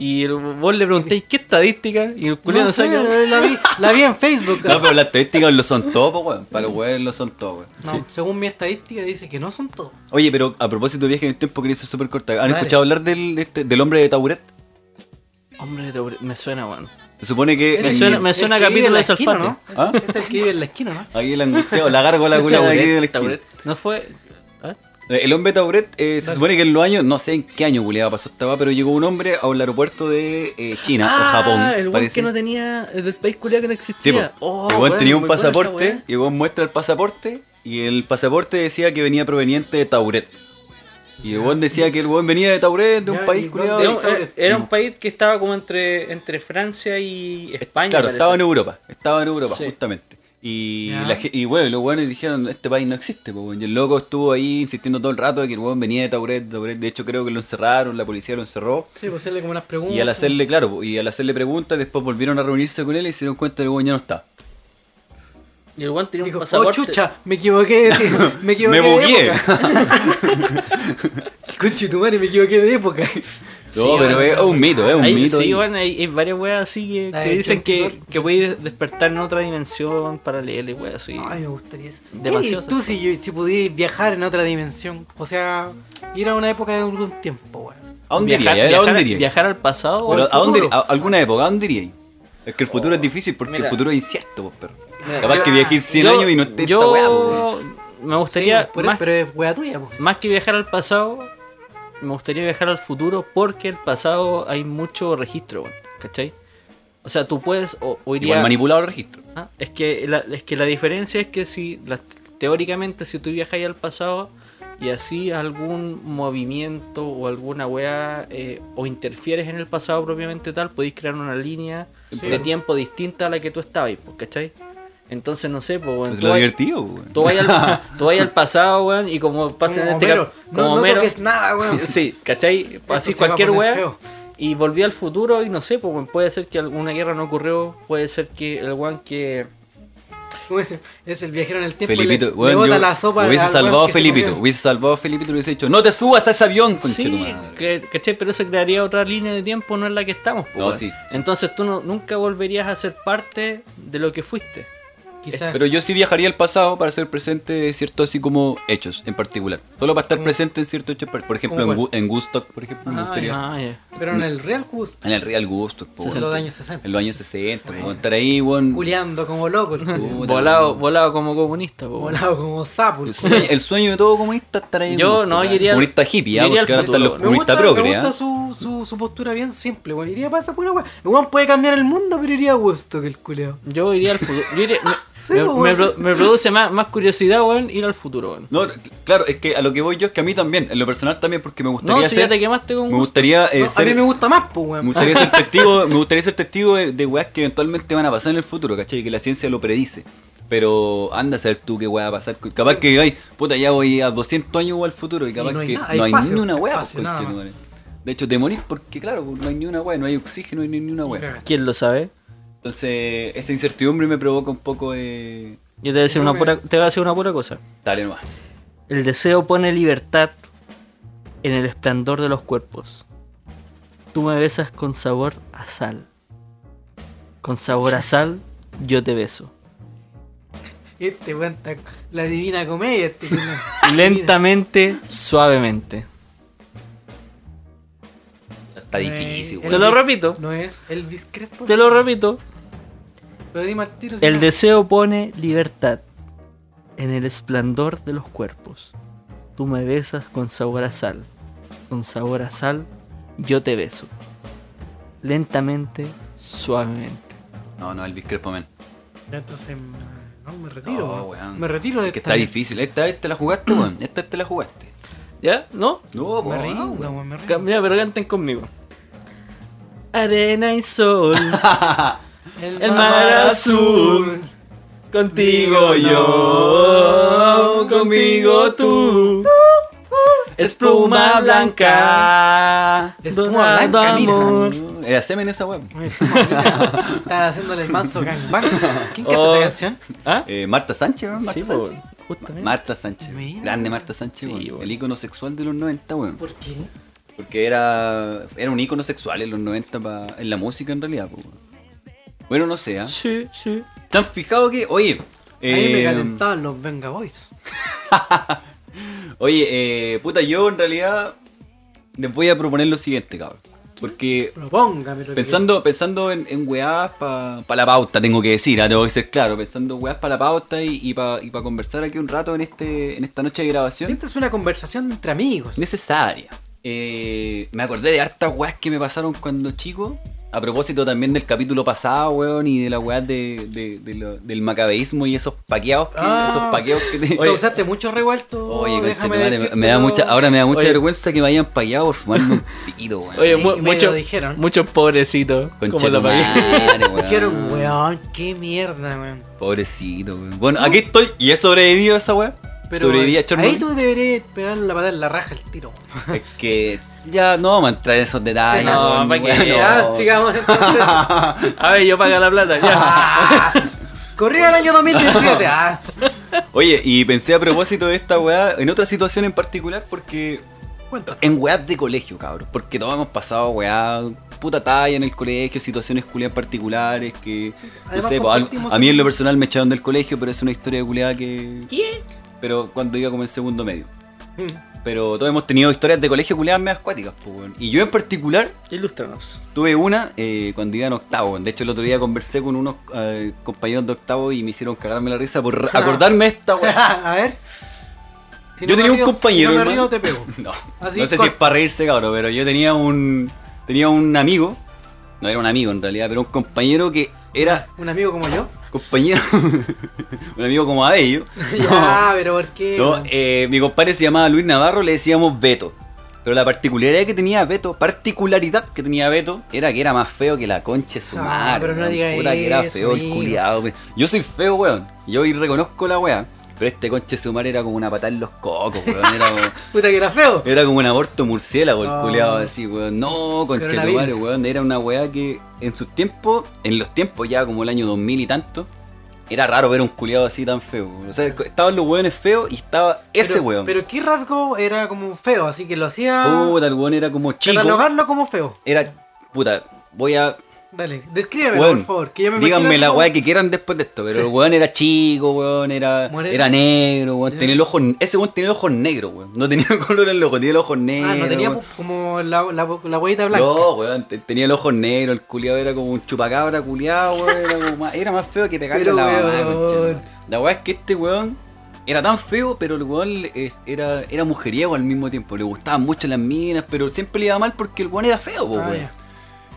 [SPEAKER 3] Y el- vos le preguntáis qué estadística y el culiado
[SPEAKER 5] No sé,
[SPEAKER 3] saca.
[SPEAKER 5] la, vi, la vi en Facebook.
[SPEAKER 2] No, pero las estadísticas lo son todo, po, weón. Para los weones lo son todo, weón.
[SPEAKER 5] No,
[SPEAKER 2] Sí.
[SPEAKER 5] Según mi estadística dice que no son todos.
[SPEAKER 2] Oye, pero a propósito de viaje en el tiempo, quería ser súper corta. ¿Han
[SPEAKER 5] Dale.
[SPEAKER 2] escuchado hablar del, este- del hombre de Taburet?
[SPEAKER 3] Hombre, de Taure- me suena, weón.
[SPEAKER 2] Se supone que.
[SPEAKER 3] Me
[SPEAKER 2] en-
[SPEAKER 3] suena- me
[SPEAKER 5] El
[SPEAKER 3] suena
[SPEAKER 5] que
[SPEAKER 3] capítulo
[SPEAKER 5] vive en la
[SPEAKER 3] de
[SPEAKER 5] esquina,
[SPEAKER 3] Solfate.
[SPEAKER 5] ¿no? Es-
[SPEAKER 2] ¿Ah?
[SPEAKER 5] Es el que vive en la esquina, ¿no?
[SPEAKER 2] Ahí el angustiado, la gargo la culia de aquí de la
[SPEAKER 3] Taburet,
[SPEAKER 2] esquina.
[SPEAKER 3] Taburet. No fue. ¿Ah?
[SPEAKER 2] El hombre Tauret eh, se supone que en los años, no sé en qué año culiado pasó esta va, pero llegó un hombre a un aeropuerto de eh, China
[SPEAKER 3] Ah,
[SPEAKER 2] o Japón.
[SPEAKER 3] el weón
[SPEAKER 2] parece.
[SPEAKER 3] que no tenía. el Del país culiado que no
[SPEAKER 2] Sí, po.
[SPEAKER 3] existía. Oh,
[SPEAKER 2] el weón
[SPEAKER 3] weón,
[SPEAKER 2] tenía un
[SPEAKER 3] muy buena esa
[SPEAKER 2] pasaporte,
[SPEAKER 3] weá.
[SPEAKER 2] y el weón muestra el pasaporte, y el pasaporte decía que venía proveniente de Tauret. Y el weón decía que el weón venía de Tauret, de un
[SPEAKER 5] Ya, ¿y
[SPEAKER 2] país
[SPEAKER 5] dónde
[SPEAKER 3] Era
[SPEAKER 2] culiado.
[SPEAKER 3] un, era- era un país que estaba como entre, entre Francia y España.
[SPEAKER 2] Claro,
[SPEAKER 3] parece.
[SPEAKER 2] estaba en Europa, estaba en Europa,
[SPEAKER 3] Sí.
[SPEAKER 2] justamente. Y,
[SPEAKER 5] Ya.
[SPEAKER 2] la ge- y bueno, los weones dijeron, este país no existe, po, weón. y el loco estuvo ahí insistiendo todo el rato de que el weón venía de Tauret, de Tauret. de hecho creo que lo encerraron, la policía lo encerró.
[SPEAKER 5] Sí, pues hacerle como unas preguntas.
[SPEAKER 2] Y al hacerle, claro, po, y al hacerle preguntas, después volvieron a reunirse con él y se dieron cuenta que el weón ya no está.
[SPEAKER 3] Y el weón tenía
[SPEAKER 5] Dijo,
[SPEAKER 3] un
[SPEAKER 5] oh,
[SPEAKER 3] pasaporte.
[SPEAKER 5] chucha, me equivoqué de Me equivoqué
[SPEAKER 2] Me
[SPEAKER 5] de
[SPEAKER 2] bugué.
[SPEAKER 5] época. Conche tu madre, me equivoqué de época.
[SPEAKER 2] No,
[SPEAKER 3] Sí,
[SPEAKER 2] pero
[SPEAKER 3] bueno.
[SPEAKER 2] es un mito, es un
[SPEAKER 3] Hay-
[SPEAKER 2] mito.
[SPEAKER 3] Sí,
[SPEAKER 2] ahí.
[SPEAKER 3] bueno, hay, hay varias weas así que,
[SPEAKER 5] La
[SPEAKER 3] que
[SPEAKER 5] de
[SPEAKER 3] dicen que,
[SPEAKER 5] John
[SPEAKER 3] que podéis despertar en otra dimensión paralela y weas así.
[SPEAKER 5] Ay, me gustaría eso.
[SPEAKER 3] Demasiado
[SPEAKER 5] ¿Qué harías tú si, yo, si pudieras viajar en otra dimensión? O sea, ir a una época de algún tiempo, weón.
[SPEAKER 2] ¿A dónde iría?
[SPEAKER 3] viajar,
[SPEAKER 2] A ver, ¿A
[SPEAKER 3] viajar,
[SPEAKER 2] ¿Eh? dónde iría?
[SPEAKER 3] viajar al pasado o
[SPEAKER 2] Pero,
[SPEAKER 3] al
[SPEAKER 2] ¿a dónde
[SPEAKER 3] futuro? Oh,
[SPEAKER 2] iría? ¿A- ¿Alguna época? ¿A dónde iría? Es que el futuro es difícil porque
[SPEAKER 3] mira.
[SPEAKER 2] el futuro es incierto, pues, perro.
[SPEAKER 3] Mira,
[SPEAKER 2] Capaz
[SPEAKER 3] yo-
[SPEAKER 2] que viajé 100
[SPEAKER 3] Yo-
[SPEAKER 2] años y no esté
[SPEAKER 3] yo
[SPEAKER 2] esta weá, po, weón.
[SPEAKER 3] me gustaría
[SPEAKER 5] Sí, por-
[SPEAKER 3] más,
[SPEAKER 5] pero es wea tuya, po.
[SPEAKER 3] más que viajar al pasado, me gustaría viajar al futuro porque el pasado hay mucho registro, weón, ¿cachai? O sea, tú puedes o, o iría-
[SPEAKER 2] Igual manipulado el registro.
[SPEAKER 3] Ah, Es que la, es que la diferencia es que si la- teóricamente si tú viajas al pasado y así algún movimiento o alguna weá eh, o interfieres en el pasado propiamente tal, podéis crear una línea de tiempo distinta a la que tú estabas, pues, ¿cachai? Entonces no sé, pues bueno,
[SPEAKER 2] Es
[SPEAKER 3] tú
[SPEAKER 2] lo
[SPEAKER 3] vas-
[SPEAKER 2] divertido, weón.
[SPEAKER 3] tú vas al, tú vas al pasado, weón, y como pasa en
[SPEAKER 5] Como
[SPEAKER 3] este
[SPEAKER 5] Homero.
[SPEAKER 3] cap-
[SPEAKER 5] No- no
[SPEAKER 3] Homero-
[SPEAKER 5] toques nada, weón.
[SPEAKER 3] Sí, ¿cachai? Así
[SPEAKER 5] se va a
[SPEAKER 3] cualquier weón.
[SPEAKER 5] poner feo.
[SPEAKER 3] Y volví al futuro y no sé, pues, weón, puede ser que alguna guerra no ocurrió, puede ser que el weón que...
[SPEAKER 5] ¿Cómo es? Es el viajero en el tiempo. y le-
[SPEAKER 2] Felipito,
[SPEAKER 5] le,
[SPEAKER 2] weón,
[SPEAKER 5] bota
[SPEAKER 2] yo
[SPEAKER 5] la sopa
[SPEAKER 2] hubiese
[SPEAKER 5] al weón
[SPEAKER 2] salvado a
[SPEAKER 5] que se
[SPEAKER 2] Felipito,
[SPEAKER 5] comió.
[SPEAKER 2] hubiese salvado a Felipito y le hubiese dicho, no te subas a ese avión,
[SPEAKER 3] Sí,
[SPEAKER 2] conchetumadre".
[SPEAKER 3] que- ¿cachai? Pero esa crearía otra línea de tiempo, no es la que estamos. po,
[SPEAKER 2] No,
[SPEAKER 3] weón.
[SPEAKER 2] sí.
[SPEAKER 3] Entonces tú no- nunca volverías a ser parte de lo que fuiste.
[SPEAKER 5] Quizás.
[SPEAKER 2] Pero yo sí viajaría al pasado para ser presente de ciertos así como hechos en particular. Solo para estar presente en ciertos hechos. par- Por ejemplo,
[SPEAKER 5] ¿Cómo
[SPEAKER 2] en, Gu- en Woodstock, por ejemplo, me
[SPEAKER 5] Ah,
[SPEAKER 2] gustaría.
[SPEAKER 3] Ah, ya.
[SPEAKER 5] Pero en el Real Cusco,
[SPEAKER 2] En el Real Woodstock, po,
[SPEAKER 5] en
[SPEAKER 2] weón.
[SPEAKER 5] los años 60.
[SPEAKER 2] En los años 60, po, estar ahí, weón.
[SPEAKER 5] culeando como loco, el culo.
[SPEAKER 2] Puta,
[SPEAKER 3] Volado, volado como comunista. po, weón.
[SPEAKER 5] volado como sapo. el
[SPEAKER 2] El
[SPEAKER 5] culo.
[SPEAKER 2] sueño, el sueño de todo comunista estar ahí. en
[SPEAKER 3] Yo,
[SPEAKER 2] Woodstock,
[SPEAKER 3] no,
[SPEAKER 2] weón.
[SPEAKER 3] yo iría al-
[SPEAKER 2] Comunista hippie,
[SPEAKER 3] yo
[SPEAKER 2] ¿ah?
[SPEAKER 3] iría al
[SPEAKER 2] Porque ahora están los
[SPEAKER 3] futuro.
[SPEAKER 5] Me gusta,
[SPEAKER 2] comunistas
[SPEAKER 5] me
[SPEAKER 2] progres,
[SPEAKER 5] gusta
[SPEAKER 2] ¿ah?
[SPEAKER 5] su, su, su postura bien simple, weón. Iría para esa pura weón. El weón puede cambiar el mundo, pero iría a gusto que el culeo.
[SPEAKER 3] Yo iría al futuro. Yo iría- me,
[SPEAKER 5] Sí,
[SPEAKER 3] me-
[SPEAKER 5] po,
[SPEAKER 3] me
[SPEAKER 5] weón.
[SPEAKER 3] pro- me produce más, más curiosidad, weón, ir al futuro, weón.
[SPEAKER 2] No, claro, es que a lo que voy yo es que a mí también, en lo personal también, porque me gustaría
[SPEAKER 3] No, si ya
[SPEAKER 2] ser-
[SPEAKER 3] te quemaste con
[SPEAKER 2] me
[SPEAKER 3] Woodstock.
[SPEAKER 2] gustaría eh,
[SPEAKER 5] No, a
[SPEAKER 2] ser-
[SPEAKER 5] mí me gusta más, pues,
[SPEAKER 2] Me
[SPEAKER 5] weón.
[SPEAKER 2] gustaría ser testigo, me gustaría ser testigo de, de weas que eventualmente van a pasar en el futuro, ¿cachai? Que la ciencia lo predice. Pero anda a saber tú qué wea va a pasar. Capaz que, ay, puta, ya voy a 200 años o al futuro y capaz
[SPEAKER 5] no hay
[SPEAKER 2] que
[SPEAKER 5] nada, hay
[SPEAKER 2] no hay
[SPEAKER 5] espacio,
[SPEAKER 2] ni una wea.
[SPEAKER 5] espacio,
[SPEAKER 2] pues,
[SPEAKER 5] nada
[SPEAKER 2] conchetumare. de hecho, te morís porque, claro, pues, no hay ni una wea, no hay oxígeno, no hay ni una wea.
[SPEAKER 3] ¿Quién lo sabe?
[SPEAKER 2] Entonces, esa incertidumbre me provoca un poco de...
[SPEAKER 3] Yo te voy a decir una pura, te voy a decir una pura cosa.
[SPEAKER 2] Dale nomás.
[SPEAKER 3] El deseo pone libertad en el esplendor de los cuerpos. Tú me besas con sabor a sal. Con sabor a sal, yo te beso.
[SPEAKER 5] Este weón está la divina comedia, este culiao.
[SPEAKER 3] Ah, Lentamente, suavemente.
[SPEAKER 2] Está difícil,
[SPEAKER 5] Eh,
[SPEAKER 2] wea.
[SPEAKER 3] Te lo repito. Pues
[SPEAKER 5] No es Elvis Crespo.
[SPEAKER 3] Te lo repito.
[SPEAKER 5] Pero dime al tiro, si
[SPEAKER 3] El
[SPEAKER 5] no.
[SPEAKER 3] deseo pone libertad en el esplendor de los cuerpos. Tú me besas con sabor a sal. Con sabor a sal, yo te beso. Lentamente, suavemente.
[SPEAKER 2] No, no, el discrepo, man.
[SPEAKER 5] Ya, Entonces, no, me retiro.
[SPEAKER 2] No,
[SPEAKER 5] weón.
[SPEAKER 2] weón.
[SPEAKER 5] Me retiro de
[SPEAKER 2] Que
[SPEAKER 5] esta-
[SPEAKER 2] está difícil. Esta vez te la jugaste, weón. Esta vez te la jugaste.
[SPEAKER 3] ¿Ya? ¿No?
[SPEAKER 2] No,
[SPEAKER 5] Me
[SPEAKER 2] po,
[SPEAKER 5] rindo,
[SPEAKER 2] no, weón.
[SPEAKER 5] weón, me rindo.
[SPEAKER 3] Ca- Mira, pero canten conmigo. Arena y sol, el mar azul, contigo yo, conmigo tú. Es pluma blanca,
[SPEAKER 5] Es pluma blanca, mira.
[SPEAKER 3] amor.
[SPEAKER 2] Era semen Eh, esa weón.
[SPEAKER 5] Están haciéndole el manso gangbang. ¿Quién canta
[SPEAKER 3] Oh.
[SPEAKER 5] esa canción?
[SPEAKER 3] ¿Ah?
[SPEAKER 2] Eh, Marta Sánchez, ¿no? Marta
[SPEAKER 3] Sí, po,
[SPEAKER 2] Sánchez.
[SPEAKER 3] justamente.
[SPEAKER 2] Ma- Marta Sánchez.
[SPEAKER 5] Mira.
[SPEAKER 2] Grande Marta Sánchez,
[SPEAKER 3] Sí,
[SPEAKER 2] weón.
[SPEAKER 3] weón.
[SPEAKER 2] El ícono sexual de los 90, weón.
[SPEAKER 5] ¿Por qué?
[SPEAKER 2] Porque era, era un ícono sexual en los 90 pa- en la música en realidad. po, weón. Bueno, no sé, ¿ah?
[SPEAKER 3] Sí, sí.
[SPEAKER 2] ¿Tan fijado que, oye...
[SPEAKER 5] A mí me
[SPEAKER 2] eh,
[SPEAKER 5] calentaban los Venga Boys.
[SPEAKER 2] Oye, eh, puta, yo en realidad les voy a proponer lo siguiente, cabrón. Porque
[SPEAKER 5] Propóngame lo que
[SPEAKER 2] pensando, pensando en, en weás para la pauta, tengo que decir, ah, tengo que ser claro, pensando en weás para la pauta y, y para conversar aquí un rato en, este, en esta noche de
[SPEAKER 5] quieras.
[SPEAKER 2] grabación,
[SPEAKER 5] Esta es una conversación entre amigos.
[SPEAKER 2] necesaria. Eh, me acordé de hartas weás que me pasaron cuando chico. A propósito también del capítulo pasado, weón, y de la weá de, de- de lo- del macabeísmo y esos paqueados que,
[SPEAKER 5] Ah.
[SPEAKER 2] esos paqueos que te-
[SPEAKER 5] Oye, Causaste mucho revuelto.
[SPEAKER 2] Oye,
[SPEAKER 5] déjame
[SPEAKER 2] conchetumare, me-
[SPEAKER 5] decirte,
[SPEAKER 2] me da
[SPEAKER 5] pero-
[SPEAKER 2] mucha, ahora me da mucha
[SPEAKER 3] Oye.
[SPEAKER 2] vergüenza que me hayan pagado por fumarme un pito, weón.
[SPEAKER 3] Oye,
[SPEAKER 5] Sí,
[SPEAKER 3] mu-
[SPEAKER 5] medio
[SPEAKER 3] muchos
[SPEAKER 5] dijeron.
[SPEAKER 3] muchos pobrecitos. Como la
[SPEAKER 2] Conchetumare,
[SPEAKER 3] pagué.
[SPEAKER 2] weón.
[SPEAKER 5] Dijeron, weón, qué mierda, weón.
[SPEAKER 2] Pobrecito, weón. Bueno, aquí estoy y he sobrevivido a esa weá.
[SPEAKER 5] Pero
[SPEAKER 2] sobreviví a
[SPEAKER 5] ahí
[SPEAKER 2] Chernobyl.
[SPEAKER 5] tú deberías pegar la patada en la raja el tiro.
[SPEAKER 2] Es que ya no vamos a entrar en esos detalles.
[SPEAKER 3] No,
[SPEAKER 2] weón,
[SPEAKER 3] pa' qué,
[SPEAKER 2] weón,
[SPEAKER 5] Ya,
[SPEAKER 2] no.
[SPEAKER 5] sigamos entonces. Ah.
[SPEAKER 3] A ver, yo pago la plata, ya.
[SPEAKER 5] Corría el año 2017. ah.
[SPEAKER 2] Oye, y pensé a propósito de esta weá en otra situación en particular porque. En weas de colegio, cabrón. Porque todos hemos pasado weá. Puta talla en el colegio, situaciones culiadas particulares que. no
[SPEAKER 5] Además,
[SPEAKER 2] sé, pues, algo-
[SPEAKER 5] compartimos
[SPEAKER 2] a mí en lo
[SPEAKER 5] el-
[SPEAKER 2] personal me echaron del colegio, pero es una historia culiada que. Pero cuando iba como en segundo medio. Pero todos hemos tenido historias de colegio culiadas medio acuáticas, pues, weón. Y yo en particular
[SPEAKER 3] Ilústranos.
[SPEAKER 2] Tuve una eh, cuando iba en octavo. weón. De hecho, el otro día conversé con unos eh, compañeros de octavo y me hicieron cagarme la risa por acordarme de esta weá.
[SPEAKER 5] a ver. Si
[SPEAKER 2] yo
[SPEAKER 5] no me
[SPEAKER 2] tenía un
[SPEAKER 5] río-
[SPEAKER 2] compañero.
[SPEAKER 5] Si no me
[SPEAKER 2] hermano.
[SPEAKER 5] río, te pego.
[SPEAKER 2] No,
[SPEAKER 5] Así
[SPEAKER 2] no sé
[SPEAKER 5] corto.
[SPEAKER 2] si es para reírse, cabrón, pero yo tenía un. Tenía un amigo. No era un amigo en realidad, pero un compañero que era.
[SPEAKER 5] Un amigo como yo.
[SPEAKER 2] Compañero. un amigo como Abello.
[SPEAKER 5] ya, pero ¿por qué?
[SPEAKER 2] No,
[SPEAKER 5] weón?
[SPEAKER 2] eh, mi compadre se llamaba Luis Navarro, le decíamos Beto. Pero la particularidad que tenía Beto, particularidad que tenía Beto, era que era más feo que la concha de su
[SPEAKER 5] Ah,
[SPEAKER 2] madre.
[SPEAKER 5] pero no
[SPEAKER 2] weón.
[SPEAKER 5] diga
[SPEAKER 2] Puta que era
[SPEAKER 5] eso,
[SPEAKER 2] feo el
[SPEAKER 5] amigo.
[SPEAKER 2] culiado. weón. Yo soy feo, weón. Yo hoy reconozco la weá. Pero este conche de su madre era como una patada en los cocos, weón. Era como,
[SPEAKER 5] Puta que era feo.
[SPEAKER 2] era como un aborto murciélago el
[SPEAKER 5] Ah.
[SPEAKER 2] culiado así, weón. No, conche tu
[SPEAKER 5] Coronavirus.
[SPEAKER 2] madre, weón. Era una weá que en sus tiempos, en los tiempos ya como el año 2000 y tanto, era raro ver un culiado así tan feo. weón. O sea, estaban los weones feos y estaba ese
[SPEAKER 5] pero,
[SPEAKER 2] weón.
[SPEAKER 5] Pero qué rasgo era como feo, así que lo hacía.
[SPEAKER 2] Puta, el weón era como chico.
[SPEAKER 5] catalogarlo como feo.
[SPEAKER 2] Era, puta, voy a...
[SPEAKER 5] Dale, descríbeme,
[SPEAKER 2] weón,
[SPEAKER 5] por favor. Que yo me
[SPEAKER 2] díganme
[SPEAKER 5] imagino
[SPEAKER 2] la
[SPEAKER 5] así
[SPEAKER 2] weá que quieran después de esto, pero el weón era chico, weón, era,
[SPEAKER 5] Moreno.
[SPEAKER 2] era negro, weón, tenía el ojo, ese weón tenía el ojo negro, weón, no tenía color en el ojo, tenía el ojo
[SPEAKER 5] como-
[SPEAKER 2] negro,
[SPEAKER 5] Ah, no tenía
[SPEAKER 2] weón.
[SPEAKER 5] como la, la, la huevita blanca.
[SPEAKER 2] No, weón, te- tenía el ojo negro, el culiado era como un chupacabra culiado, weón, era, como más, era más feo que pegarle
[SPEAKER 5] Pero,
[SPEAKER 2] a la mamá,
[SPEAKER 5] weón.
[SPEAKER 2] conchetumare. La weá es que este weón era tan feo, pero el weón eh, era, era mujeriego al mismo tiempo, le gustaban mucho las minas, pero siempre le iba mal porque el weón era feo, po,
[SPEAKER 5] Ah,
[SPEAKER 2] weón.
[SPEAKER 5] ya.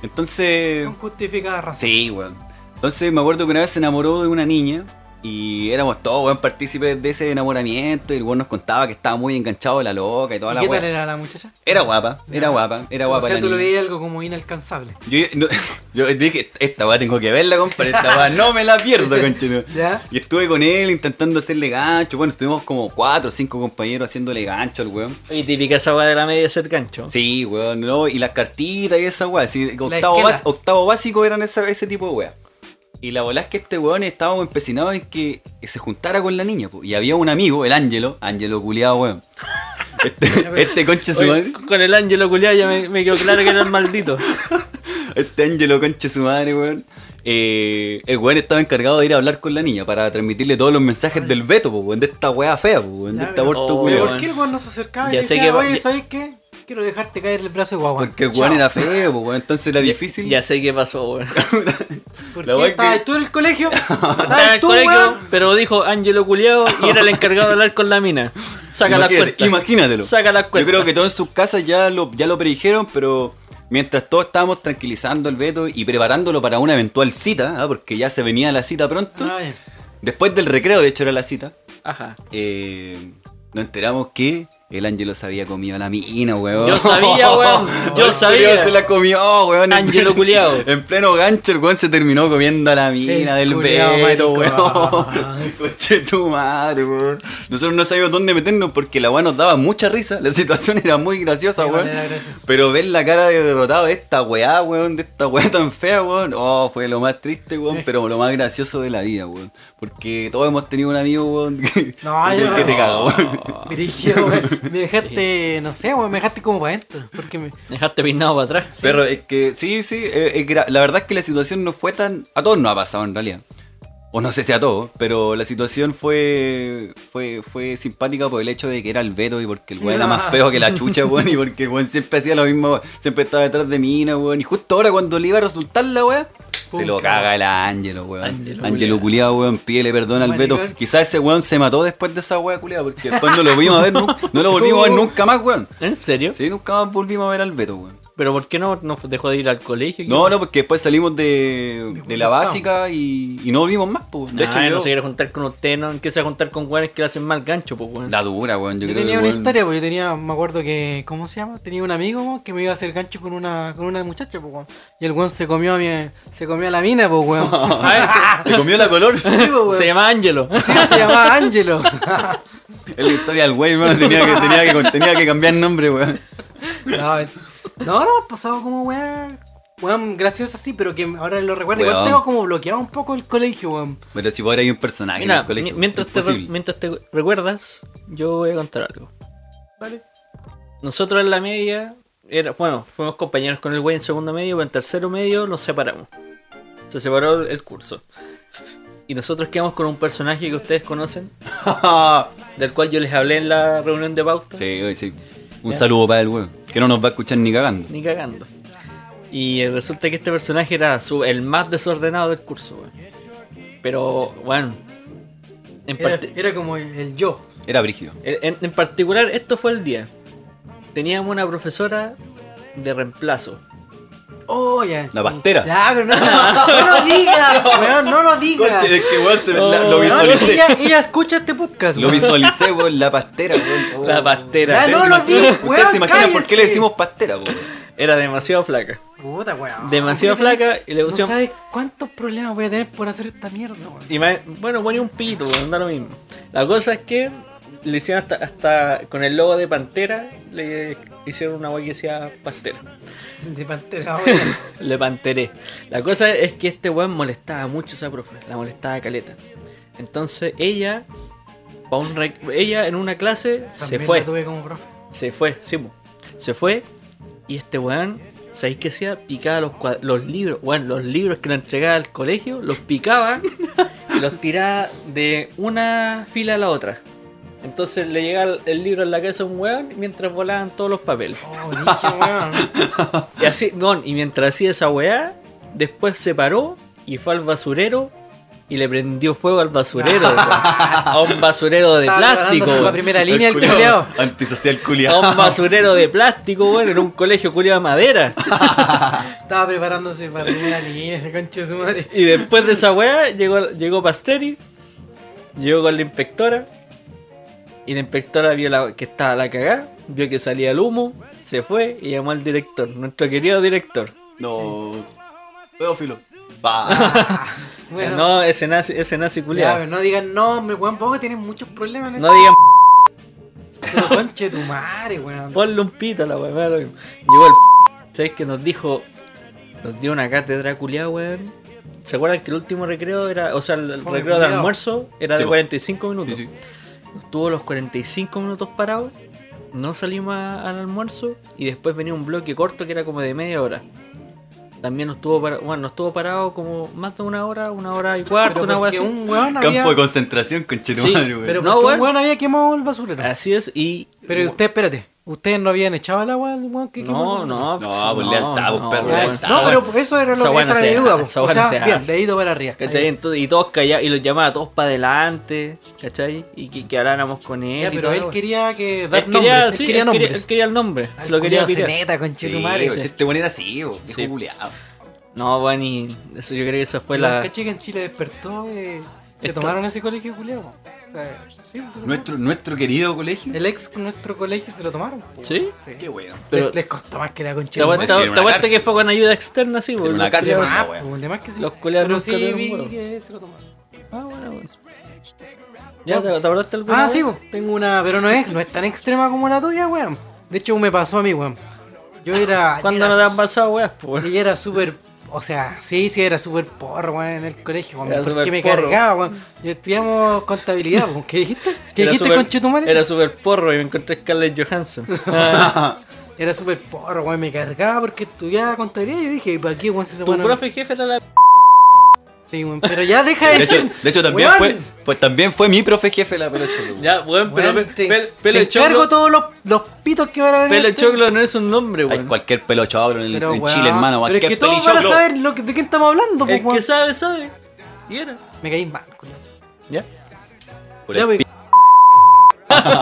[SPEAKER 2] Entonces...
[SPEAKER 5] Con justificada razón.
[SPEAKER 2] Sí, weón. Entonces me acuerdo que una vez se enamoró de una niña y éramos todos, weón, partícipes de ese enamoramiento y el weón nos contaba que estaba muy enganchado de la loca y toda
[SPEAKER 5] ¿Y
[SPEAKER 2] la
[SPEAKER 5] ¿Qué
[SPEAKER 2] weá.
[SPEAKER 5] tal era la muchacha?
[SPEAKER 2] Era guapa, era guapa, era guapa
[SPEAKER 5] O sea,
[SPEAKER 2] la
[SPEAKER 5] tú lo
[SPEAKER 2] niña.
[SPEAKER 5] veías algo como inalcanzable.
[SPEAKER 2] Yo, no- yo dije, esta weá tengo que verla, compadre. Esta weá no me la pierdo, conchino.
[SPEAKER 5] Ya.
[SPEAKER 2] Y estuve con él intentando hacerle gancho. Bueno, estuvimos como cuatro o cinco compañeros haciéndole gancho al weón.
[SPEAKER 3] Oye, típica esa weá de la media ser gancho.
[SPEAKER 2] Sí, weón, no. Y las cartitas y esa weá. sí, octavo,
[SPEAKER 5] esquela.
[SPEAKER 2] bas- octavo básico eran esa- ese tipo de weá. Y la bola es que este weón estaba empecinado en que se juntara con la niña. po. Y había un amigo, el Ángelo, Ángelo culiado, weón. Este, este conche su
[SPEAKER 3] Oye,
[SPEAKER 2] madre.
[SPEAKER 3] con el ángel culiado ya me, me quedó claro que era el maldito.
[SPEAKER 2] Este Ángelo conche su madre, weón. Eh, el weón estaba encargado de ir a hablar con la niña para transmitirle todos los mensajes del Beto, po, weón, de esta weá fea, po, weón, de
[SPEAKER 5] Ya,
[SPEAKER 2] este
[SPEAKER 5] pero-
[SPEAKER 2] aborto
[SPEAKER 3] Oh,
[SPEAKER 2] culiao.
[SPEAKER 5] Pero
[SPEAKER 3] weón.
[SPEAKER 5] ¿por qué el weón no se acercaba y
[SPEAKER 3] Ya
[SPEAKER 5] le
[SPEAKER 3] sé
[SPEAKER 5] decía,
[SPEAKER 3] que va-
[SPEAKER 5] oye,
[SPEAKER 3] ya-
[SPEAKER 5] ¿sabes qué? Quiero dejarte caer el brazo de guagua.
[SPEAKER 2] Porque el weón era feo, po, weón, entonces era difícil.
[SPEAKER 3] Ya sé qué pasó, weón.
[SPEAKER 5] ¿Por
[SPEAKER 2] la
[SPEAKER 5] qué
[SPEAKER 2] weá
[SPEAKER 5] estabas
[SPEAKER 2] que-
[SPEAKER 5] tú en el colegio?
[SPEAKER 3] Estaba en
[SPEAKER 5] ¿Estabas
[SPEAKER 3] el
[SPEAKER 5] Ah, tú,
[SPEAKER 3] colegio,
[SPEAKER 5] weón?
[SPEAKER 3] Ah, pero dijo Ángelo Culeado y era el encargado de hablar con la mina. Saca las
[SPEAKER 2] Imagínate,
[SPEAKER 3] cuentas.
[SPEAKER 2] Imagínatelo.
[SPEAKER 3] Saca las cuentas.
[SPEAKER 2] Yo creo que todos en sus casas ya lo, ya lo predijeron, pero mientras todos estábamos tranquilizando al Beto y preparándolo para una eventual cita, ah, porque ya se venía la cita pronto,
[SPEAKER 5] Ah, ya.
[SPEAKER 2] después del recreo, de hecho era la cita,
[SPEAKER 3] Ajá.
[SPEAKER 2] eh, nos enteramos que el Ángelo se había comido a la mina, weón.
[SPEAKER 3] Yo sabía, weón. Yo
[SPEAKER 2] El
[SPEAKER 3] sabía.
[SPEAKER 2] culiao Se la comió, weón. en
[SPEAKER 3] Ángelo
[SPEAKER 2] pleno-
[SPEAKER 3] culiao.
[SPEAKER 2] En pleno gancho, el weón se terminó comiendo a la mina
[SPEAKER 5] El
[SPEAKER 2] del
[SPEAKER 5] culiao
[SPEAKER 2] Beto,
[SPEAKER 5] maricón.
[SPEAKER 2] weón. Coche tu madre, weón. Nosotros no sabíamos dónde meternos porque la weón nos daba mucha risa. La situación era muy graciosa,
[SPEAKER 5] Sí,
[SPEAKER 2] weón.
[SPEAKER 5] era graciosa.
[SPEAKER 2] Pero ver la cara de derrotado de esta weá, weón, de esta weá tan fea, weón. Oh, fue lo más triste, weón, pero lo más gracioso de la vida, weón. Porque todos hemos tenido un amigo, weón, que,
[SPEAKER 5] No,
[SPEAKER 2] que
[SPEAKER 5] yo-
[SPEAKER 2] te caga, weón.
[SPEAKER 5] Brígido, weón. Me dejaste, no sé, weón, me dejaste como para adentro. Porque me...
[SPEAKER 3] Dejaste peinado para atrás.
[SPEAKER 2] Pero es que sí, sí, eh, es que la, la verdad es que la situación no fue tan... A todos nos ha pasado en realidad. O no sé si a todos, pero la situación fue fue, fue simpática por el hecho de que era el Beto y porque el weón era
[SPEAKER 5] Ah.
[SPEAKER 2] más feo que la chucha, weón, y porque el weón siempre hacía lo mismo, siempre estaba detrás de mina, weón, y justo ahora cuando le iba a resultar la weá, se lo caga el Ángelo, weón.
[SPEAKER 3] Ángelo
[SPEAKER 2] Ángelo culiado, weón, pídele perdón al
[SPEAKER 5] Maricón.
[SPEAKER 2] Beto. Quizás ese weón se mató después de esa weá culiada, porque después no lo vimos a ver, nu- no, lo volvimos a ver nunca más, weón.
[SPEAKER 3] ¿En serio?
[SPEAKER 2] Sí, nunca más volvimos a ver al Beto, weón.
[SPEAKER 3] ¿Pero por qué no, no dejó de ir al colegio?
[SPEAKER 2] No, no, porque después salimos de, de la básica y, y no volvimos más, pues. De
[SPEAKER 3] De
[SPEAKER 2] hecho,
[SPEAKER 3] no
[SPEAKER 2] yo-
[SPEAKER 3] se quiere juntar con usted, no empieza a juntar con weones que le hacen mal gancho, pues weón.
[SPEAKER 2] la dura, weón. Yo,
[SPEAKER 5] Yo
[SPEAKER 2] creo
[SPEAKER 5] tenía
[SPEAKER 2] que,
[SPEAKER 5] una
[SPEAKER 2] weón,
[SPEAKER 5] historia, porque yo tenía, me acuerdo que, ¿cómo se llama? Tenía un amigo weón, que me iba a hacer gancho con una, con una muchacha, pues, weón. Y el weón se comió a mi, se comió a la mina, pues, weón.
[SPEAKER 3] Ah,
[SPEAKER 2] ¿Le comió la color?
[SPEAKER 5] Sí, pues,
[SPEAKER 3] ese-
[SPEAKER 5] weón.
[SPEAKER 3] se llama Ángelo.
[SPEAKER 5] Sí, se llamaba Ángelo.
[SPEAKER 2] es la historia del wey, weón. Tenía que, tenía, que, tenía que cambiar nombre, weón.
[SPEAKER 5] No, ent- no, no, pasado como weón. Weón, gracioso así, pero que ahora lo recuerdo. Igual
[SPEAKER 2] Weón.
[SPEAKER 5] tengo como bloqueado un poco el colegio, weón.
[SPEAKER 2] Pero si vos erais un personaje en
[SPEAKER 3] Mira,
[SPEAKER 2] el colegio.
[SPEAKER 3] mi- mientras te, re-
[SPEAKER 2] imposible.
[SPEAKER 3] mientras te recuerdas, yo voy a contar algo.
[SPEAKER 5] Vale.
[SPEAKER 3] Nosotros en la media, era, bueno, fuimos compañeros con el güey en segundo medio, pero en tercero medio nos separamos. Se separó el- el curso. Y nosotros quedamos con un personaje que ustedes conocen, del cual yo les hablé en la reunión de pauta,
[SPEAKER 2] sí, oye, sí. Un saludo para el weón. Que no nos va a escuchar ni cagando.
[SPEAKER 3] ni cagando. Y eh, resulta que este personaje era su- el más desordenado del curso, güey. Pero, bueno, en
[SPEAKER 5] Era,
[SPEAKER 3] parte-
[SPEAKER 5] era como el, el yo.
[SPEAKER 2] Era brígido.
[SPEAKER 3] En, en particular, esto fue el día. Teníamos una profesora de reemplazo.
[SPEAKER 5] Oh, ya.
[SPEAKER 2] La pastera.
[SPEAKER 5] Ya, pero no, no lo digas, weón, no lo digas.
[SPEAKER 2] Conche, es que weón se me- la-
[SPEAKER 5] No,
[SPEAKER 2] lo visualicé.
[SPEAKER 5] ella, ella escucha este podcast,
[SPEAKER 2] Lo
[SPEAKER 5] weón.
[SPEAKER 2] visualicé, weón. La pastera, weón. Oh.
[SPEAKER 3] La pastera.
[SPEAKER 5] Oh. Ya, Ah, no
[SPEAKER 2] ¿Ustedes
[SPEAKER 5] lo
[SPEAKER 2] se imaginan-
[SPEAKER 5] vi,
[SPEAKER 2] ¿Ustedes
[SPEAKER 5] weón,
[SPEAKER 2] se imaginan por qué le
[SPEAKER 5] cállese.
[SPEAKER 2] decimos pastera, weón?
[SPEAKER 3] Era demasiado flaca.
[SPEAKER 5] Puta, weón.
[SPEAKER 3] Demasiado flaca y le pusieron-
[SPEAKER 5] No sabes cuántos problemas voy a tener por hacer esta mierda, weón.
[SPEAKER 3] Y ma- bueno, ponía un pito, weón, da lo mismo. La cosa es que le hicieron hasta, hasta con el logo de Pantera, le hicieron una guay que decía Pantera.
[SPEAKER 5] De pantera, weón.
[SPEAKER 3] Le panteré. La cosa es que este weón molestaba mucho a esa profe, la molestaba caleta. Entonces ella, pa' un rec- ella en una clase se
[SPEAKER 5] También
[SPEAKER 3] fue.
[SPEAKER 5] la tuve como profe.
[SPEAKER 3] Se fue, sí, po. se fue. Y este weón, ¿sabéis qué hacía? Picaba los, cua- los libros, weón, los libros que le entregaba al colegio, los picaba y los tiraba de una fila a la otra. Entonces le llegaba el- el libro en la cabeza a un weón mientras volaban todos los papeles.
[SPEAKER 5] Oh, dije, weón.
[SPEAKER 3] Y así, weón, y mientras hacía esa weá, después se paró y fue al basurero y le prendió fuego al basurero, weón. A un basurero de
[SPEAKER 5] Estaba
[SPEAKER 3] plástico.
[SPEAKER 5] preparándose
[SPEAKER 3] weón.
[SPEAKER 5] pa' primera línea el
[SPEAKER 2] culiao,
[SPEAKER 5] culiao.
[SPEAKER 2] Antisocial
[SPEAKER 3] a
[SPEAKER 2] culiado.
[SPEAKER 3] un basurero de plástico, weón, en un colegio culiado de madera.
[SPEAKER 5] Estaba preparándose para una línea, ese conche de su madre.
[SPEAKER 3] Y después de esa weá, llegó, llegó Pasteri, llegó con la inspectora, y la inspectora vio la- que estaba la cagada, vio que salía el humo, se fue y llamó al director, nuestro querido director.
[SPEAKER 5] Oh,
[SPEAKER 2] No. Pedófilo. Bah.
[SPEAKER 5] Bueno, no,
[SPEAKER 3] No, ese nazi, ese nazi culiado.
[SPEAKER 5] no digan nombre, weón. Poco tienen muchos problemas en
[SPEAKER 3] No digan,
[SPEAKER 5] este pero conche de tu madre, weón.
[SPEAKER 3] ponle un pito a la weá. me da lo mismo. Llegó el p- ¿sabes que nos dijo? Nos dio una cátedra culiada, weón. ¿Se acuerdan que el último recreo era, o sea, el
[SPEAKER 5] Fome
[SPEAKER 3] recreo de
[SPEAKER 5] culiao.
[SPEAKER 3] almuerzo era
[SPEAKER 2] Sí,
[SPEAKER 3] de
[SPEAKER 2] po.
[SPEAKER 3] 45
[SPEAKER 2] Sí,
[SPEAKER 3] minutos?
[SPEAKER 2] sí.
[SPEAKER 3] Estuvo los 45 minutos parados, no salimos a- al almuerzo y después venía un bloque corto que era como de media hora. También nos estuvo, para- bueno, nos estuvo parado como más de una hora, una hora y cuarto,
[SPEAKER 5] Pero
[SPEAKER 3] una hora
[SPEAKER 5] porque
[SPEAKER 3] así.
[SPEAKER 5] un weón había.
[SPEAKER 2] Campo de concentración, conchetumadre,
[SPEAKER 3] Sí,
[SPEAKER 2] weón.
[SPEAKER 5] Pero
[SPEAKER 3] No,
[SPEAKER 5] porque
[SPEAKER 3] weón. Ah,
[SPEAKER 5] un weón había quemado el basurero.
[SPEAKER 3] Así es, y.
[SPEAKER 5] Pero usted, espérate, ¿ustedes no habían echado el agua al weón que quemó?
[SPEAKER 3] No,
[SPEAKER 5] el
[SPEAKER 3] no,
[SPEAKER 2] No, pues, lealtad, pues, perro,
[SPEAKER 5] basurero?
[SPEAKER 2] lealtad.
[SPEAKER 5] No, pero eso era lo
[SPEAKER 3] Esa
[SPEAKER 5] que
[SPEAKER 3] weá
[SPEAKER 5] esa
[SPEAKER 3] no
[SPEAKER 5] era
[SPEAKER 3] se
[SPEAKER 5] mi duda,
[SPEAKER 3] hace,
[SPEAKER 5] po.
[SPEAKER 3] esa
[SPEAKER 5] O
[SPEAKER 3] weá no
[SPEAKER 5] sea,
[SPEAKER 3] se hace.
[SPEAKER 5] bien, dedito para arriba.
[SPEAKER 3] ¿Cachai? Entonces, y todos callados, y los llamaba a todos para adelante, ¿cachai? Y que, que habláramos con él.
[SPEAKER 5] Ya,
[SPEAKER 3] y
[SPEAKER 5] pero
[SPEAKER 3] toda
[SPEAKER 5] él
[SPEAKER 3] la wea.
[SPEAKER 5] quería que
[SPEAKER 3] Él
[SPEAKER 5] dar
[SPEAKER 3] quería,
[SPEAKER 5] nombres, él
[SPEAKER 3] sí,
[SPEAKER 5] quería
[SPEAKER 3] él quería-
[SPEAKER 5] nombres.
[SPEAKER 3] él quería el nombre,
[SPEAKER 5] Al
[SPEAKER 3] se lo quería pues,
[SPEAKER 5] culiao se
[SPEAKER 3] pirar.
[SPEAKER 5] neta, conchetumare,
[SPEAKER 2] Sí,
[SPEAKER 5] ese.
[SPEAKER 2] Este weón era así, weón. Viejo
[SPEAKER 3] Sí.
[SPEAKER 2] culiao.
[SPEAKER 3] No, bueno, y eso yo creo que esa fue
[SPEAKER 5] La
[SPEAKER 3] la.
[SPEAKER 5] caché que en Chile despertó, eh, se
[SPEAKER 3] Esto-
[SPEAKER 5] tomaron ese colegio culiao. po. O sea, sí, pues, se lo
[SPEAKER 2] Nuestro, nuestro querido colegio.
[SPEAKER 5] tomaron. El ex nuestro colegio se lo tomaron. po.
[SPEAKER 3] ¿Sí?
[SPEAKER 2] Qué bueno.
[SPEAKER 3] Pero-
[SPEAKER 5] les, les costó más que la
[SPEAKER 3] ¿Te
[SPEAKER 5] conchita.
[SPEAKER 2] aguanta- decir,
[SPEAKER 5] madre.
[SPEAKER 3] acuerdas
[SPEAKER 2] en una
[SPEAKER 3] te aguanta
[SPEAKER 2] cárcel.
[SPEAKER 3] que fue con ayuda externa? Sí, pues,
[SPEAKER 2] En una cárcel.
[SPEAKER 5] De
[SPEAKER 2] Pero-
[SPEAKER 5] más,
[SPEAKER 2] no,
[SPEAKER 5] po, de más que sí.
[SPEAKER 3] Los culiados
[SPEAKER 5] Pero
[SPEAKER 3] nunca
[SPEAKER 5] sí
[SPEAKER 3] tuvieron
[SPEAKER 5] vi
[SPEAKER 3] huevo.
[SPEAKER 5] que se lo tomaron.
[SPEAKER 3] Ah, bueno, bueno. ¿Ya te, te acordaste alguna?
[SPEAKER 5] Ah, sí,
[SPEAKER 3] vez?
[SPEAKER 5] po. tengo una, pero no es, no es tan extrema como la tuya, weón. De hecho, me pasó a mí, weón. Yo era.
[SPEAKER 3] ¿Cuándo
[SPEAKER 5] era
[SPEAKER 3] no te han pasado, weas? po, weón?
[SPEAKER 5] Ella era súper O sea, sí, sí, era súper porro, weón, en el colegio, weón,
[SPEAKER 3] Era
[SPEAKER 5] porque
[SPEAKER 3] súper
[SPEAKER 5] me
[SPEAKER 3] porro.
[SPEAKER 5] cargaba, weón. Y estudiamos contabilidad, weón. ¿Qué dijiste? ¿Qué
[SPEAKER 3] Era
[SPEAKER 5] dijiste,
[SPEAKER 3] súper-
[SPEAKER 5] conchetumare?
[SPEAKER 3] Era súper porro y me encontré Scarlett Johansson.
[SPEAKER 5] Ah, Era súper porro, weón, me cargaba porque estudiaba contabilidad y yo dije, ¿y para qué, weón? Si se
[SPEAKER 3] tu profe jefe era la...
[SPEAKER 5] Sí, weón, pero ya deja de
[SPEAKER 2] De hecho,
[SPEAKER 5] decir.
[SPEAKER 2] de hecho también
[SPEAKER 5] weón,
[SPEAKER 2] fue pues también fue mi profe jefe la pelota.
[SPEAKER 3] Ya, weón, pero
[SPEAKER 5] weón,
[SPEAKER 3] pe-
[SPEAKER 5] te,
[SPEAKER 3] pe-
[SPEAKER 5] te
[SPEAKER 3] pelo
[SPEAKER 5] encargo
[SPEAKER 3] choclo...
[SPEAKER 5] todos los, los pitos que van a venir.
[SPEAKER 3] Pelo choclo no es un nombre,
[SPEAKER 2] Hay
[SPEAKER 3] weón.
[SPEAKER 2] cualquier pelo choclo en,
[SPEAKER 5] Pero,
[SPEAKER 2] en
[SPEAKER 5] weón,
[SPEAKER 2] Chile, hermano.
[SPEAKER 5] Pero es
[SPEAKER 2] Cualquier
[SPEAKER 5] que todos van a
[SPEAKER 2] pelichoclo.
[SPEAKER 5] saber lo que- de qué estamos hablando, pues,
[SPEAKER 3] El
[SPEAKER 5] weón.
[SPEAKER 3] que sabe, sabe. Y era.
[SPEAKER 5] Me caí mal, culo.
[SPEAKER 3] Ya.
[SPEAKER 2] Por
[SPEAKER 5] Ya,
[SPEAKER 2] el
[SPEAKER 5] pues.
[SPEAKER 2] pi-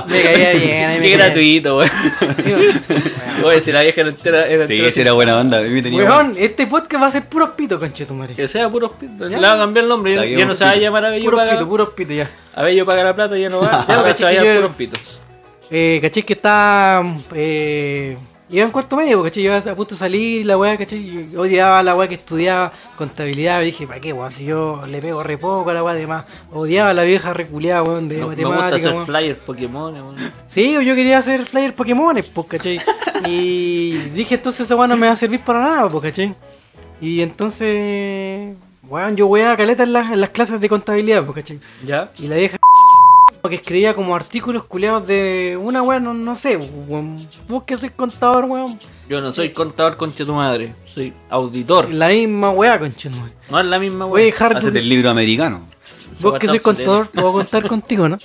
[SPEAKER 5] Me caía bien, ahí me
[SPEAKER 3] Qué
[SPEAKER 5] caía
[SPEAKER 3] gratuito, weón.
[SPEAKER 5] Sí, weón.
[SPEAKER 3] Oye, si la vieja era entera... Era
[SPEAKER 2] Sí,
[SPEAKER 3] entera-
[SPEAKER 2] ese era buena onda. a mí me tenía
[SPEAKER 5] Weón, este podcast va a ser puros pitos, conchetumare.
[SPEAKER 3] Que sea puros pitos.
[SPEAKER 5] Ya.
[SPEAKER 3] Le va a cambiar el nombre. Ya,
[SPEAKER 2] Sabía
[SPEAKER 3] ya no
[SPEAKER 2] puros
[SPEAKER 3] se va a
[SPEAKER 2] pitos.
[SPEAKER 3] llamar Abello
[SPEAKER 5] Puros pitos,
[SPEAKER 3] Paga.
[SPEAKER 5] puros pitos ya.
[SPEAKER 3] Abello Paga la Plata, ya no va.
[SPEAKER 5] Ya,
[SPEAKER 3] Ya,
[SPEAKER 5] pero
[SPEAKER 3] ahora se va a
[SPEAKER 5] chiquillo-
[SPEAKER 3] llamar puros pitos.
[SPEAKER 5] Eh, caché que está. Eh, iba en cuarto medio, pues, caché. Yo a punto de salir, la weá, caché. y Odiaba a la weá que estudiaba contabilidad. y Dije, ¿para qué, weón? Si yo le pego re poco a la weá, además. Odiaba a la vieja reculeada, weón, de
[SPEAKER 3] No- me gusta
[SPEAKER 5] matemática.
[SPEAKER 3] hacer
[SPEAKER 5] weón.
[SPEAKER 3] flyers Pokémon, weón.
[SPEAKER 5] Sí, yo quería hacer flyer Pokémones, pues, caché. Y dije, entonces esa weá no me va a servir para nada, pues, caché. Y entonces. Weón, yo weá caleta en las, en las clases de contabilidad, pues, caché.
[SPEAKER 3] Ya.
[SPEAKER 5] Y la vieja que escribía como artículos culeados de una weá, no, no sé, weón. Vos que soy contador, weón.
[SPEAKER 3] Yo no soy contador concha tu madre, soy auditor.
[SPEAKER 5] La misma weá, conchetumare.
[SPEAKER 3] No es la misma
[SPEAKER 5] Oye,
[SPEAKER 3] wey.
[SPEAKER 5] Harry,
[SPEAKER 2] Hacete
[SPEAKER 5] tú-
[SPEAKER 2] el libro americano.
[SPEAKER 5] vos que soy contador, puedo contar contigo, ¿no?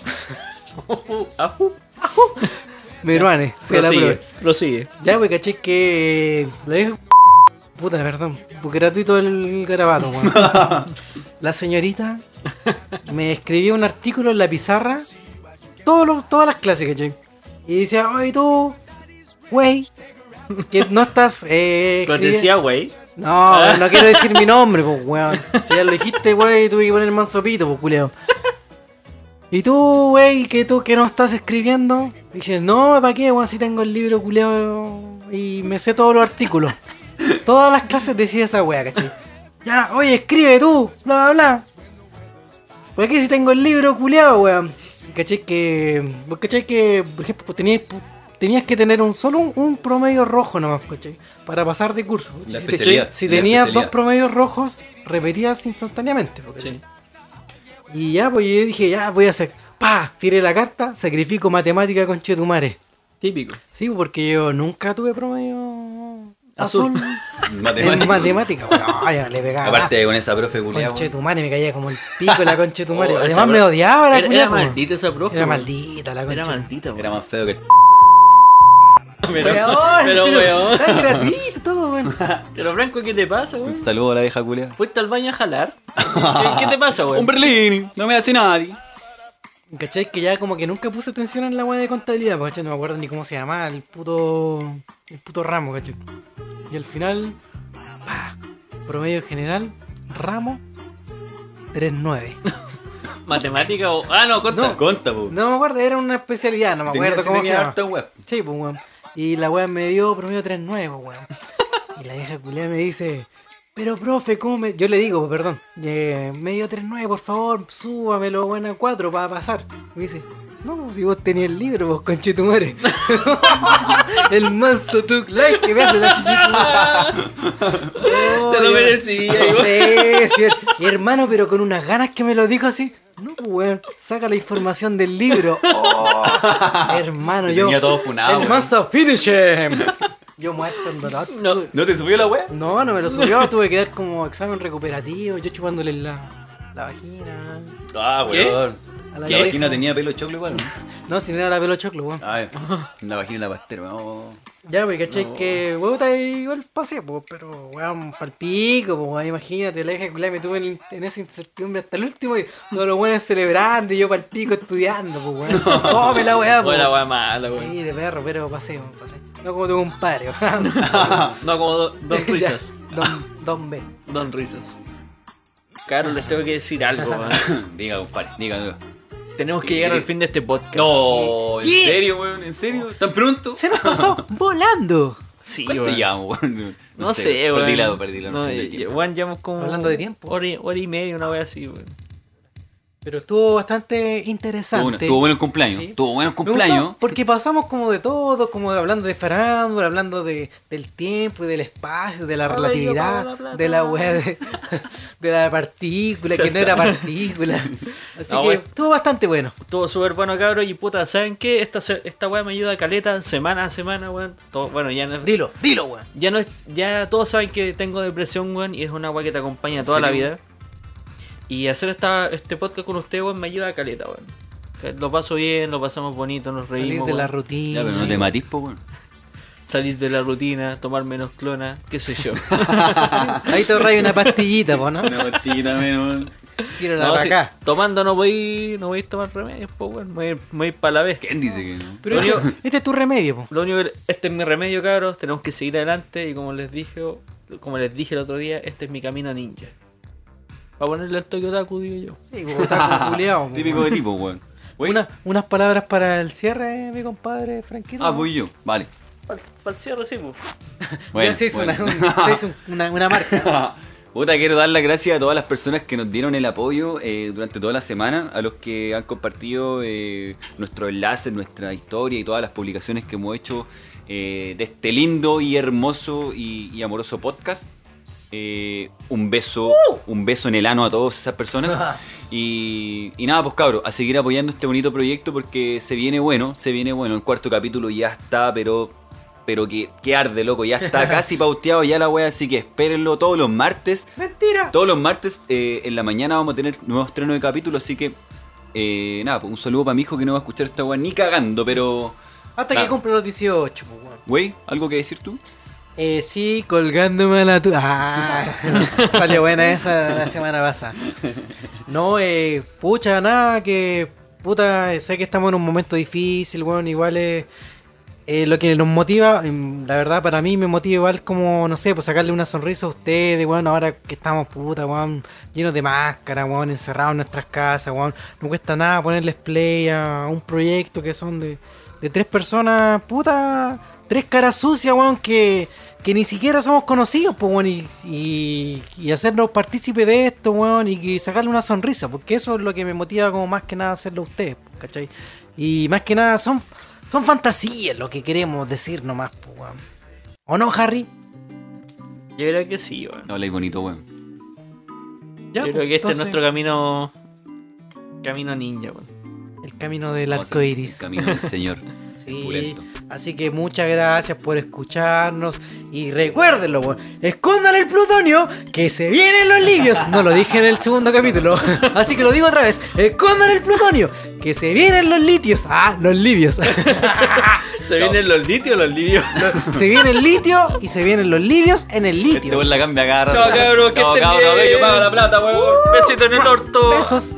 [SPEAKER 5] Meruane, se eh, la
[SPEAKER 3] Prosigue,
[SPEAKER 5] prueba.
[SPEAKER 3] prosigue.
[SPEAKER 5] Ya, wey, caché que. La vieja. Puta, perdón. Porque gratuito el garabato, weón. la señorita me escribió un artículo en la pizarra. Todos los- todas las clases, caché. Y decía, oye tú, wey, que no estás. Eh,
[SPEAKER 3] Pero te
[SPEAKER 5] escribi-
[SPEAKER 3] decía, güey.
[SPEAKER 5] No, weón, no quiero decir mi nombre, pues, weón. Si ya lo dijiste, wey, tuve que poner el manzopito, pues, culeo. Y tú, wey, que tú que no estás escribiendo. Y dices, no, ¿para qué, weón? Si tengo el libro culeo y me sé todos los artículos. Todas las clases decía esa wea, ¿cachai? Ya, oye, escribe tú, bla, bla, bla. ¿Para qué si tengo el libro culeado, weón? ¿Cachai que. vos ¿Cachai que, por ejemplo, pues, tenías, pues, tenías que tener un solo un, un promedio rojo nomás, ¿cachai? Para pasar de curso.
[SPEAKER 2] La
[SPEAKER 5] si
[SPEAKER 2] especialidad,
[SPEAKER 5] si
[SPEAKER 2] la
[SPEAKER 5] tenías dos
[SPEAKER 2] especialidad.
[SPEAKER 5] promedios rojos, repetías instantáneamente. po, ¿cachai?
[SPEAKER 3] Sí.
[SPEAKER 5] Y ya, pues yo dije, ya, voy a hacer. pa Tiré la carta, sacrifico matemática con Chetumare.
[SPEAKER 3] Típico.
[SPEAKER 5] Sí, pues, porque yo nunca tuve promedio azul.
[SPEAKER 3] Azul.
[SPEAKER 5] En
[SPEAKER 2] Matemática.
[SPEAKER 5] matemática, weón. No, yo no le pegaba. nada.
[SPEAKER 2] Aparte con esa profe culiada.
[SPEAKER 5] Conche tu madre, me caía como el pico la conche de tu madre.
[SPEAKER 3] Oh, esa
[SPEAKER 5] Además
[SPEAKER 3] profe-
[SPEAKER 5] me odiaba la
[SPEAKER 3] Era-
[SPEAKER 5] culia,
[SPEAKER 3] Era
[SPEAKER 5] po.
[SPEAKER 3] maldita esa profe.
[SPEAKER 5] Era
[SPEAKER 3] weón.
[SPEAKER 5] maldita la concha.
[SPEAKER 3] Era
[SPEAKER 5] de tu madre.
[SPEAKER 3] maldita,
[SPEAKER 2] Era
[SPEAKER 3] weón.
[SPEAKER 2] más feo que el
[SPEAKER 3] Pero,
[SPEAKER 5] Weón,
[SPEAKER 3] pero, weón.
[SPEAKER 5] Es gratuito todo, weón.
[SPEAKER 3] Pero, Franco, ¿qué te pasa,
[SPEAKER 2] Un
[SPEAKER 3] weón?
[SPEAKER 2] saludo a la vieja culiada.
[SPEAKER 3] ¿Fuiste al baño a jalar? ¿Qué, qué te pasa,
[SPEAKER 2] Un
[SPEAKER 3] weón?
[SPEAKER 2] berlín, no me hace nadie.
[SPEAKER 5] ¿Cachai? Que ya como que nunca puse atención en la weá de contabilidad, pues, ¿cachai? No me acuerdo ni cómo se llamaba el puto. El puto ramo, ¿cachai? Y al final. pa, Promedio general, ramo 3.9.
[SPEAKER 3] ¿Matemática o.? Ah, no, conta.
[SPEAKER 2] Conta, po.
[SPEAKER 5] No me acuerdo, era una especialidad, no me
[SPEAKER 2] Tenía-
[SPEAKER 5] acuerdo
[SPEAKER 2] sí
[SPEAKER 5] cómo se
[SPEAKER 2] tenía
[SPEAKER 5] llama.
[SPEAKER 2] harta web.
[SPEAKER 5] Sí, pues, weón. Y la weá me dio promedio 3.9, pues, weón. Y la vieja culiada me dice, pero profe, ¿cómo me...? Yo le digo, pues, perdón, eh, me dio 3.9, por favor, súbamelo, weón, a 4 para pasar. Me dice, no, pues, si vos tenías el libro, vos, conchetumare. el manso tu like que me hace la chichitumare.
[SPEAKER 3] Te lo
[SPEAKER 5] Oye.
[SPEAKER 3] merecía, igual.
[SPEAKER 5] Sí, sí. Y er-, hermano, pero con unas ganas que me lo dijo así. No, pues, weón, saca la información del libro. Oh, hermano,
[SPEAKER 2] Te
[SPEAKER 5] yo.
[SPEAKER 2] tenía todo funado,
[SPEAKER 5] el
[SPEAKER 2] weón.
[SPEAKER 5] mazo finish him. Yo muerto en dolor.
[SPEAKER 3] No.
[SPEAKER 2] ¿No te subió la wea?
[SPEAKER 5] No, no me lo subió. Tuve que dar como examen recuperativo. Yo chupándole la, la vagina.
[SPEAKER 2] Ah,
[SPEAKER 3] ¿Qué?
[SPEAKER 2] weón.
[SPEAKER 5] A la
[SPEAKER 2] La vagina
[SPEAKER 5] oreja.
[SPEAKER 2] tenía pelo choclo igual. ¿no?
[SPEAKER 5] No, si no era la pelo choclo, weón.
[SPEAKER 2] Ay, la vagina de la pastera. No.
[SPEAKER 5] Ya, pues, caché que, weón, está ahí igual pasé, pues, pero, weón, palpico, pues, weón, imagínate, la hija culiá me tuve en, en esa incertidumbre hasta el último día, todos los buenos celebrando y yo palpico estudiando, pues, weón. Come la weá, pues.
[SPEAKER 3] Buena, weón, mala, weón.
[SPEAKER 5] Sí, de perro, pero pasé, weón, pasé. No como tu compadre, weón.
[SPEAKER 3] No, como do- Don
[SPEAKER 5] Ya,
[SPEAKER 3] Risas.
[SPEAKER 5] Don, don B.
[SPEAKER 3] Don Risas. Caro, les tengo que decir algo, weón.
[SPEAKER 2] Diga, compadre, diga.
[SPEAKER 3] Tenemos que llegar al fin de este podcast.
[SPEAKER 2] No, ¿en serio, weón? ¿En serio? ¿Tan pronto?
[SPEAKER 5] Se nos pasó volando.
[SPEAKER 3] sí,
[SPEAKER 2] ¿Cuánto
[SPEAKER 3] weón.
[SPEAKER 2] llamo, weón?
[SPEAKER 3] No, sé, weón.
[SPEAKER 2] Perdí la, perdí la noción
[SPEAKER 3] No,
[SPEAKER 2] del
[SPEAKER 3] eh,
[SPEAKER 2] tiempo.
[SPEAKER 3] weón, llevamos como.
[SPEAKER 5] Hablando de tiempo.
[SPEAKER 3] Hora y, hora y media, una vez así, weón.
[SPEAKER 5] Pero estuvo bastante interesante.
[SPEAKER 2] Estuvo bueno, estuvo bueno el cumpleaños.
[SPEAKER 5] Sí.
[SPEAKER 2] Estuvo bueno el
[SPEAKER 5] Me
[SPEAKER 2] cumpleaños.
[SPEAKER 5] gustó, porque pasamos como de todo, como de- hablando de farándula, hablando de, del tiempo y del espacio, de la
[SPEAKER 3] Hola, yo
[SPEAKER 5] relatividad,
[SPEAKER 3] pago la
[SPEAKER 5] de la
[SPEAKER 3] plata.
[SPEAKER 5] web, de, de la partícula, que no era partícula. Así
[SPEAKER 2] Ah,
[SPEAKER 3] No,
[SPEAKER 5] que
[SPEAKER 3] bueno.
[SPEAKER 5] estuvo bastante bueno.
[SPEAKER 3] Todo súper bueno, cabros. Y puta, ¿saben qué? Esta, se- esta weá me ayuda a caleta semana a semana, weón. Todo- Bueno, ya no es-
[SPEAKER 5] Dilo, dilo, weón.
[SPEAKER 3] Ya, no es- ya todos saben que tengo depresión, weón. Y es una weá que te acompaña toda la vida. Y hacer esta, este podcast con ustedes, weón, me ayuda a caleta, weón. Que Lo paso bien, lo pasamos bonito, nos reímos.
[SPEAKER 5] Salir de
[SPEAKER 3] weón.
[SPEAKER 5] la
[SPEAKER 2] Ya,
[SPEAKER 5] rutina.
[SPEAKER 2] pero no te matís, po, weón.
[SPEAKER 3] Salir de la rutina, tomar menos clona, qué sé yo.
[SPEAKER 5] Ahí te ahorras una pastillita, po, ¿no?
[SPEAKER 2] Una pastillita menos.
[SPEAKER 5] Tírala
[SPEAKER 3] No,
[SPEAKER 5] para
[SPEAKER 3] si-
[SPEAKER 5] acá.
[SPEAKER 3] tomando no voy, no voy a tomar remedios, pues weón. Me voy a ir- me voy a ir para la vez.
[SPEAKER 2] ¿Quién dice que no?
[SPEAKER 5] Pero
[SPEAKER 3] Lo único-
[SPEAKER 5] este, este es tu remedio, po.
[SPEAKER 3] Lo único que- este es mi remedio, cabros, tenemos que seguir adelante y como les dije, como les dije el otro día, este es mi camino ninja. Para ponerle el Tokyo Otaku, digo yo.
[SPEAKER 5] Sí, po, está culiado, po.
[SPEAKER 2] Típico de tipo, weón. Wey.
[SPEAKER 5] Una- unas palabras para el cierre, mi compadre, Franquito.
[SPEAKER 2] Ah, voy yo. Vale.
[SPEAKER 3] Para el cierre, sí, pues.
[SPEAKER 2] Bueno,
[SPEAKER 5] ya se hizo,
[SPEAKER 2] bueno.
[SPEAKER 5] una, un- se hizo un- una, una marca.
[SPEAKER 2] Puta, quiero dar las gracias a todas las personas que nos dieron el apoyo eh, durante toda la semana, a los que han compartido eh, nuestro enlace, nuestra historia y todas las publicaciones que hemos hecho eh, de este lindo y hermoso y, y amoroso podcast. Eh, un beso,
[SPEAKER 5] ¡Uh!
[SPEAKER 2] un beso en el ano a todas esas personas. Y, y nada, pues cabros, a seguir apoyando este bonito proyecto porque se viene bueno, se viene bueno. El cuarto capítulo ya está, pero pero que, que arde, loco. Ya está casi pauteado ya la wea, así que espérenlo todos los martes.
[SPEAKER 5] Mentira.
[SPEAKER 2] Todos los martes eh, en la mañana vamos a tener nuevos estrenos de capítulo, así que eh, nada, pues un saludo para mi hijo que no va a escuchar esta wea ni cagando, pero...
[SPEAKER 5] Hasta que
[SPEAKER 2] Claro.
[SPEAKER 5] cumpla los 18, po, weón.
[SPEAKER 2] Güey, ¿algo que decir tú?
[SPEAKER 5] Eh, sí, colgándome a la tu... Ah, salió buena esa la semana pasada. No, eh, pucha, nada, que puta, sé que estamos en un momento difícil, weón, igual es... eh, lo que nos motiva, mm, la verdad para mí me motiva igual como, no sé, pues sacarle una sonrisa a ustedes, weón, ahora que estamos puta, weón, llenos de máscara, weón, encerrados en nuestras casas, weón, no cuesta nada ponerles play a un proyecto que son de, de tres personas, puta, tres caras sucias, weón, que, que ni siquiera somos conocidos, pues, weón, y, y, y hacernos partícipe de esto, weón, y, que sacarle una sonrisa, porque eso es lo que me motiva como más que nada hacerlo a ustedes, pues, ¿cachai? Y más que nada son... Son fantasías lo que queremos decir nomás, po, weón. ¿O no, Harry?
[SPEAKER 3] Yo creo que sí, weón.
[SPEAKER 2] Habláis bonito, weón.
[SPEAKER 5] Ya,
[SPEAKER 3] Yo creo
[SPEAKER 5] po,
[SPEAKER 3] que este
[SPEAKER 5] entonces,
[SPEAKER 3] es nuestro camino. Camino ninja, weón.
[SPEAKER 5] El camino del
[SPEAKER 2] Vamos a
[SPEAKER 5] arco
[SPEAKER 2] hacer
[SPEAKER 5] iris.
[SPEAKER 2] el Camino del Señor.
[SPEAKER 5] Sí.
[SPEAKER 2] Pulento.
[SPEAKER 5] Así que muchas gracias por escucharnos. Y recuérdenlo, weón. Escondan el plutonio que se vienen los libios. No lo dije en el segundo capítulo. Así que lo digo otra vez. Escondan el plutonio que se vienen los litios. Ah, los libios.
[SPEAKER 3] ¿Se vienen los litios los libios?
[SPEAKER 5] Se viene el litio y se vienen los libios en el
[SPEAKER 2] Este
[SPEAKER 5] litio.
[SPEAKER 2] weón la cambia cada rato.
[SPEAKER 3] Chao, cabros, que
[SPEAKER 2] Chao,
[SPEAKER 3] estén
[SPEAKER 2] cabros,
[SPEAKER 3] bien.
[SPEAKER 2] yo pago la plata, weón.
[SPEAKER 3] Besito en el orto.
[SPEAKER 5] ¡Uh! Besos.